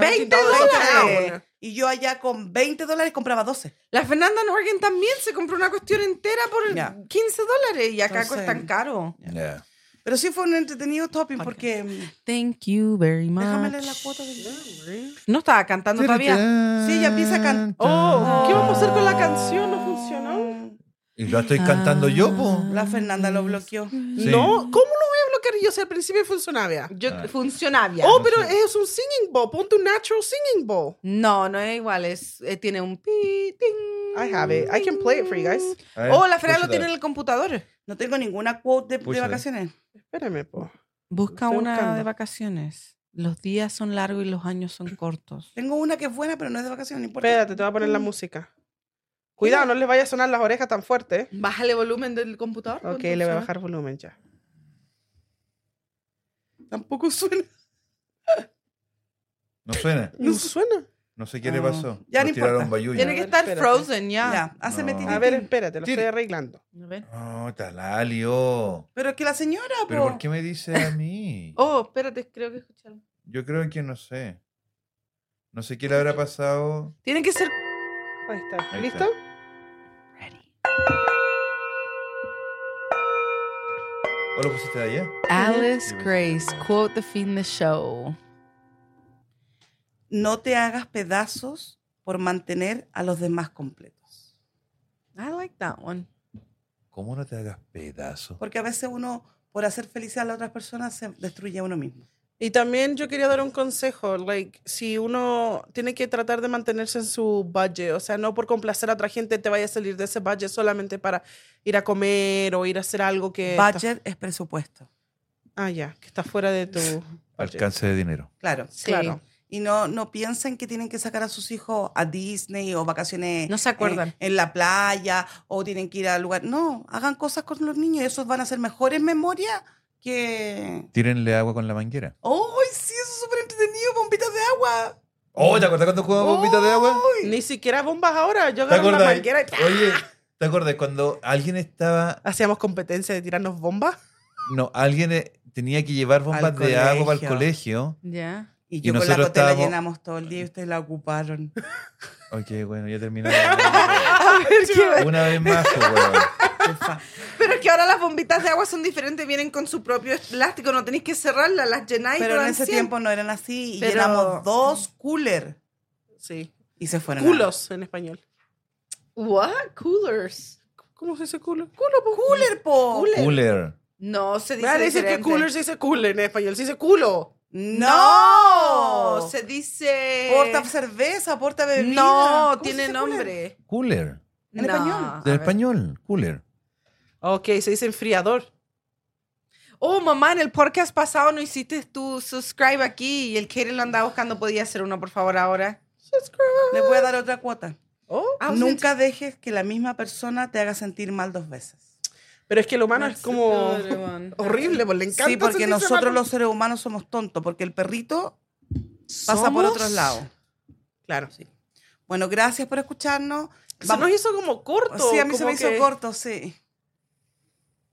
20 dólares. Y yo allá con 20 dólares compraba 12. La Fernanda Norgan también se compró una cuestión entera por Ya. 15 dólares y acá Entonces- cuestan caro. Ya. Pero sí fue un entretenido topping Ok. porque... mm, Thank you very much. Déjame leer la cuota de... No estaba cantando todavía. Sí, ya empieza a can- Oh, ¿qué vamos a hacer con la canción? canción? ¿No funcionó? Y lo estoy cantando yo, po. Mm. La Fernanda lo bloqueó. Sí. No, ¿cómo lo voy a bloquear yo si al principio funcionaba? Yo Ah. funcionaba. Oh, no pero sé. es un singing bowl. Ponte un natural singing bowl. No, no es igual, es eh, tiene un pi ting, I have it. I can play it for you guys. A ver, Oh, la Fernanda lo escúchala. tiene en el computador. No tengo ninguna quote de, de Púchala. vacaciones. Espérame, po. Busca Estoy una buscando. de vacaciones. Los días son largos y los años son cortos. Tengo una que es buena, pero no es de vacaciones, no importa. Espérate, te voy a poner la música. Cuidado, no les vaya a sonar las orejas tan fuerte. Bájale volumen del computador. Ok, ponte le voy a opciones. bajar volumen ya. Tampoco suena. No suena. No suena. No sé qué le Ah. pasó. Ya Lo no tiraron importa. bayuya. Tiene A que ver, estar espérate. frozen ya. Ya, hazme No. tin, A tin, ver, tin. espérate, la Sí. estoy arreglando. A ver. Oh, talalio. Pero es que la señora, ¿Pero po. por qué me dice a mí? Oh, espérate, creo que escucharon. Yo creo que no sé. No sé qué le habrá pasado. Tiene que ser Ahí está. Ahí ¿Listo? ¿O lo pusiste de allá? Alice Ujú. Grace, quote the fin the show. No te hagas pedazos por mantener a los demás completos. I like that one. ¿Cómo no te hagas pedazo? Porque a veces uno, por hacer feliz a las otras personas, se destruye a uno mismo. Y también yo quería dar un consejo, like, si uno tiene que tratar de mantenerse en su budget, o sea, no por complacer a otra gente te vaya a salir de ese budget solamente para ir a comer o ir a hacer algo que está- Budget es presupuesto. ah, ya, que está fuera de tu budget. Alcance de dinero. Claro. Sí. Claro. Y no, no piensen que tienen que sacar a sus hijos a Disney o vacaciones eh, No se acuerdan. En, en la playa o tienen que ir al lugar. No, hagan cosas con los niños. Esos van a ser mejores memorias que... Tírenle agua con la manguera. ¡Ay, sí! Eso es súper entretenido. Bombitas de agua. Oh, ¿te acuerdas cuando jugaba bombita de agua? Ni siquiera bombas ahora, yo ¿Te agarro la acuerdas? manguera y ¡pah! Oye, ¿te acuerdas cuando alguien estaba hacíamos competencia de tirarnos bombas. No, alguien eh, tenía que llevar bombas Al de agua al colegio. colegio. Ya. Y Y yo con la nosotros cotela estábamos- llenamos todo el día y ustedes la ocuparon. Ok, bueno, ya terminé. A ver, qué- Una vez más, pues, weón. Ufa. Pero es que ahora las bombitas de agua son diferentes, vienen con su propio plástico, no tenéis que cerrarla, las llenáis. y te Pero en dan ese 100. tiempo no eran así y Pero- llenamos dos cooler Sí. y se fueron. a- Culos en español. What? Coolers. ¿Cómo se dice culo? Culo, pues, po. Cooler, po. Cooler. No, se dice Voy a decir que diferente. cooler se dice cooler en español. Se dice culo. No. No, se dice Porta cerveza, porta bebida. No, ¿Cómo tiene se dice cooler? nombre. Cooler. En No, español. a Del ver. español. Cooler. Ok, se dice enfriador. Oh, mamá, en el podcast pasado no hiciste tu subscribe aquí y el Katie lo andaba buscando. ¿Podía hacer uno, por favor, ahora? Le voy a dar otra cuota. Oh. Ah, Nunca dejes que la misma persona te haga sentir mal dos veces. Pero es que el humano es como horrible, pues le encanta. Sí, porque sentirse nosotros mal. los seres humanos somos tontos, porque el perrito pasa por ¿Somos? otros lados. Claro. Bueno, gracias por escucharnos. Se Vamos- nos hizo como corto. Sí, a mí se como me hizo que- corto, sí.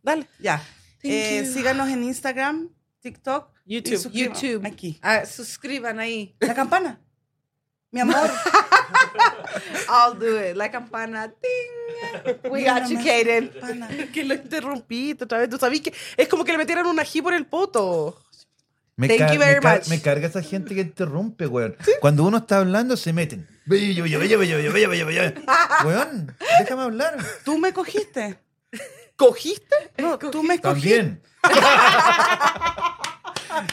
Dale. Ya. Thank Eh, you. síganos en Instagram, TikTok, y YouTube. suscriban- YouTube. Aquí. Ah, suscriban ahí. La campana. Mi amor. I'll do it. La campana. Ding. We got you, Kaden. Campana. Que lo interrumpí otra vez. Tú sabías que es como que le metieran un ají por el poto. Me, Thank you very me, car- much. me carga esa gente que interrumpe, weón. Cuando uno está hablando, se meten. Bello, bello, bello, bello, bello, bello, bello. Weón, déjame hablar. Tú me cogiste. ¿Cogiste? No, tú me escogiste. También.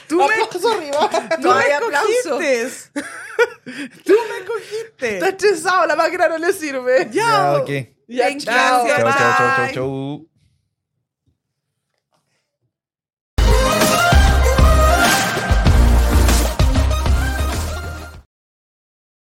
Tú me... arriba. Tú No me hay aplauso. escogiste. Tú me cogiste. Está estresado, la máquina no le sirve. Ya, ok. Thank you. chao. Chau, chau, chau, Bye. chau, chau.